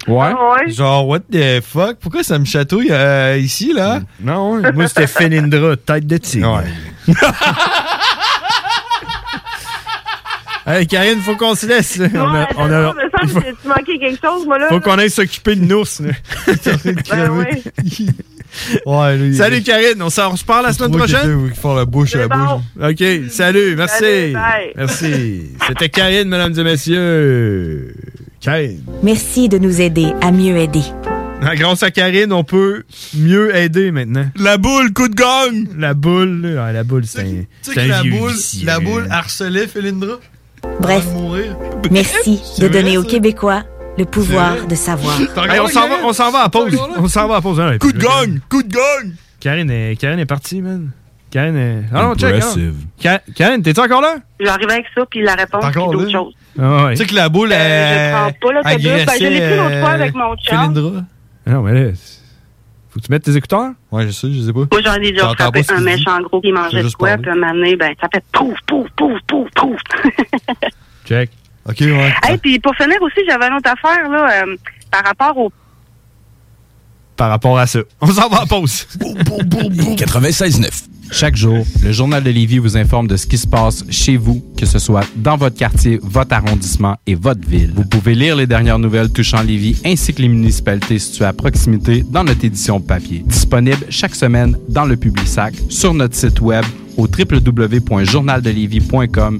[SPEAKER 16] Ouais.
[SPEAKER 1] Genre, what the fuck? Pourquoi ça me chatouille euh, ici, là?
[SPEAKER 4] Mm. Non, moi, c'était Fenindra, tête de tigre. Ah. Hey, Karine, faut qu'on se laisse. là. On a- on a-
[SPEAKER 26] Non, mais ça,
[SPEAKER 4] faut-
[SPEAKER 26] tu manquais quelque chose, moi, là.
[SPEAKER 4] faut qu'on aille s'occuper de nous.
[SPEAKER 26] Ben oui.
[SPEAKER 4] Salut Karine, on s'en reparle la semaine prochaine.
[SPEAKER 1] Faire la bouche à la
[SPEAKER 26] bon.
[SPEAKER 4] Ok, salut, merci.
[SPEAKER 26] Salut, bye.
[SPEAKER 4] merci. C'était Karine, mesdames et messieurs. Karine.
[SPEAKER 7] Merci de nous aider à mieux aider.
[SPEAKER 4] Ah, Grâce à Karine, on peut mieux aider maintenant. La boule, coup de gang! La boule, là. Ah, la boule, c'est un.
[SPEAKER 1] Tu sais
[SPEAKER 4] c'est
[SPEAKER 1] que
[SPEAKER 4] un
[SPEAKER 1] la
[SPEAKER 4] vieux
[SPEAKER 1] boule,
[SPEAKER 4] vicieux.
[SPEAKER 1] la boule harcelait Félindra?
[SPEAKER 7] Bref,
[SPEAKER 1] Avant de mourir.
[SPEAKER 7] merci
[SPEAKER 1] C'est
[SPEAKER 7] de
[SPEAKER 1] vrai,
[SPEAKER 7] donner aux
[SPEAKER 1] ça?
[SPEAKER 7] Québécois le pouvoir de savoir.
[SPEAKER 4] Hey,
[SPEAKER 1] Ah
[SPEAKER 4] on s'en va, on s'en va à pause.
[SPEAKER 1] hein?
[SPEAKER 4] On s'en va à pause. Ah Coup de gang! Coup de gang! Karine est, Karine est partie, man. Karine est. Ah non, check. ah non.
[SPEAKER 1] Impressive.
[SPEAKER 4] Ka- Karine, t'es-tu encore là?
[SPEAKER 26] J'arrivais avec ça, puis la réponse, c'est
[SPEAKER 4] Encore
[SPEAKER 26] d'autres
[SPEAKER 4] là?
[SPEAKER 26] choses.
[SPEAKER 4] Ah ouais.
[SPEAKER 1] Tu sais que la boule,
[SPEAKER 4] Euh,
[SPEAKER 1] euh, elle.
[SPEAKER 26] Euh, je prends pas, là, ta boule. Ben, je l'ai pris l'autre fois avec mon char.
[SPEAKER 1] Félindra?
[SPEAKER 4] Ah Non, mais là, c'est- faut que tu mettes tes écouteurs?
[SPEAKER 1] Ouais, je sais, je sais pas.
[SPEAKER 26] Moi, j'en ai déjà
[SPEAKER 1] T'entends
[SPEAKER 26] frappé
[SPEAKER 1] pas ce qu'il
[SPEAKER 26] un
[SPEAKER 1] dit?
[SPEAKER 26] méchant gros qui
[SPEAKER 1] J'ai
[SPEAKER 26] mangeait de
[SPEAKER 1] juste
[SPEAKER 26] quoi,
[SPEAKER 1] parlé.
[SPEAKER 26] puis à un moment donné, ben, ça fait pouf, pouf, pouf, pouf, pouf.
[SPEAKER 4] Check.
[SPEAKER 1] Ok, ouais.
[SPEAKER 26] Hey, puis pour finir aussi, j'avais une autre affaire, là, euh, par rapport au.
[SPEAKER 4] Par rapport à ça. On s'en va en pause.
[SPEAKER 16] 96.9. Chaque jour, le Journal de Lévis vous informe de ce qui se passe chez vous, que ce soit dans votre quartier, votre arrondissement et votre ville. Vous pouvez lire les dernières nouvelles touchant Lévis ainsi que les municipalités situées à proximité dans notre édition papier. Disponible chaque semaine dans le Publisac, sur notre site web au www.journaldelévis.com,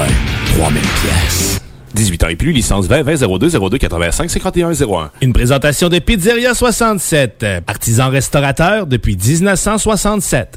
[SPEAKER 18] 3000 pièces.
[SPEAKER 29] 18 ans et plus, licence 20 20 02 02 85 51 01.
[SPEAKER 30] Une présentation de Pizzeria 67, euh, artisan restaurateur depuis 1967.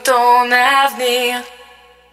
[SPEAKER 31] ton avenir.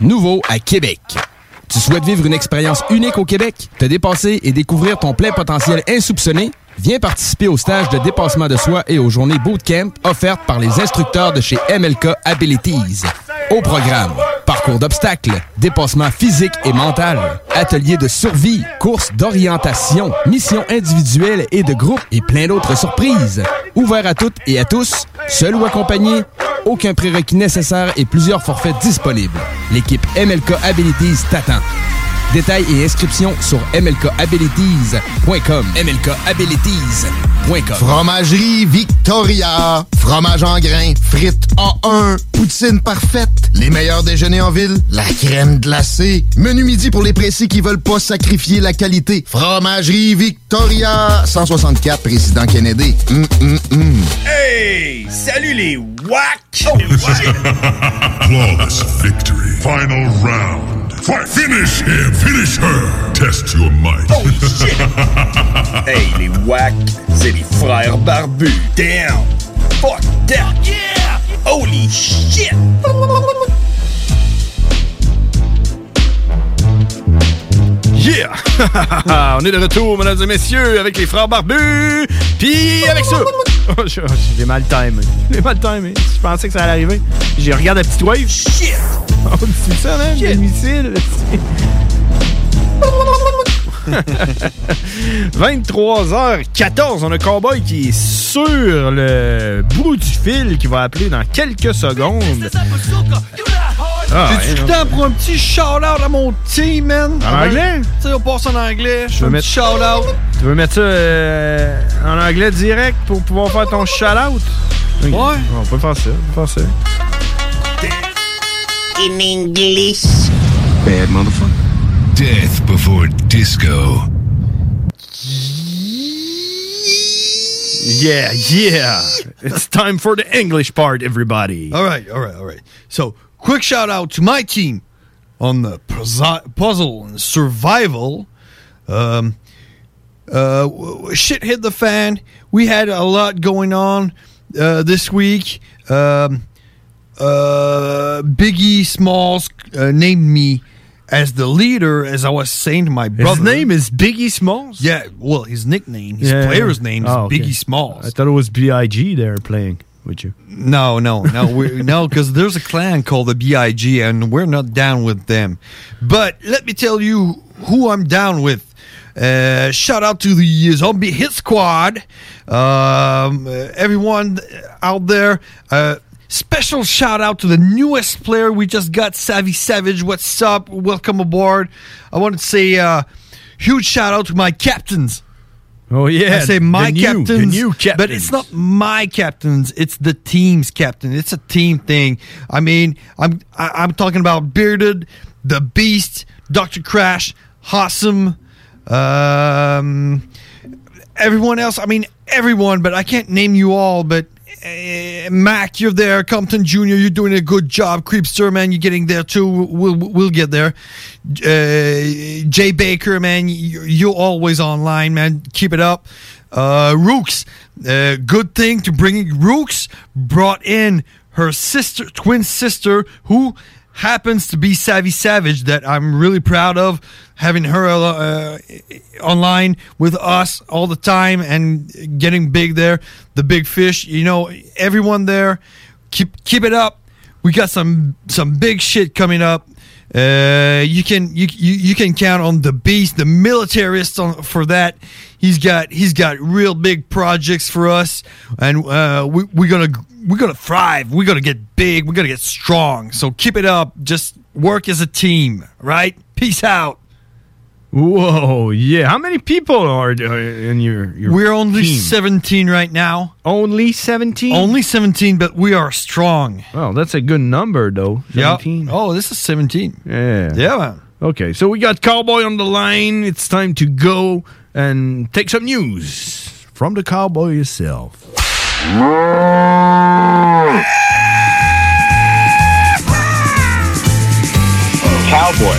[SPEAKER 32] Nouveau à Québec. Tu souhaites vivre une expérience unique au Québec, te dépasser et découvrir ton plein potentiel insoupçonné? Viens participer au stage de dépassement de soi et aux journées bootcamp offertes par les instructeurs de chez MLK Abilities. Au programme, parcours d'obstacles, dépassement physique et mental, ateliers de survie, courses d'orientation, missions individuelles et de groupe et plein d'autres surprises. Ouvert à toutes et à tous, seul ou accompagné, aucun prérequis nécessaire et plusieurs forfaits disponibles. L'équipe MLK Abilities t'attend. Détails et inscriptions sur mlkabilities.com. mlkabilities.com.
[SPEAKER 21] Fromagerie Victoria. Fromage en grains. Frites A1. Poutine parfaite. Les meilleurs déjeuners en ville. La crème glacée. Menu midi pour les pressés qui veulent pas sacrifier la qualité. Fromagerie Victoria. 164, Président Kennedy. Hum, hum, hum.
[SPEAKER 33] Hey! Salut les Oh, WAC!
[SPEAKER 18] Flawless victory. Final round. Fight. Finish him. Finish her. Test your might.
[SPEAKER 33] Oh, hey les WAC, c'est les frères barbus. Damn! Fuck that! Yeah! Holy shit!
[SPEAKER 4] Yeah! On est de retour, mesdames et messieurs, avec les frères barbus, puis avec ça. Oh, je- je l'ai mal timé. Je l'ai mal timé. Je pensais que ça allait arriver. J'ai regardé la petite wave. Shit! Oh, c'est ça, man? Shit. missile. 23h14, on a Cowboy qui est sur le bout du fil qui va appeler dans quelques secondes. Ah,
[SPEAKER 1] J'ai du
[SPEAKER 4] ouais,
[SPEAKER 1] temps pour un petit shout-out à mon team, man.
[SPEAKER 4] En anglais?
[SPEAKER 1] Tu sais, on passe en anglais. Je fais
[SPEAKER 4] veux
[SPEAKER 1] un
[SPEAKER 4] mettre-
[SPEAKER 1] petit shout-out.
[SPEAKER 4] Tu veux mettre ça euh, en anglais direct pour pouvoir faire ton shout-out? Ouais. On peut faire ça, on peut faire ça.
[SPEAKER 34] In English.
[SPEAKER 18] Bad motherfucker. Death before disco.
[SPEAKER 4] Yeah, yeah. It's time for the English part, everybody.
[SPEAKER 1] All right, all right, all right. So, quick shout out to my team on the puzzle- puzzle and survival. Um, uh, w- w- shit hit the fan. We had a lot going on uh, this week. Um, uh, Biggie Smalls uh, named me as the leader, as I was saying to my brother.
[SPEAKER 4] name is Biggie Smalls?
[SPEAKER 1] Yeah, well, his nickname, his player's name is
[SPEAKER 4] Oh, okay.
[SPEAKER 1] Biggie Smalls.
[SPEAKER 4] I thought it was B.I.G. there playing with you.
[SPEAKER 1] No, no, no, we no, because there's a clan called the BIG, and we're not down with them. But let me tell you who I'm down with. Uh, shout out to the Zombie Hit Squad, um, uh, everyone out there. Uh, special shout out to the newest player we just got, Savvy Savage. What's up? Welcome aboard. I want to say uh, huge shout out to my captains.
[SPEAKER 4] Oh yeah,
[SPEAKER 1] I say
[SPEAKER 4] the
[SPEAKER 1] my
[SPEAKER 4] new-
[SPEAKER 1] captains,
[SPEAKER 4] the new
[SPEAKER 1] but it's not my captains. It's the team's captain. It's a team thing. I mean, I'm I, I'm talking about bearded, the beast, Doctor Crash, Hossam, um, everyone else. I mean, everyone. But I can't name you all. But uh, Mac, you're there. Compton Junior, you're doing a good job. Creepster, man, you're getting there too. We'll we'll get there. Uh, Jay Baker, man, you- you're always online, man. Keep it up. Uh, Rooks, uh, good thing to bring. Rooks brought in her sister, twin sister, who happens to be Savvy Savage, that I'm really proud of having her uh, online with us all the time and getting big there. The big fish, you know, everyone there, keep keep it up. We got some some big shit coming up. Uh, you can you, you you can count on the beast, the militarists on, for that. He's got he's got real big projects for us, and uh, we we're gonna we're gonna thrive. We're gonna get big. We're gonna get strong. So keep it up. Just work as a team, right? Peace out.
[SPEAKER 4] Whoa, yeah. How many people are uh, in your, your
[SPEAKER 1] We're only
[SPEAKER 4] team?
[SPEAKER 1] 17 right now.
[SPEAKER 4] Only 17?
[SPEAKER 1] Only 17, but we are strong.
[SPEAKER 4] Oh, that's a good number, though.
[SPEAKER 1] Yeah.
[SPEAKER 4] 17.
[SPEAKER 1] Oh, this is 17.
[SPEAKER 4] Yeah.
[SPEAKER 1] Yeah, man.
[SPEAKER 4] Okay, so we got Cowboy on the line. It's time to go and take some news from the Cowboy himself.
[SPEAKER 34] Cowboy.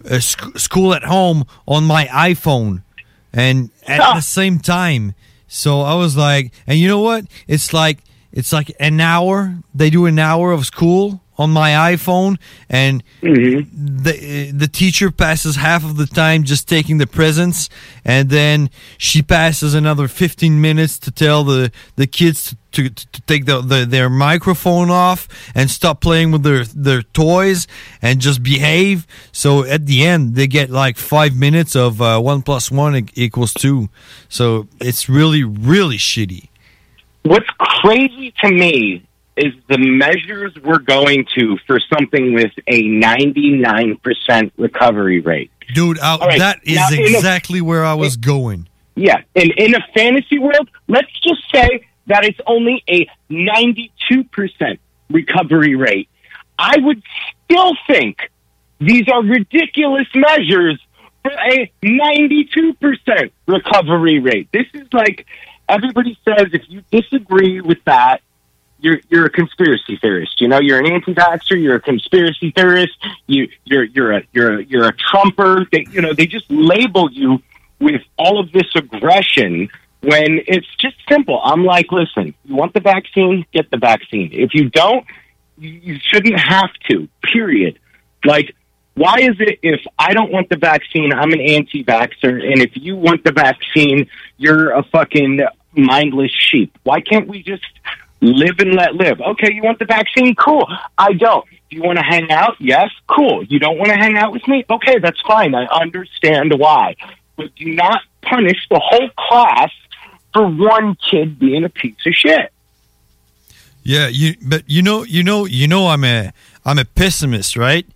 [SPEAKER 1] uh, sc- school at home on my iPhone, and at the same time. So I was like, and you know what? It's like it's like an hour. They do an hour of school on my iPhone, and the the teacher passes half of the time just taking the presents, and then she passes another fifteen minutes to tell the the kids to, to, to take the, the, their microphone off and stop playing with their their toys and just behave. So at the end, they get like five minutes of uh, one plus one e- equals two. So it's really really shitty.
[SPEAKER 34] What's crazy to me is the measures we're going to for something with a 99% recovery rate.
[SPEAKER 1] Dude, uh,
[SPEAKER 34] All right,
[SPEAKER 1] that is
[SPEAKER 34] now, in a-
[SPEAKER 1] exactly where I was going.
[SPEAKER 34] Yeah, and in a fantasy world, let's just say that it's only a 92% recovery rate. I would still think these are ridiculous measures for a 92% recovery rate. This is like everybody says if you disagree with that, you're you're a conspiracy theorist. You know, you're an anti-vaxxer. You're a conspiracy theorist. You you're you're a you're a, you're a Trumper. They, you know, they just label you with all of this aggression when it's just simple. I'm like, listen, you want the vaccine, get the vaccine. If you don't, you you shouldn't have to. Period. Like. Why is it if I don't want the vaccine, I'm an anti vaxxer, and if you want the vaccine, you're a fucking mindless sheep? Why can't we just live and let live. Okay, you want the vaccine? Cool. I don't. Do you want to hang out? Yes. Cool. You don't want to hang out with me? Okay, that's fine. I understand why. But do not punish the whole class for one kid being a piece of shit.
[SPEAKER 1] Yeah, you but you know you know you know I'm a I'm a pessimist, right?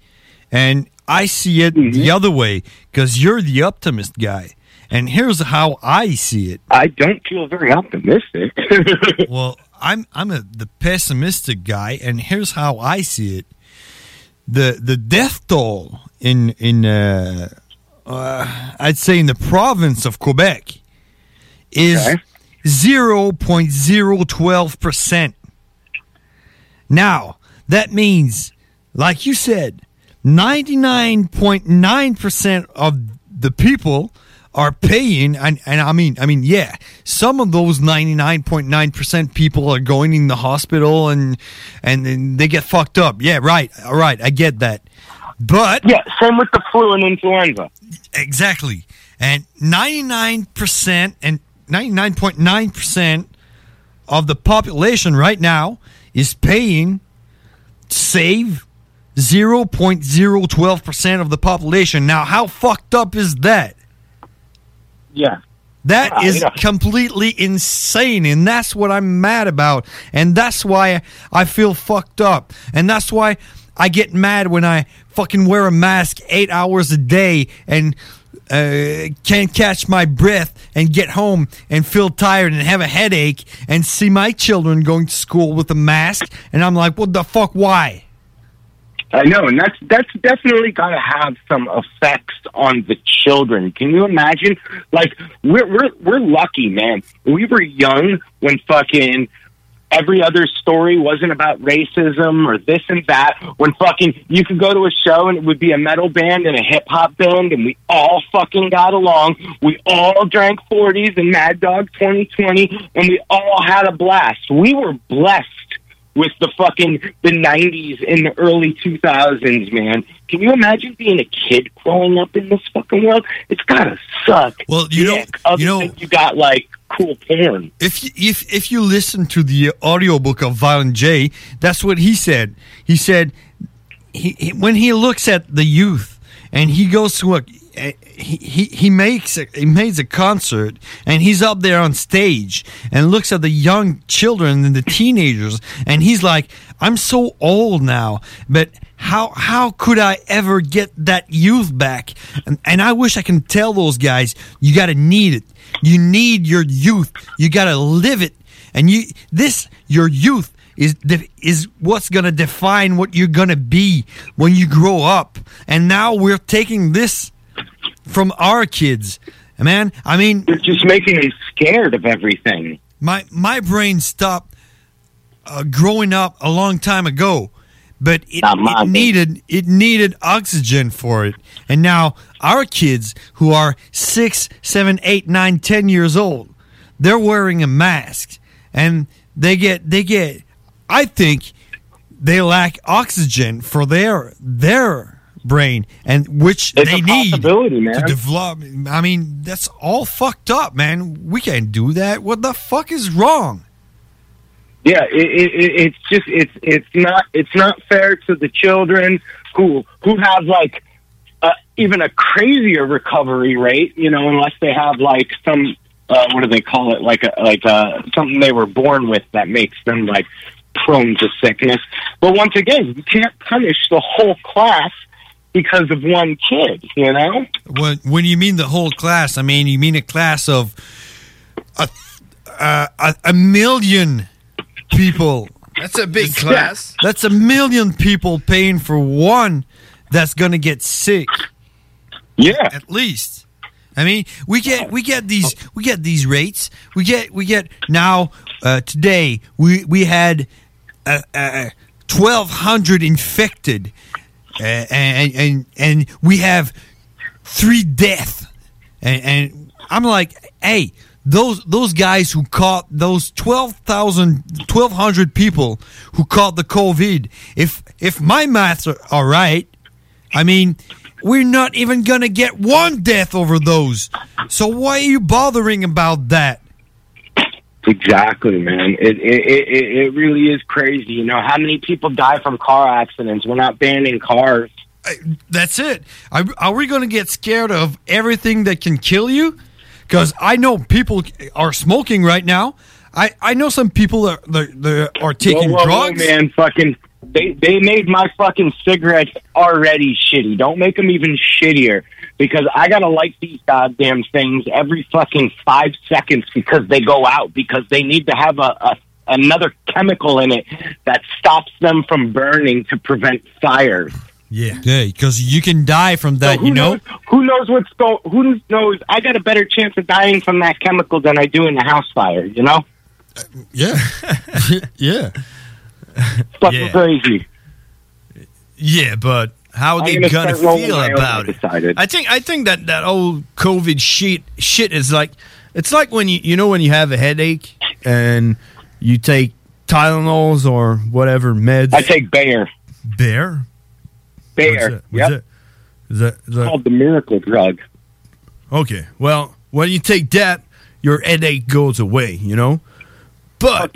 [SPEAKER 1] And I see it
[SPEAKER 34] Mm-hmm.
[SPEAKER 1] the other way cuz you're the optimist guy. And here's how I see it.
[SPEAKER 34] I don't feel very optimistic.
[SPEAKER 1] well, I'm I'm a, the pessimistic guy and here's how I see it. The the death toll in in uh, uh, I'd say in the province of Quebec is 0.012%. Now, that means, like you said, 99.9% of the people are paying and, and I mean I mean yeah some of those 99.9% people are going in the hospital and and then they get fucked up yeah right all right I get that but
[SPEAKER 34] yeah same with the flu and influenza
[SPEAKER 1] exactly and 99% and 99.9% of the population right now is paying to save 0.012% of the population. Now, how fucked up is that?
[SPEAKER 34] Yeah. Ah,
[SPEAKER 1] that
[SPEAKER 34] Yeah,
[SPEAKER 1] is
[SPEAKER 34] yeah.
[SPEAKER 1] completely insane, and that's what I'm mad about, and that's why I feel fucked up, and that's why I get mad when I fucking wear a mask eight hours a day and uh, can't catch my breath and get home and feel tired and have a headache and see my children going to school with a mask, and I'm like, what the fuck? Why?
[SPEAKER 34] I know, and that's that's definitely got to have some effects on the children. Can you imagine? Like we're we're we're lucky, man. We were young when fucking every other story wasn't about racism or this and that. When fucking you could go to a show and it would be a metal band and a hip hop band, and we all fucking got along. We all drank 40s and Mad Dog 2020, and we all had a blast. We were blessed with the fucking the 90s and the early 2000s, man. Can you imagine being a kid growing up in this fucking world? It's gotta suck.
[SPEAKER 1] Well, you know,
[SPEAKER 34] Other you you got like cool porn.
[SPEAKER 1] If you, if if you listen to the audiobook of Violent J, that's what he said. He said he, he- when he looks at the youth and he goes to a he, he he makes a, he makes a concert and he's up there on stage and looks at the young children and the teenagers and he's like I'm so old now but how how could I ever get that youth back and, and I wish I can tell those guys you got to need it you need your youth you got to live it and you this your youth is de- is what's gonna define what you're gonna be when you grow up. And now we're taking this from our kids, man. I mean,
[SPEAKER 34] they're just making me scared of everything.
[SPEAKER 1] My my brain stopped uh, growing up a long time ago, but it, it needed it needed oxygen for it. And now our kids who are six, seven, eight, nine, ten years old, they're wearing a mask, and they get they get. I think they lack oxygen for their their brain, and which they need to develop. I mean, that's all fucked up, man. We can't do that. What the fuck is wrong?
[SPEAKER 34] Yeah, it, it, it, it's just it's it's not it's not fair to the children who who have like uh, even a crazier recovery rate, you know, unless they have like some uh, what do they call it, like a, like uh, something they were born with that makes them like prone to sickness. But once again, you can't punish the whole class because of one kid, you know.
[SPEAKER 1] When when you mean the whole class, I mean you mean a class of a uh, a, a million people.
[SPEAKER 4] That's a big class.
[SPEAKER 1] That's a million people paying for one that's gonna get sick.
[SPEAKER 34] Yeah,
[SPEAKER 1] at least. I mean, we get we get these we get these rates. We get we get now uh, today we we had uh, uh, twelve hundred infected, uh, and and and we have three death, and, and I'm like, hey, those those guys who caught those 12,000, 1,200 people who caught the COVID. If if my maths are, are right, I mean, we're not even gonna get one death over those. So why are you bothering about that?
[SPEAKER 34] Exactly, man. It, it it it- it really is crazy. You know how many people die from car accidents? We're not banning cars.
[SPEAKER 1] That's it. Are, are we going to get scared of everything that can kill you? Because I know people are smoking right now. I, I know some people are they're, they're, are taking
[SPEAKER 34] Whoa, whoa, whoa,
[SPEAKER 1] drugs.
[SPEAKER 34] man. Fucking they they made my fucking cigarettes already shitty. Don't make them even shittier because I gotta light these goddamn things every fucking five seconds because they go out because they need to have a. a Another chemical in it that stops them from burning to prevent fires.
[SPEAKER 1] Yeah, yeah, because you can die from that. you know,
[SPEAKER 34] Who knows what's going? Who knows? I got a better chance of dying from that chemical than I do in a house fire. You know?
[SPEAKER 1] yeah, yeah,
[SPEAKER 34] Fucking crazy.
[SPEAKER 4] Yeah, but how
[SPEAKER 34] I'm
[SPEAKER 4] they
[SPEAKER 34] gonna
[SPEAKER 4] gonna
[SPEAKER 34] start rolling
[SPEAKER 4] feel
[SPEAKER 34] my own
[SPEAKER 4] about it?
[SPEAKER 34] decided.
[SPEAKER 4] I think I think that that old COVID shit shit is like it's like when you you know when you have a headache and you take Tylenols or whatever meds. I
[SPEAKER 34] take Bayer.
[SPEAKER 4] Bayer.
[SPEAKER 34] Bayer.
[SPEAKER 4] What's it? Is that, is that
[SPEAKER 34] called the miracle drug?
[SPEAKER 4] Okay. Well, when you take that, your headache goes away. You know. But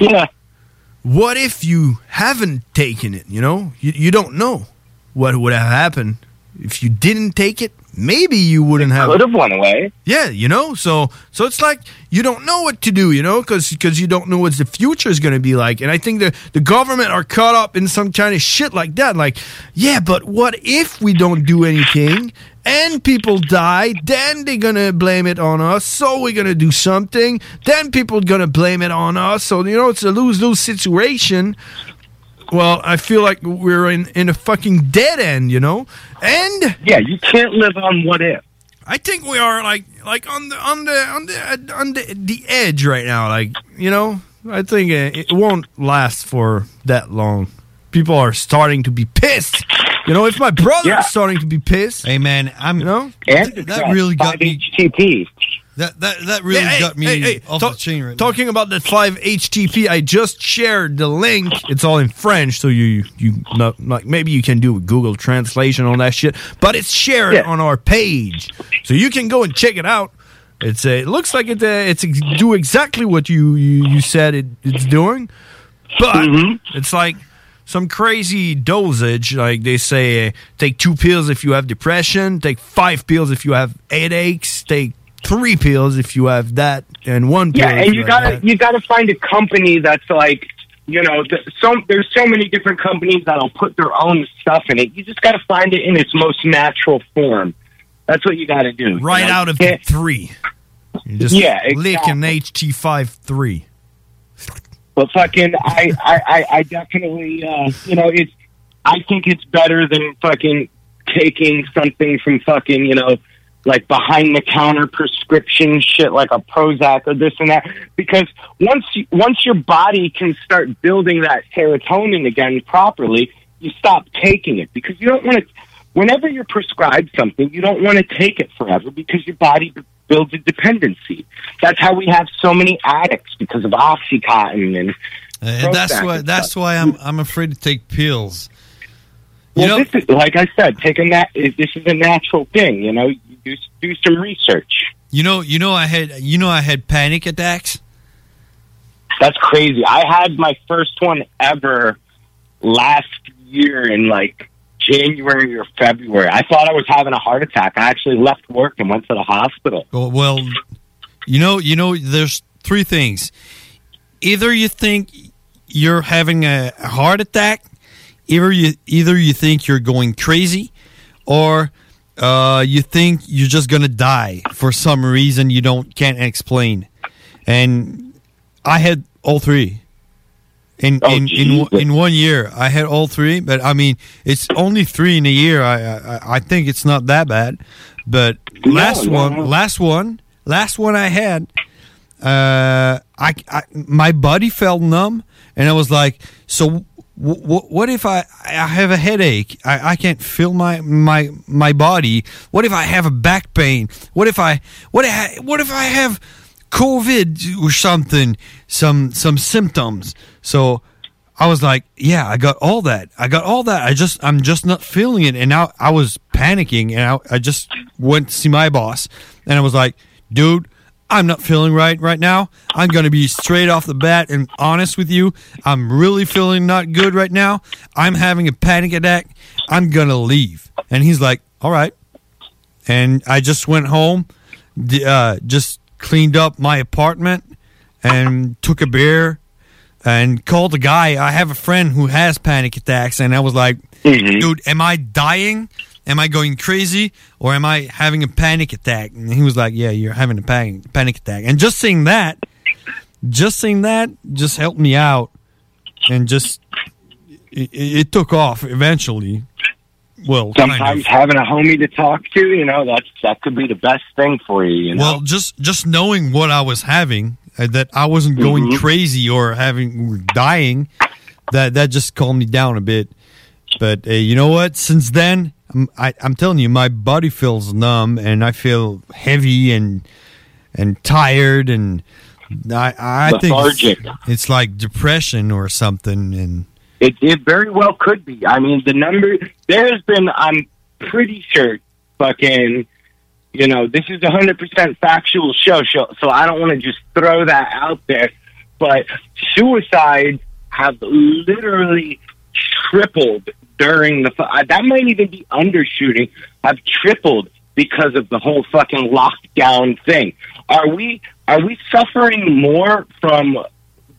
[SPEAKER 4] what if you haven't taken it? You know, you, you don't know what would have happened if you didn't take it. Maybe you wouldn't have.
[SPEAKER 34] could have went away.
[SPEAKER 4] Yeah, you know. So so it's like you don't know what to do. You know, because you don't know what the future is going to be like. And I think the the government are caught up in some kind of shit like that. Like, yeah, but what if we don't do anything? And people die, then they're gonna blame it on us. So we're gonna do something. Then people gonna blame it on us. So you know it's a lose lose situation. Well, I feel like we're in, in a fucking dead end, you know? And
[SPEAKER 34] Yeah, you can't live on what if.
[SPEAKER 4] I think we are like like on the on the on the on the, the edge right now, like, you know? I think uh, it won't last for that long. People are starting to be pissed. You know, if my brother's starting to be pissed, hey man, I'm you know
[SPEAKER 1] And it's, uh,
[SPEAKER 4] got me.
[SPEAKER 34] HTP.
[SPEAKER 4] That that that
[SPEAKER 1] really got me off the
[SPEAKER 4] chain right Talking about the five HTP, I just shared the link. It's all in French, so you you not like maybe you can do a Google translation on that shit, but it's shared on our page, so you can go and check it out. It's uh, it looks like it uh, it's ex- do exactly what you you, you said it, it's doing, but
[SPEAKER 34] Mm-hmm.
[SPEAKER 4] it's like some crazy dosage. Like they say, uh, take two pills if you have depression, take five pills if you have headaches, take three pills if you have that, and one pill.
[SPEAKER 34] Yeah,
[SPEAKER 4] if
[SPEAKER 34] and you
[SPEAKER 4] have
[SPEAKER 34] gotta
[SPEAKER 4] that.
[SPEAKER 34] you gotta find a company that's like you know th- some there's so many different companies that'll put their own stuff in it. You just gotta find it in its most natural form. That's what you gotta do.
[SPEAKER 4] right
[SPEAKER 34] You know,
[SPEAKER 4] out of
[SPEAKER 34] you
[SPEAKER 4] the
[SPEAKER 34] can't-
[SPEAKER 4] three. You just
[SPEAKER 34] Yeah,
[SPEAKER 4] lick an HT five three.
[SPEAKER 34] But fucking, I, I, I, I definitely, uh, you know, it's. I think it's better than fucking taking something from fucking, you know, like behind the counter prescription shit, like a Prozac or this and that. Because once you, once your body can start building that serotonin again properly, you stop taking it because you don't want to. Whenever you're prescribed something, you don't want to take it forever because your body b- builds a dependency. That's how we have so many addicts because of OxyContin and.
[SPEAKER 1] Uh, And that's
[SPEAKER 34] Prozac
[SPEAKER 1] why
[SPEAKER 34] and
[SPEAKER 1] that's why I'm I'm afraid to take pills.
[SPEAKER 34] Well, this is, like I said, taking that is this is a natural thing. You know, you do, do some research.
[SPEAKER 1] You know, you know I had you know I had panic attacks.
[SPEAKER 34] That's crazy. I had my first one ever last year in like January or February. I thought I was having a heart attack. I actually left work and went to the hospital.
[SPEAKER 1] Well, well, you know, you know, there's three things. Either you think you're having a heart attack, either you either you think you're going crazy, or uh, you think you're just gonna die for some reason you don't can't explain. And I had all three. In
[SPEAKER 34] Oh,
[SPEAKER 1] in, in one- in one year, I had all three, but I mean, it's only three in a year. I I, I think it's not that bad, but last
[SPEAKER 34] no,
[SPEAKER 1] one,
[SPEAKER 34] no.
[SPEAKER 1] last one, last one I had, uh, I, I my body felt numb, and I was like, so. W- what if I, I have a headache? I, I can't feel my, my my body. What if I have a back pain? What if I what if I, what if I have COVID or something? Some some symptoms. So I was like, yeah, I got all that. I got all that. I just, I'm just not feeling it. And now I was panicking and I, I just went to see my boss and I was like, dude, I'm not feeling right right now. I'm going to be straight off the bat and honest with you. I'm really feeling not good right now. I'm having a panic attack. I'm going to leave. And he's like, all right. And I just went home, d- uh, just cleaned up my apartment and took a beer and called a guy. I have a friend who has panic attacks, and I was like, dude, am I dying? Am I going crazy or am I having a panic attack? And he was like, yeah, you're having a panic, panic attack. And just seeing that, just seeing that just helped me out and just it, it took off eventually. Well, kind of.
[SPEAKER 34] Sometimes having a homie to talk to, you know, that's that could be the best thing for you. You know,
[SPEAKER 1] Well, just just knowing what I was having, uh, that I wasn't going
[SPEAKER 34] Mm-hmm.
[SPEAKER 1] crazy or having or dying, that that just calmed me down a bit. But uh, you know what? Since then, I'm, I, I'm telling you, my body feels numb and I feel heavy and and tired and I, I think
[SPEAKER 34] Lethargic.
[SPEAKER 1] it's, it's like depression or something. And
[SPEAKER 34] It, it very well could be. I mean, the number there's been. I'm pretty sure, fucking, you know, this is a hundred percent factual show, show, so I don't want to just throw that out there. But suicides have literally tripled during the. fu- I- That might even be undershooting. Have tripled because of the whole fucking lockdown thing. Are we are we suffering more from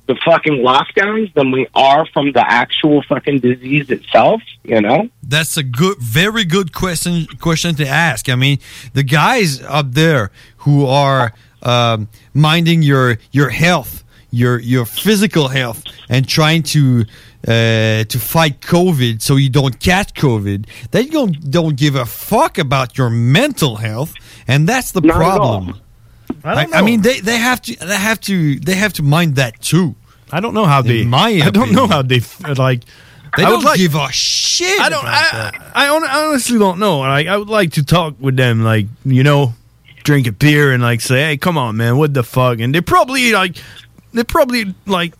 [SPEAKER 34] the fucking lockdowns than we are from the actual fucking disease itself, you know?
[SPEAKER 1] That's a good, very good question question to ask. I mean, the guys up there who are um, minding your your health, your your physical health, and trying to uh, to fight COVID so you don't catch COVID, they don't don't give a fuck about your mental health, and that's the problem. I, I mean, they, they have to they have to they have to mind that too.
[SPEAKER 6] I don't know how they. I don't know how they f- like.
[SPEAKER 4] They
[SPEAKER 6] I
[SPEAKER 4] don't
[SPEAKER 6] would like,
[SPEAKER 4] give a shit. I don't. I, I, hon- honestly don't know. Like, I would like to talk with them. Like, you know, drink a beer and like say, "Hey, come on, man, what the fuck?" And they probably like, they probably like,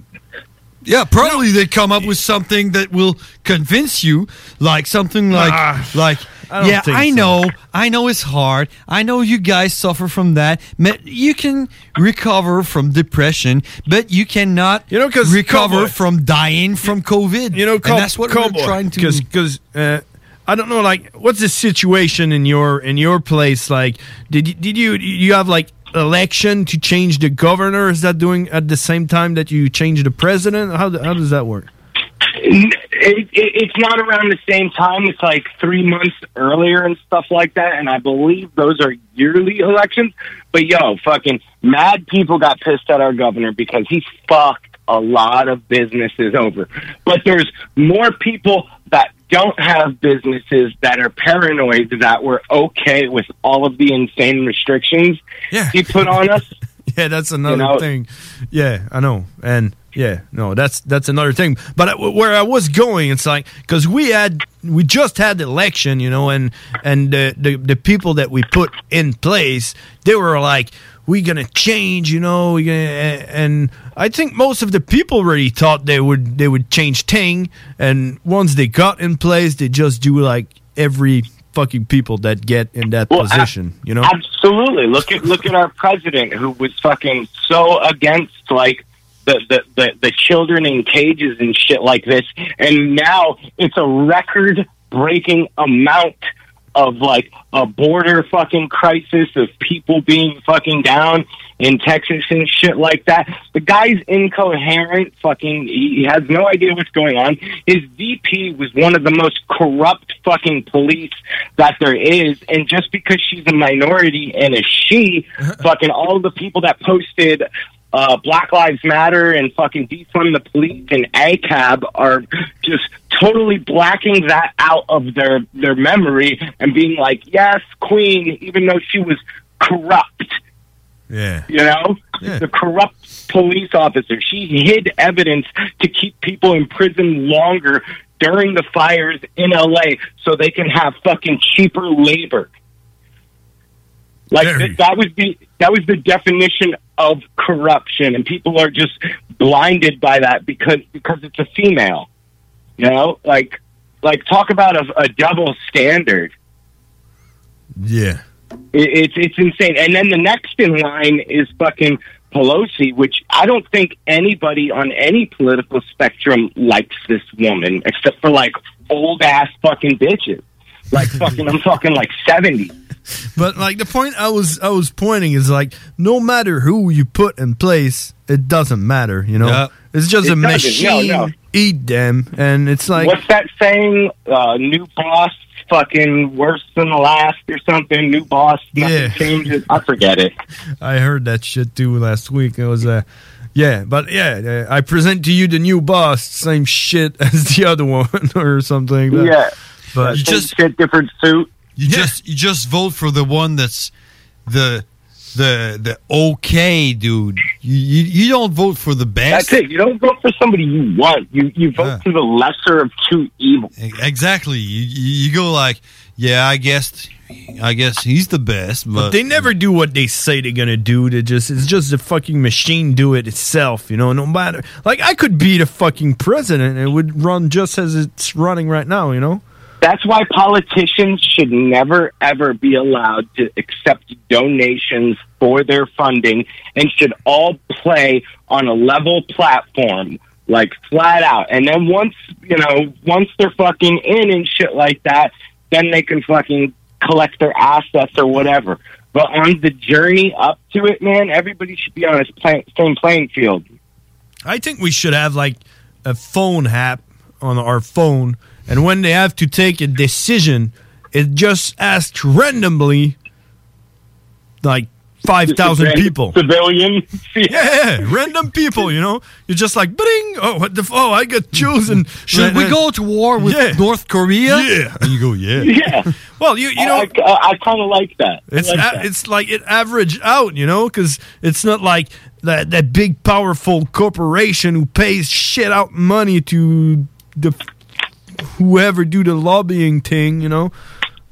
[SPEAKER 1] yeah, probably they come up with something that will convince you, like something like
[SPEAKER 4] Ah,
[SPEAKER 1] like
[SPEAKER 4] I don't
[SPEAKER 1] yeah,
[SPEAKER 4] think
[SPEAKER 1] I
[SPEAKER 4] so.
[SPEAKER 1] know, I know it's hard. I know you guys suffer from that. Me- You can recover from depression, but you cannot you know, recover
[SPEAKER 4] Cowboy-
[SPEAKER 1] from dying from COVID. You
[SPEAKER 4] know,
[SPEAKER 1] and that's what we're trying to
[SPEAKER 4] Because, because uh, I don't know, like, what's the situation in your in your place? Like, did you, did you you have like election to change the governor? Is that doing at the same time that you change the president? How how does that work?
[SPEAKER 34] It, it, it's not around the same time. It's like three months earlier and stuff like that. And I believe those are yearly elections. But yo, fucking mad people got pissed at our governor because he fucked a lot of businesses over. But there's more people that don't have businesses that are paranoid that were okay with all of the insane restrictions he put on us.
[SPEAKER 4] Yeah, that's another
[SPEAKER 34] know-
[SPEAKER 4] thing. Yeah, I know. And yeah, no, that's that's another thing. But I, where I was going, it's like because we had we just had the election, you know, and and the, the the people that we put in place, they were like, we gonna change, you know, we gonna, and I think most of the people really thought they would they would change thing, and once they got in place, they just do like every fucking people that get in that
[SPEAKER 34] Well, I-
[SPEAKER 4] position, you know.
[SPEAKER 34] Absolutely. Look at look at our president who was fucking so against like the, the, the, the children in cages and shit like this and now it's a record breaking amount of like a border fucking crisis of people being fucking down in Texas and shit like that. The guy's incoherent fucking he he has no idea what's going on. His VP was one of the most corrupt fucking police that there is and just because she's a minority and a she fucking all the people that posted uh, Black Lives Matter and fucking defund the police and ACAB are just totally blacking that out of their their memory and being like, yes, Queen, even though she was corrupt.
[SPEAKER 4] Yeah.
[SPEAKER 34] You know, the corrupt police officer. She hid evidence to keep people in prison longer during the fires in LA so they can have fucking cheaper labor. Like th- that was the that was the definition of corruption, and people are just blinded by that because because it's a female. You know, like like talk about a, a double standard.
[SPEAKER 4] Yeah.
[SPEAKER 34] It, it's it's insane. And then the next in line is fucking Pelosi, which I don't think anybody on any political spectrum likes this woman except for like old ass fucking bitches. Like fucking, I'm talking like seventy.
[SPEAKER 4] But like the point I was I was pointing is like no matter who you put in place, it doesn't matter. You know,
[SPEAKER 34] Yeah.
[SPEAKER 4] it's just
[SPEAKER 34] It doesn't.
[SPEAKER 4] a
[SPEAKER 34] No,
[SPEAKER 4] machine.
[SPEAKER 34] no.
[SPEAKER 4] Eat them, and it's like
[SPEAKER 34] What's that saying? Uh, new boss, fucking worse than the last, or something. New boss, nothing
[SPEAKER 4] Yeah.
[SPEAKER 34] changes. I forget it.
[SPEAKER 4] I heard that shit too last week. It was uh, yeah, but yeah, uh, I present to you the new boss, same shit as the other one or something. like that.
[SPEAKER 1] Yeah.
[SPEAKER 4] but
[SPEAKER 1] You just-
[SPEAKER 34] get different suit.
[SPEAKER 1] You just you just vote for the one that's the the the okay dude. You you, you don't vote for the best.
[SPEAKER 34] That's it. You don't vote for somebody you want. You you vote for the lesser of two evils.
[SPEAKER 1] E, Exactly. You you you go like, yeah, I guess I guess he's the best, but,
[SPEAKER 4] But they never do what they say they're gonna do. They just it's just the fucking machine do it itself, you know. No matter like I could be the fucking president and it would run just as it's running right now, you know.
[SPEAKER 34] That's why politicians should never ever be allowed to accept donations for their funding and should all play on a level platform, like flat out. And then once you know, once they're fucking in and shit like that, then they can fucking collect their assets or whatever. But on the journey up to it, man, everybody should be on the pla- same playing field.
[SPEAKER 4] I think we should have like a phone app on our phone, and when they have to take a decision, it just asks randomly, like 5,000 people.
[SPEAKER 34] Civilian.
[SPEAKER 4] Yeah, random people, you know? You're just like, bing! Oh, what the f- Oh, I got chosen.
[SPEAKER 25] Should we go
[SPEAKER 4] to war
[SPEAKER 25] with
[SPEAKER 4] North Korea? Yeah. And you go, yeah.
[SPEAKER 34] Yeah.
[SPEAKER 4] Well, you, you know. I,
[SPEAKER 34] kind of like that.
[SPEAKER 4] It's,
[SPEAKER 34] like
[SPEAKER 4] a-
[SPEAKER 34] that.
[SPEAKER 4] it's like it averaged out, you know? Because it's not like that, that big, powerful corporation who pays shit out money to the whoever do the lobbying thing, you know.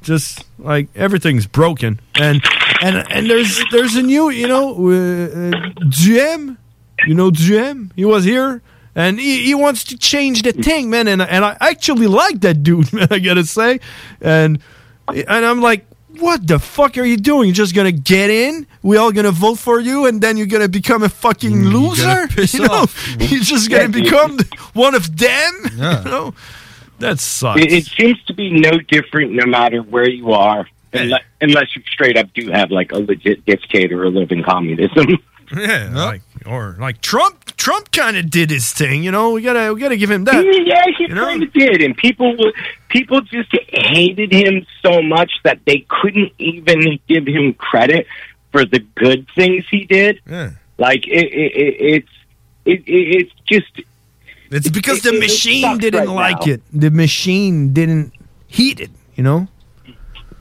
[SPEAKER 4] Just like everything's broken, and and and there's there's a new, you know, uh, uh, GM, you know GM. He was here, and he, he wants to change the thing, man. And and I actually like that dude, man. I gotta say, and and I'm like, what the fuck are you doing? You're just gonna get in? We all gonna vote for you, and then you're gonna become a fucking loser?
[SPEAKER 1] piss
[SPEAKER 4] you know,
[SPEAKER 1] off.
[SPEAKER 4] you're just gonna
[SPEAKER 34] Yeah, dude.
[SPEAKER 4] become the- one of them. You know? That sucks.
[SPEAKER 34] It, it seems to be no different no matter where you are, unless, unless you straight up do have like a legit dictator or live in communism.
[SPEAKER 4] Yeah, like or like Trump. Trump kind of did his thing, you know. We gotta we gotta give him that.
[SPEAKER 34] Yeah, he kind of did, and people were- people just hated him so much that they couldn't even give him credit for the good things he did.
[SPEAKER 4] Yeah.
[SPEAKER 34] Like it, it, it, it's it, it, it's just
[SPEAKER 4] It's because
[SPEAKER 34] it-
[SPEAKER 4] the
[SPEAKER 34] it- it
[SPEAKER 4] machine
[SPEAKER 34] sucks
[SPEAKER 4] didn't
[SPEAKER 34] right
[SPEAKER 4] like
[SPEAKER 34] now.
[SPEAKER 4] it. The machine didn't heat it. You know.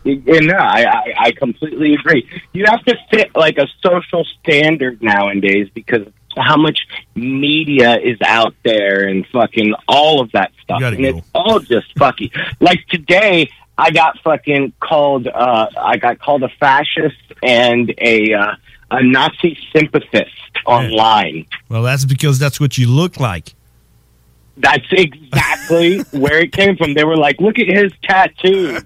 [SPEAKER 34] Yeah, no, I, I, I completely agree. You have to fit like a social standard nowadays because how much media is out there and fucking all of that stuff. And it's all just fucking like today I got fucking called uh I got called a fascist and a uh, a Nazi sympathist online.
[SPEAKER 4] Well, that's because that's what you look like.
[SPEAKER 34] That's exactly where it came from. They were like, "Look at his tattoo,"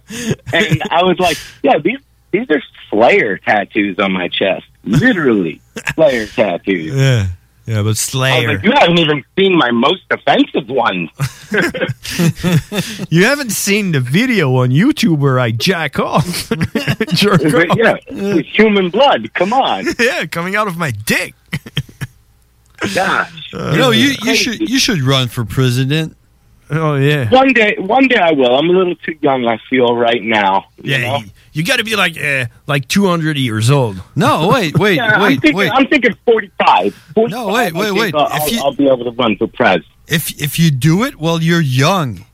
[SPEAKER 34] and I was like, "Yeah, these these are Slayer tattoos on my chest, literally Slayer tattoos."
[SPEAKER 4] Yeah, yeah, but
[SPEAKER 34] I
[SPEAKER 4] Slayer.
[SPEAKER 34] was like, "You haven't even seen my most offensive ones."
[SPEAKER 4] You haven't seen the video on YouTube where I jack off. Jerk
[SPEAKER 34] But
[SPEAKER 4] off.
[SPEAKER 34] yeah, it's human blood. Come on.
[SPEAKER 4] Yeah, coming out of my dick.
[SPEAKER 34] Gosh,
[SPEAKER 4] Uh,
[SPEAKER 25] you know, you, you should you should run for president.
[SPEAKER 4] Oh yeah.
[SPEAKER 34] One day, one day I will. I'm a little too young. I feel right now.
[SPEAKER 4] Yeah, you, got to be like eh, like 200 years old.
[SPEAKER 25] No, wait, wait,
[SPEAKER 34] Yeah, I'm
[SPEAKER 25] wait,
[SPEAKER 34] thinking,
[SPEAKER 25] wait.
[SPEAKER 34] I'm thinking 45. 45
[SPEAKER 25] No, wait,
[SPEAKER 34] I
[SPEAKER 25] wait,
[SPEAKER 34] think
[SPEAKER 25] wait.
[SPEAKER 34] I'll,
[SPEAKER 25] If
[SPEAKER 34] I'll-
[SPEAKER 25] you-
[SPEAKER 34] I'll be able to run for president.
[SPEAKER 25] If if you do it while you're young,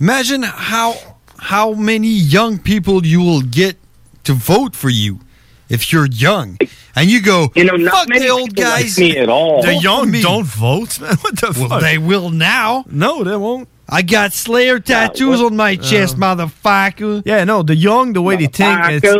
[SPEAKER 25] imagine how how many young people you will get to vote for you if you're young. And you go,
[SPEAKER 34] you know,
[SPEAKER 25] fuck the old guys
[SPEAKER 4] The young don't
[SPEAKER 25] don't
[SPEAKER 4] vote. man. What the
[SPEAKER 25] Well,
[SPEAKER 4] fuck?
[SPEAKER 25] they will now.
[SPEAKER 4] No, they won't.
[SPEAKER 25] I got Slayer tattoos on my chest, motherfucker.
[SPEAKER 4] Yeah, no, the young, the way they think, it's,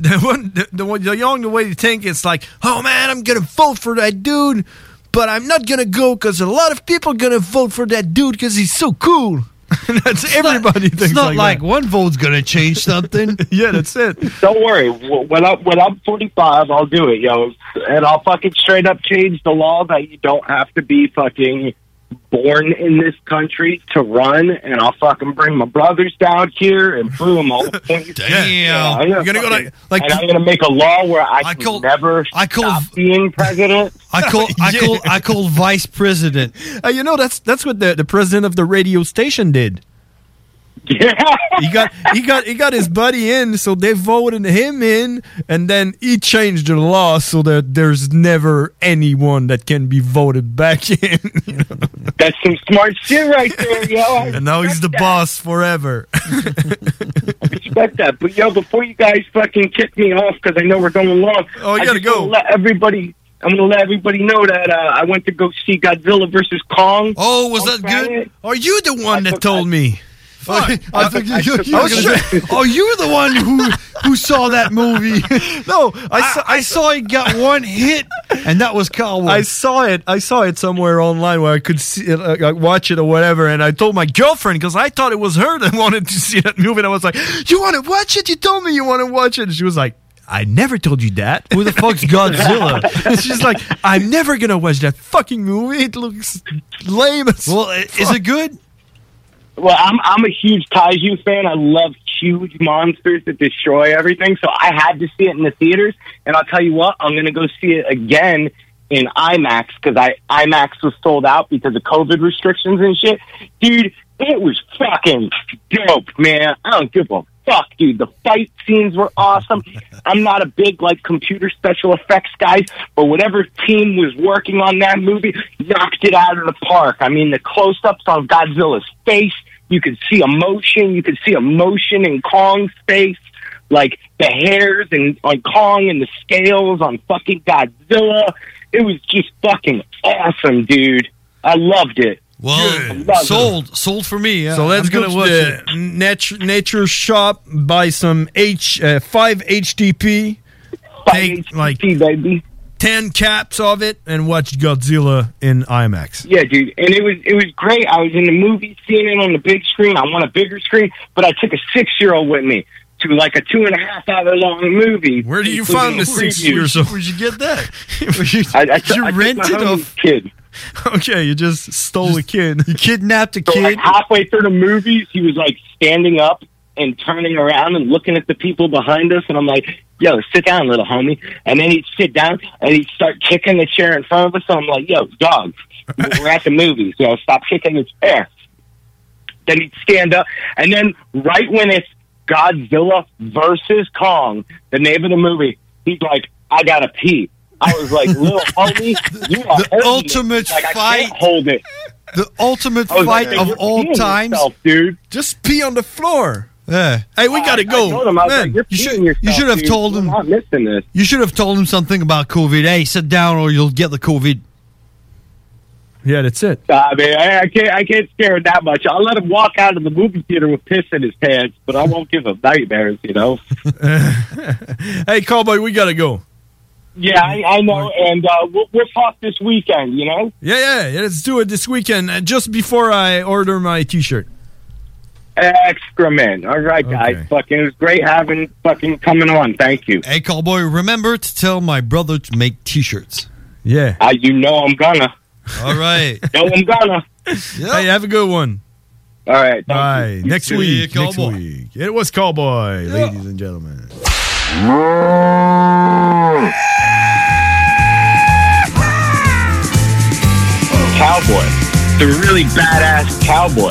[SPEAKER 4] the, one, the, the, one- the young, the way they think, it's like, oh man, I'm gonna vote for that dude, but I'm not gonna go because a lot of people gonna vote for that dude because he's so cool. that's everybody thinks
[SPEAKER 25] It's not like
[SPEAKER 4] that.
[SPEAKER 25] one vote's gonna change something.
[SPEAKER 4] yeah, that's it.
[SPEAKER 34] Don't worry. Wh- When I'm when I'm 45, I'll do it, yo, and I'll fucking straight up change the law that you don't have to be fucking born in this country to run, and I'll fucking bring my brothers down here, and boom, I'll point
[SPEAKER 25] Damn,
[SPEAKER 34] I'm gonna,
[SPEAKER 25] go
[SPEAKER 34] fucking-
[SPEAKER 25] like-
[SPEAKER 34] and I'm gonna make a law where I,
[SPEAKER 25] I
[SPEAKER 34] can
[SPEAKER 25] call-
[SPEAKER 34] never
[SPEAKER 25] I call-
[SPEAKER 34] stop being president.
[SPEAKER 25] I call, I call, I call vice president.
[SPEAKER 4] Uh, you know, that's that's what the, the president of the radio station did.
[SPEAKER 34] Yeah.
[SPEAKER 4] he got he got he got his buddy in, so they voted him in, and then he changed the law so that there's never anyone that can be voted back in.
[SPEAKER 34] That's some smart shit right there, yo.
[SPEAKER 4] and now he's the boss forever.
[SPEAKER 34] respect that. But yo, before you guys fucking kick me off because I know we're going long.
[SPEAKER 4] Oh, you
[SPEAKER 34] I
[SPEAKER 4] gotta
[SPEAKER 34] just wanna
[SPEAKER 4] go.
[SPEAKER 34] Let everybody. I'm gonna let everybody know that uh, I went to go see Godzilla versus Kong.
[SPEAKER 4] Oh, was that good? Are you the one that told me? Fuck.
[SPEAKER 25] I think you- you- you-
[SPEAKER 4] I was trying-
[SPEAKER 25] oh, you're the one who who saw that movie.
[SPEAKER 4] no, I saw,
[SPEAKER 25] I saw it got one hit, and that was Cowboy.
[SPEAKER 4] I saw it. I saw it somewhere online where I could see it, uh, like, watch it or whatever. And I told my girlfriend because I thought it was her that wanted to see that movie. And I was like, "You want to watch it? You told me you want to watch it." And she was like, "I never told you that." Who the fuck's Godzilla? She's like, "I'm never gonna watch that fucking movie. It looks lame." As well,
[SPEAKER 25] is it good?
[SPEAKER 34] Well, I'm I'm a huge kaiju fan. I love huge monsters that destroy everything. So I had to see it in the theaters. And I'll tell you what, I'm gonna go see it again in IMAX because I IMAX was sold out because of COVID restrictions and shit. Dude, it was fucking dope, man. I don't give a fuck, dude. The fight scenes were awesome. I'm not a big like computer special effects guy, but whatever team was working on that movie knocked it out of the park. I mean, the close-ups on Godzilla's face, you could see emotion, you could see emotion in Kong's face, like the hairs and on Kong and the scales on fucking Godzilla. It was just fucking awesome, dude. I loved it. I
[SPEAKER 1] Well,
[SPEAKER 34] loved it.
[SPEAKER 1] sold, sold for me.
[SPEAKER 4] So let's
[SPEAKER 1] I'm
[SPEAKER 4] go
[SPEAKER 1] gonna
[SPEAKER 4] to
[SPEAKER 1] watch
[SPEAKER 4] the nat- nature shop, buy some H uh, five HDP, take like
[SPEAKER 34] baby.
[SPEAKER 4] ten caps of it, and watch Godzilla in IMAX.
[SPEAKER 34] Yeah, dude, and it was it was great. I was in the movie, seeing it on the big screen. I want a bigger screen, but I took a six year old with me to like a two and a half hour long movie. Where
[SPEAKER 4] do you find the six-year-old?
[SPEAKER 1] Where'd you get that?
[SPEAKER 34] I, I,
[SPEAKER 1] you
[SPEAKER 34] I took my
[SPEAKER 1] rented
[SPEAKER 34] homie's
[SPEAKER 1] off-
[SPEAKER 34] kid.
[SPEAKER 4] Okay, you just stole a kid. You
[SPEAKER 1] kidnapped a
[SPEAKER 34] kid. halfway through the movies, he was like standing up and turning around and looking at the people behind us, and I'm like, "Yo, sit down, little homie." And then he'd sit down and he'd start kicking the chair in front of us. So I'm like, "Yo, dog, we're at the movies. Yo, stop kicking the chair." Then he'd stand up, and then right when it's Godzilla versus Kong, the name of the movie, he's like, "I gotta pee." I was like, "Little homie, you are
[SPEAKER 1] The
[SPEAKER 34] hurting me."
[SPEAKER 1] ultimate
[SPEAKER 34] like, I
[SPEAKER 1] fight.
[SPEAKER 34] can't hold it."
[SPEAKER 1] The ultimate
[SPEAKER 34] I was
[SPEAKER 1] fight
[SPEAKER 34] like, Oh,
[SPEAKER 1] of
[SPEAKER 34] "You're
[SPEAKER 1] all
[SPEAKER 34] peeing
[SPEAKER 1] times.
[SPEAKER 34] yourself, dude.
[SPEAKER 4] Just pee on the floor.
[SPEAKER 1] Yeah.
[SPEAKER 4] Hey, we gotta go. Man,
[SPEAKER 1] you should, you should have told him.
[SPEAKER 34] missing this.
[SPEAKER 1] You should have told him something about COVID. Hey, sit down or you'll get the COVID.
[SPEAKER 4] Yeah, that's it.
[SPEAKER 34] I mean, I, I can't, I can't scare him that much. I'll let him walk out of the movie theater with piss in his pants, but I won't give him nightmares, you know.
[SPEAKER 4] Hey, cowboy, we gotta go.
[SPEAKER 34] Yeah, I, I know, and uh, we'll, we'll talk this weekend. You know,
[SPEAKER 4] Yeah, yeah, yeah, let's do it this weekend. uh, Just before I order my T-shirt.
[SPEAKER 34] excrement. All right, guys, fucking, it was great having fucking coming on. Thank you.
[SPEAKER 1] Hey, cowboy, remember to tell my brother to make T-shirts.
[SPEAKER 4] Yeah.
[SPEAKER 34] Uh, you know I'm gonna.
[SPEAKER 1] All right.
[SPEAKER 34] No, I'm gonna.
[SPEAKER 4] Hey, have a good one.
[SPEAKER 34] All right.
[SPEAKER 4] Bye.
[SPEAKER 1] you.
[SPEAKER 4] Next
[SPEAKER 1] See
[SPEAKER 4] week.
[SPEAKER 1] ya,
[SPEAKER 4] Next
[SPEAKER 1] cowboy.
[SPEAKER 4] week. It was Cowboy, ladies and gentlemen.
[SPEAKER 34] Cowboy, the really badass cowboy.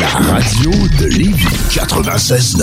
[SPEAKER 35] La radio de Lévis 96.9.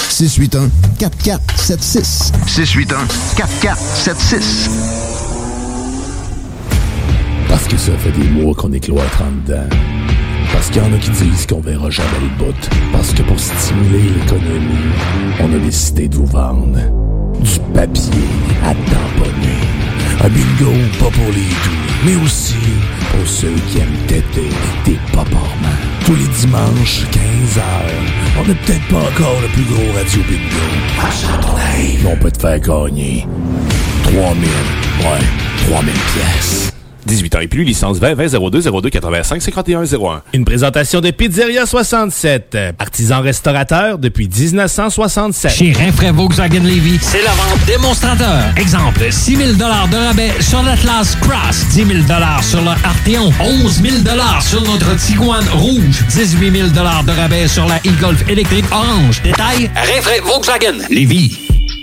[SPEAKER 21] 681 4476.
[SPEAKER 12] 681 4476.
[SPEAKER 18] Parce que ça fait des mois qu'on est cloître en dedans. Parce qu'il y en a qui disent qu'on verra jamais le bout. Parce que pour stimuler l'économie, on a décidé de vous vendre du papier à tamponner. Un bingo pas pour les doux, mais aussi pour ceux qui aiment têter des paparmans. Tous les dimanches, 15h, on n'est peut-être pas encore le plus gros radio bingo. Hey, on peut te faire gagner 3000, ouais, 3000 pièces. 18 ans et plus, licence 20 20 02 02 85 51 01.
[SPEAKER 36] Une présentation de Pizzeria 67, euh, artisan restaurateur depuis 1967.
[SPEAKER 14] Chez Rainfray Volkswagen Levy, c'est la vente démonstrateur. Exemple, 6 000 de rabais sur l'Atlas Cross, 10 000 sur le Arteon, 11 000 sur notre Tiguan Rouge, 18 000 de rabais sur la e-Golf électrique orange. Détail, Rainfray Volkswagen Levy.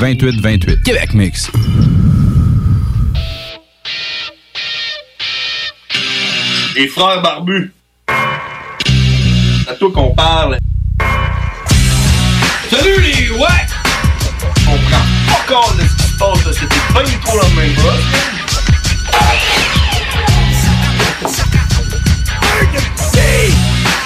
[SPEAKER 16] 28 28. Québec Mix.
[SPEAKER 19] Les frères barbus. C'est à toi qu'on parle. Salut les ouais! On prend pas compte de ce qui se passe, là. c'était pas du tout la même chose.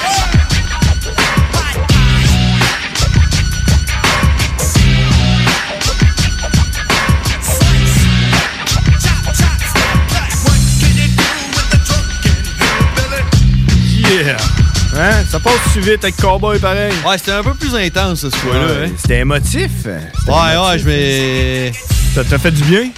[SPEAKER 4] Yeah! Hein? Ça passe tu vite avec Cowboy pareil.
[SPEAKER 1] Ouais, c'était un peu plus intense ce soir-là.
[SPEAKER 4] Ouais,
[SPEAKER 1] hein?
[SPEAKER 4] C'était émotif. C'était
[SPEAKER 1] Ouais, ouais,
[SPEAKER 4] émotif.
[SPEAKER 1] je vais.
[SPEAKER 4] Ça t'a fait du bien?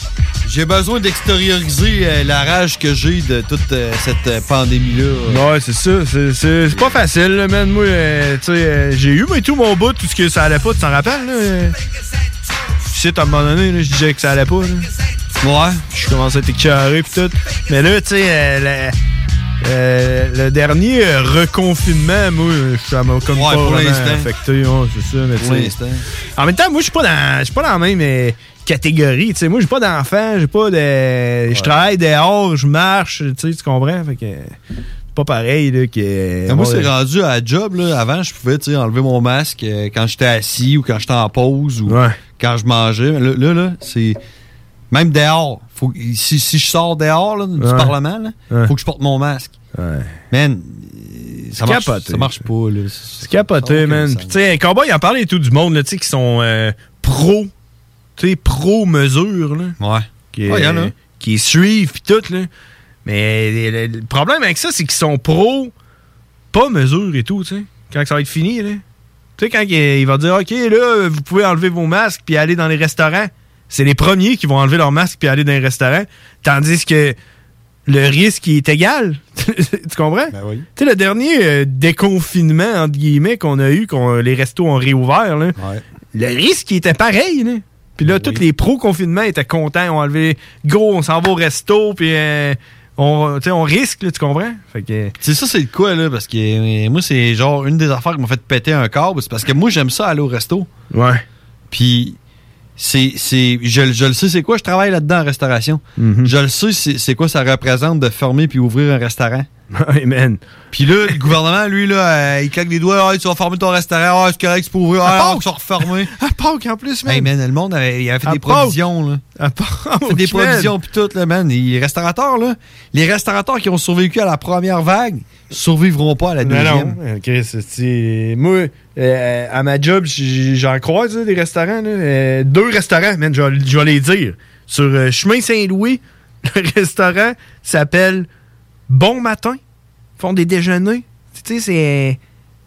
[SPEAKER 1] J'ai besoin d'extérioriser euh, la rage que j'ai de toute euh, cette euh, pandémie-là.
[SPEAKER 4] Ouais, c'est ça. C'est- C'est c'est pas facile, là, man. Moi, euh, tu sais, euh, j'ai eu mais tout mon bout, tout ce que ça allait pas, tu t'en rappelles, là? euh? Tu sais, à un moment donné, là, je disais que ça allait pas, là. Ouais. Je commençais à être écœuré pis tout. Mais là, tu sais, euh, le, euh, le dernier euh, reconfinement, moi, ça m'a comme
[SPEAKER 1] Ouais,
[SPEAKER 4] pas
[SPEAKER 1] pour
[SPEAKER 4] vraiment
[SPEAKER 1] l'instant.
[SPEAKER 4] affecté, ouais, c'est ça. Mais
[SPEAKER 1] Pour
[SPEAKER 4] tu sais,
[SPEAKER 1] l'instant.
[SPEAKER 4] en même temps, moi, je suis pas dans, je suis pas dans la même euh, catégorie. Tu sais, moi, j'ai pas d'enfant, j'ai pas de, je travaille dehors, je marche. Tu sais, tu comprends? Fait que c'est pas pareil là que. euh,
[SPEAKER 1] Et moi, c'est
[SPEAKER 4] Ouais.
[SPEAKER 1] rendu à la job. Là. Avant, je pouvais tu sais, enlever mon masque euh, quand j'étais assis ou quand j'étais en pause ou quand je mangeais. Mais là, là, là, c'est. Même dehors. Faut... Si, si je sors dehors là, du
[SPEAKER 4] Ouais.
[SPEAKER 1] Parlement, il
[SPEAKER 4] Ouais.
[SPEAKER 1] faut que je porte mon masque. Man, euh, ça marche,
[SPEAKER 4] Capoté.
[SPEAKER 1] ça marche pas. Là.
[SPEAKER 4] C'est capoté, man. Puis, tu sais, Cowboy, il en parlait et tout du monde, là, tu sais, qui sont euh, pro, tu sais, pro-mesure, là.
[SPEAKER 1] Ouais.
[SPEAKER 4] Qui,
[SPEAKER 1] Ouais, y en a.
[SPEAKER 4] qui suivent, puis tout, là. Mais le, le problème avec ça, c'est qu'ils sont pro, pas mesure et tout, tu sais. Quand ça va être fini, là. Tu sais, quand il, il va dire, OK, là, vous pouvez enlever vos masques puis aller dans les restaurants, c'est les premiers qui vont enlever leurs masques puis aller dans les restaurants. Tandis que le risque il est égal. tu comprends? Tu sais, le dernier euh, déconfinement, entre guillemets, qu'on a eu, qu'on euh, les restos ont réouvert, là, le risque il était pareil. Là. Puis là, tous les pro-confinements étaient contents, ont enlevé go, on s'en va au resto, puis euh, on, tu sais, on risque, là, tu comprends? Fait que. euh,
[SPEAKER 1] C'est ça, c'est le quoi, là? Parce que euh, moi, c'est genre une des affaires qui m'a fait péter un câble. C'est parce que moi, j'aime ça aller au resto.
[SPEAKER 4] Ouais.
[SPEAKER 1] Puis, c'est. c'est- Je, je le sais, c'est quoi? Je travaille là-dedans en restauration.
[SPEAKER 4] Mm-hmm.
[SPEAKER 1] Je le sais, c'est c'est quoi ça représente de fermer puis ouvrir un restaurant.
[SPEAKER 4] Amen.
[SPEAKER 1] Puis là, le gouvernement, lui, là, euh, il claque des doigts. Ah, tu vas fermer ton restaurant. Ah, c'est correct, c'est pour ouvrir. Ah, on va refermer.
[SPEAKER 4] À Pâques, en plus,
[SPEAKER 1] Hey, man, le monde, avait, il avait fait
[SPEAKER 4] À
[SPEAKER 1] des
[SPEAKER 4] Pâques.
[SPEAKER 1] provisions, là.
[SPEAKER 4] À Oh,
[SPEAKER 1] Il fait des provisions puis tout, là, man. Les restaurateurs, là, les restaurateurs qui ont survécu à la première vague survivront pas à la
[SPEAKER 4] Non,
[SPEAKER 1] deuxième.
[SPEAKER 4] non. euh, Chris, c'est- moi, euh, à ma job, j- j'en croise là, des restaurants. là, euh, deux restaurants, man, je vais je vais les dire. Sur euh, Chemin Saint-Louis, le restaurant s'appelle Bon Matin. Ils font des déjeuners. Tu sais, c'est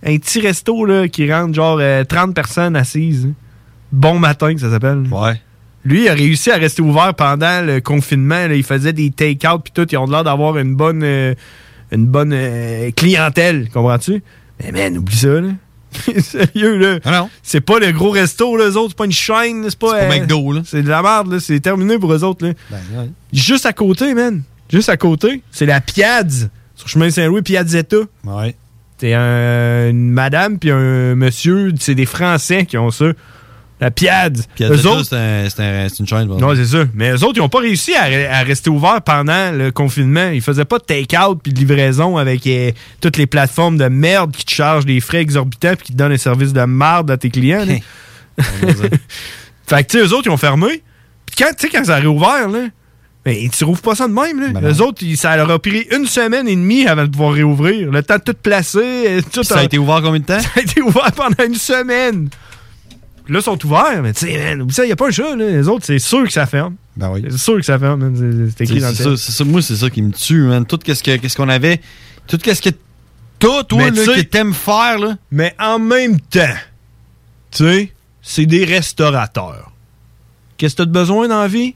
[SPEAKER 4] un, un petit resto là, qui rentre genre euh, 30 personnes assises. hein. Bon Matin, que ça s'appelle.
[SPEAKER 1] Ouais.
[SPEAKER 4] Lui, il a réussi à rester ouvert pendant le confinement. là. Il faisait des take-out puis tout. Ils ont l'air d'avoir une bonne, euh, une bonne euh, clientèle, comprends-tu? Mais man, oublie ça, là. Sérieux, là. C'est pas le gros resto, là, eux autres. C'est pas une chaîne, là. c'est pas...
[SPEAKER 1] Ah C'est pas
[SPEAKER 4] euh,
[SPEAKER 1] McDo, là.
[SPEAKER 4] C'est de la merde, là. C'est terminé pour eux autres, là.
[SPEAKER 1] Ben,
[SPEAKER 4] Juste à côté, man. Juste à côté, c'est la Piazza. Sur le chemin Saint-Louis, Piazzetta.
[SPEAKER 1] Ouais.
[SPEAKER 4] C'est un- une madame puis un monsieur. C'est des Français qui ont ça. La Piazza.
[SPEAKER 1] Puis à
[SPEAKER 4] Eux
[SPEAKER 1] tout ça,
[SPEAKER 4] autres-
[SPEAKER 1] c'est un- c'est un- c'est une chaîne. pardon.
[SPEAKER 4] non, c'est ça. Mais eux autres, ils n'ont pas réussi à, re- à rester ouverts pendant le confinement. Ils faisaient pas de take-out puis de livraison avec euh, toutes les plateformes de merde qui te chargent des frais exorbitants puis qui te donnent un service de merde à tes clients. là. fait que, tu sais, eux autres, ils ont fermé. Puis quand, tu sais, quand ça a réouvert, là, ben, Mais ils ne rouvres pas ça de même.
[SPEAKER 25] Ben
[SPEAKER 4] Là. Les autres, ils- ça leur a pris une semaine et demie avant de pouvoir réouvrir. Le temps de tout placer. euh, Tout
[SPEAKER 25] Ça a été ouvert combien de temps?
[SPEAKER 4] Ça a été ouvert pendant une semaine. Puis Là, ils sont ouverts, mais tu sais, man, oublie ça, il n'y a pas un chat. Là. Les autres, c'est sûr que ça ferme.
[SPEAKER 25] Ben oui.
[SPEAKER 4] C'est sûr que ça ferme. man. C'est- C'est écrit dans le
[SPEAKER 25] C'est
[SPEAKER 4] texte.
[SPEAKER 25] ça, c'est ça. Moi, c'est ça qui me tue, man. Tout qu'est-ce que- qu'est-ce qu'on avait, tout qu'est-ce que toi, toi,
[SPEAKER 4] Mais
[SPEAKER 25] là,
[SPEAKER 4] tu sais-
[SPEAKER 25] que t'aimes faire, là.
[SPEAKER 4] Mais en même temps, tu sais, c'est des restaurateurs. Qu'est-ce que tu as besoin dans la vie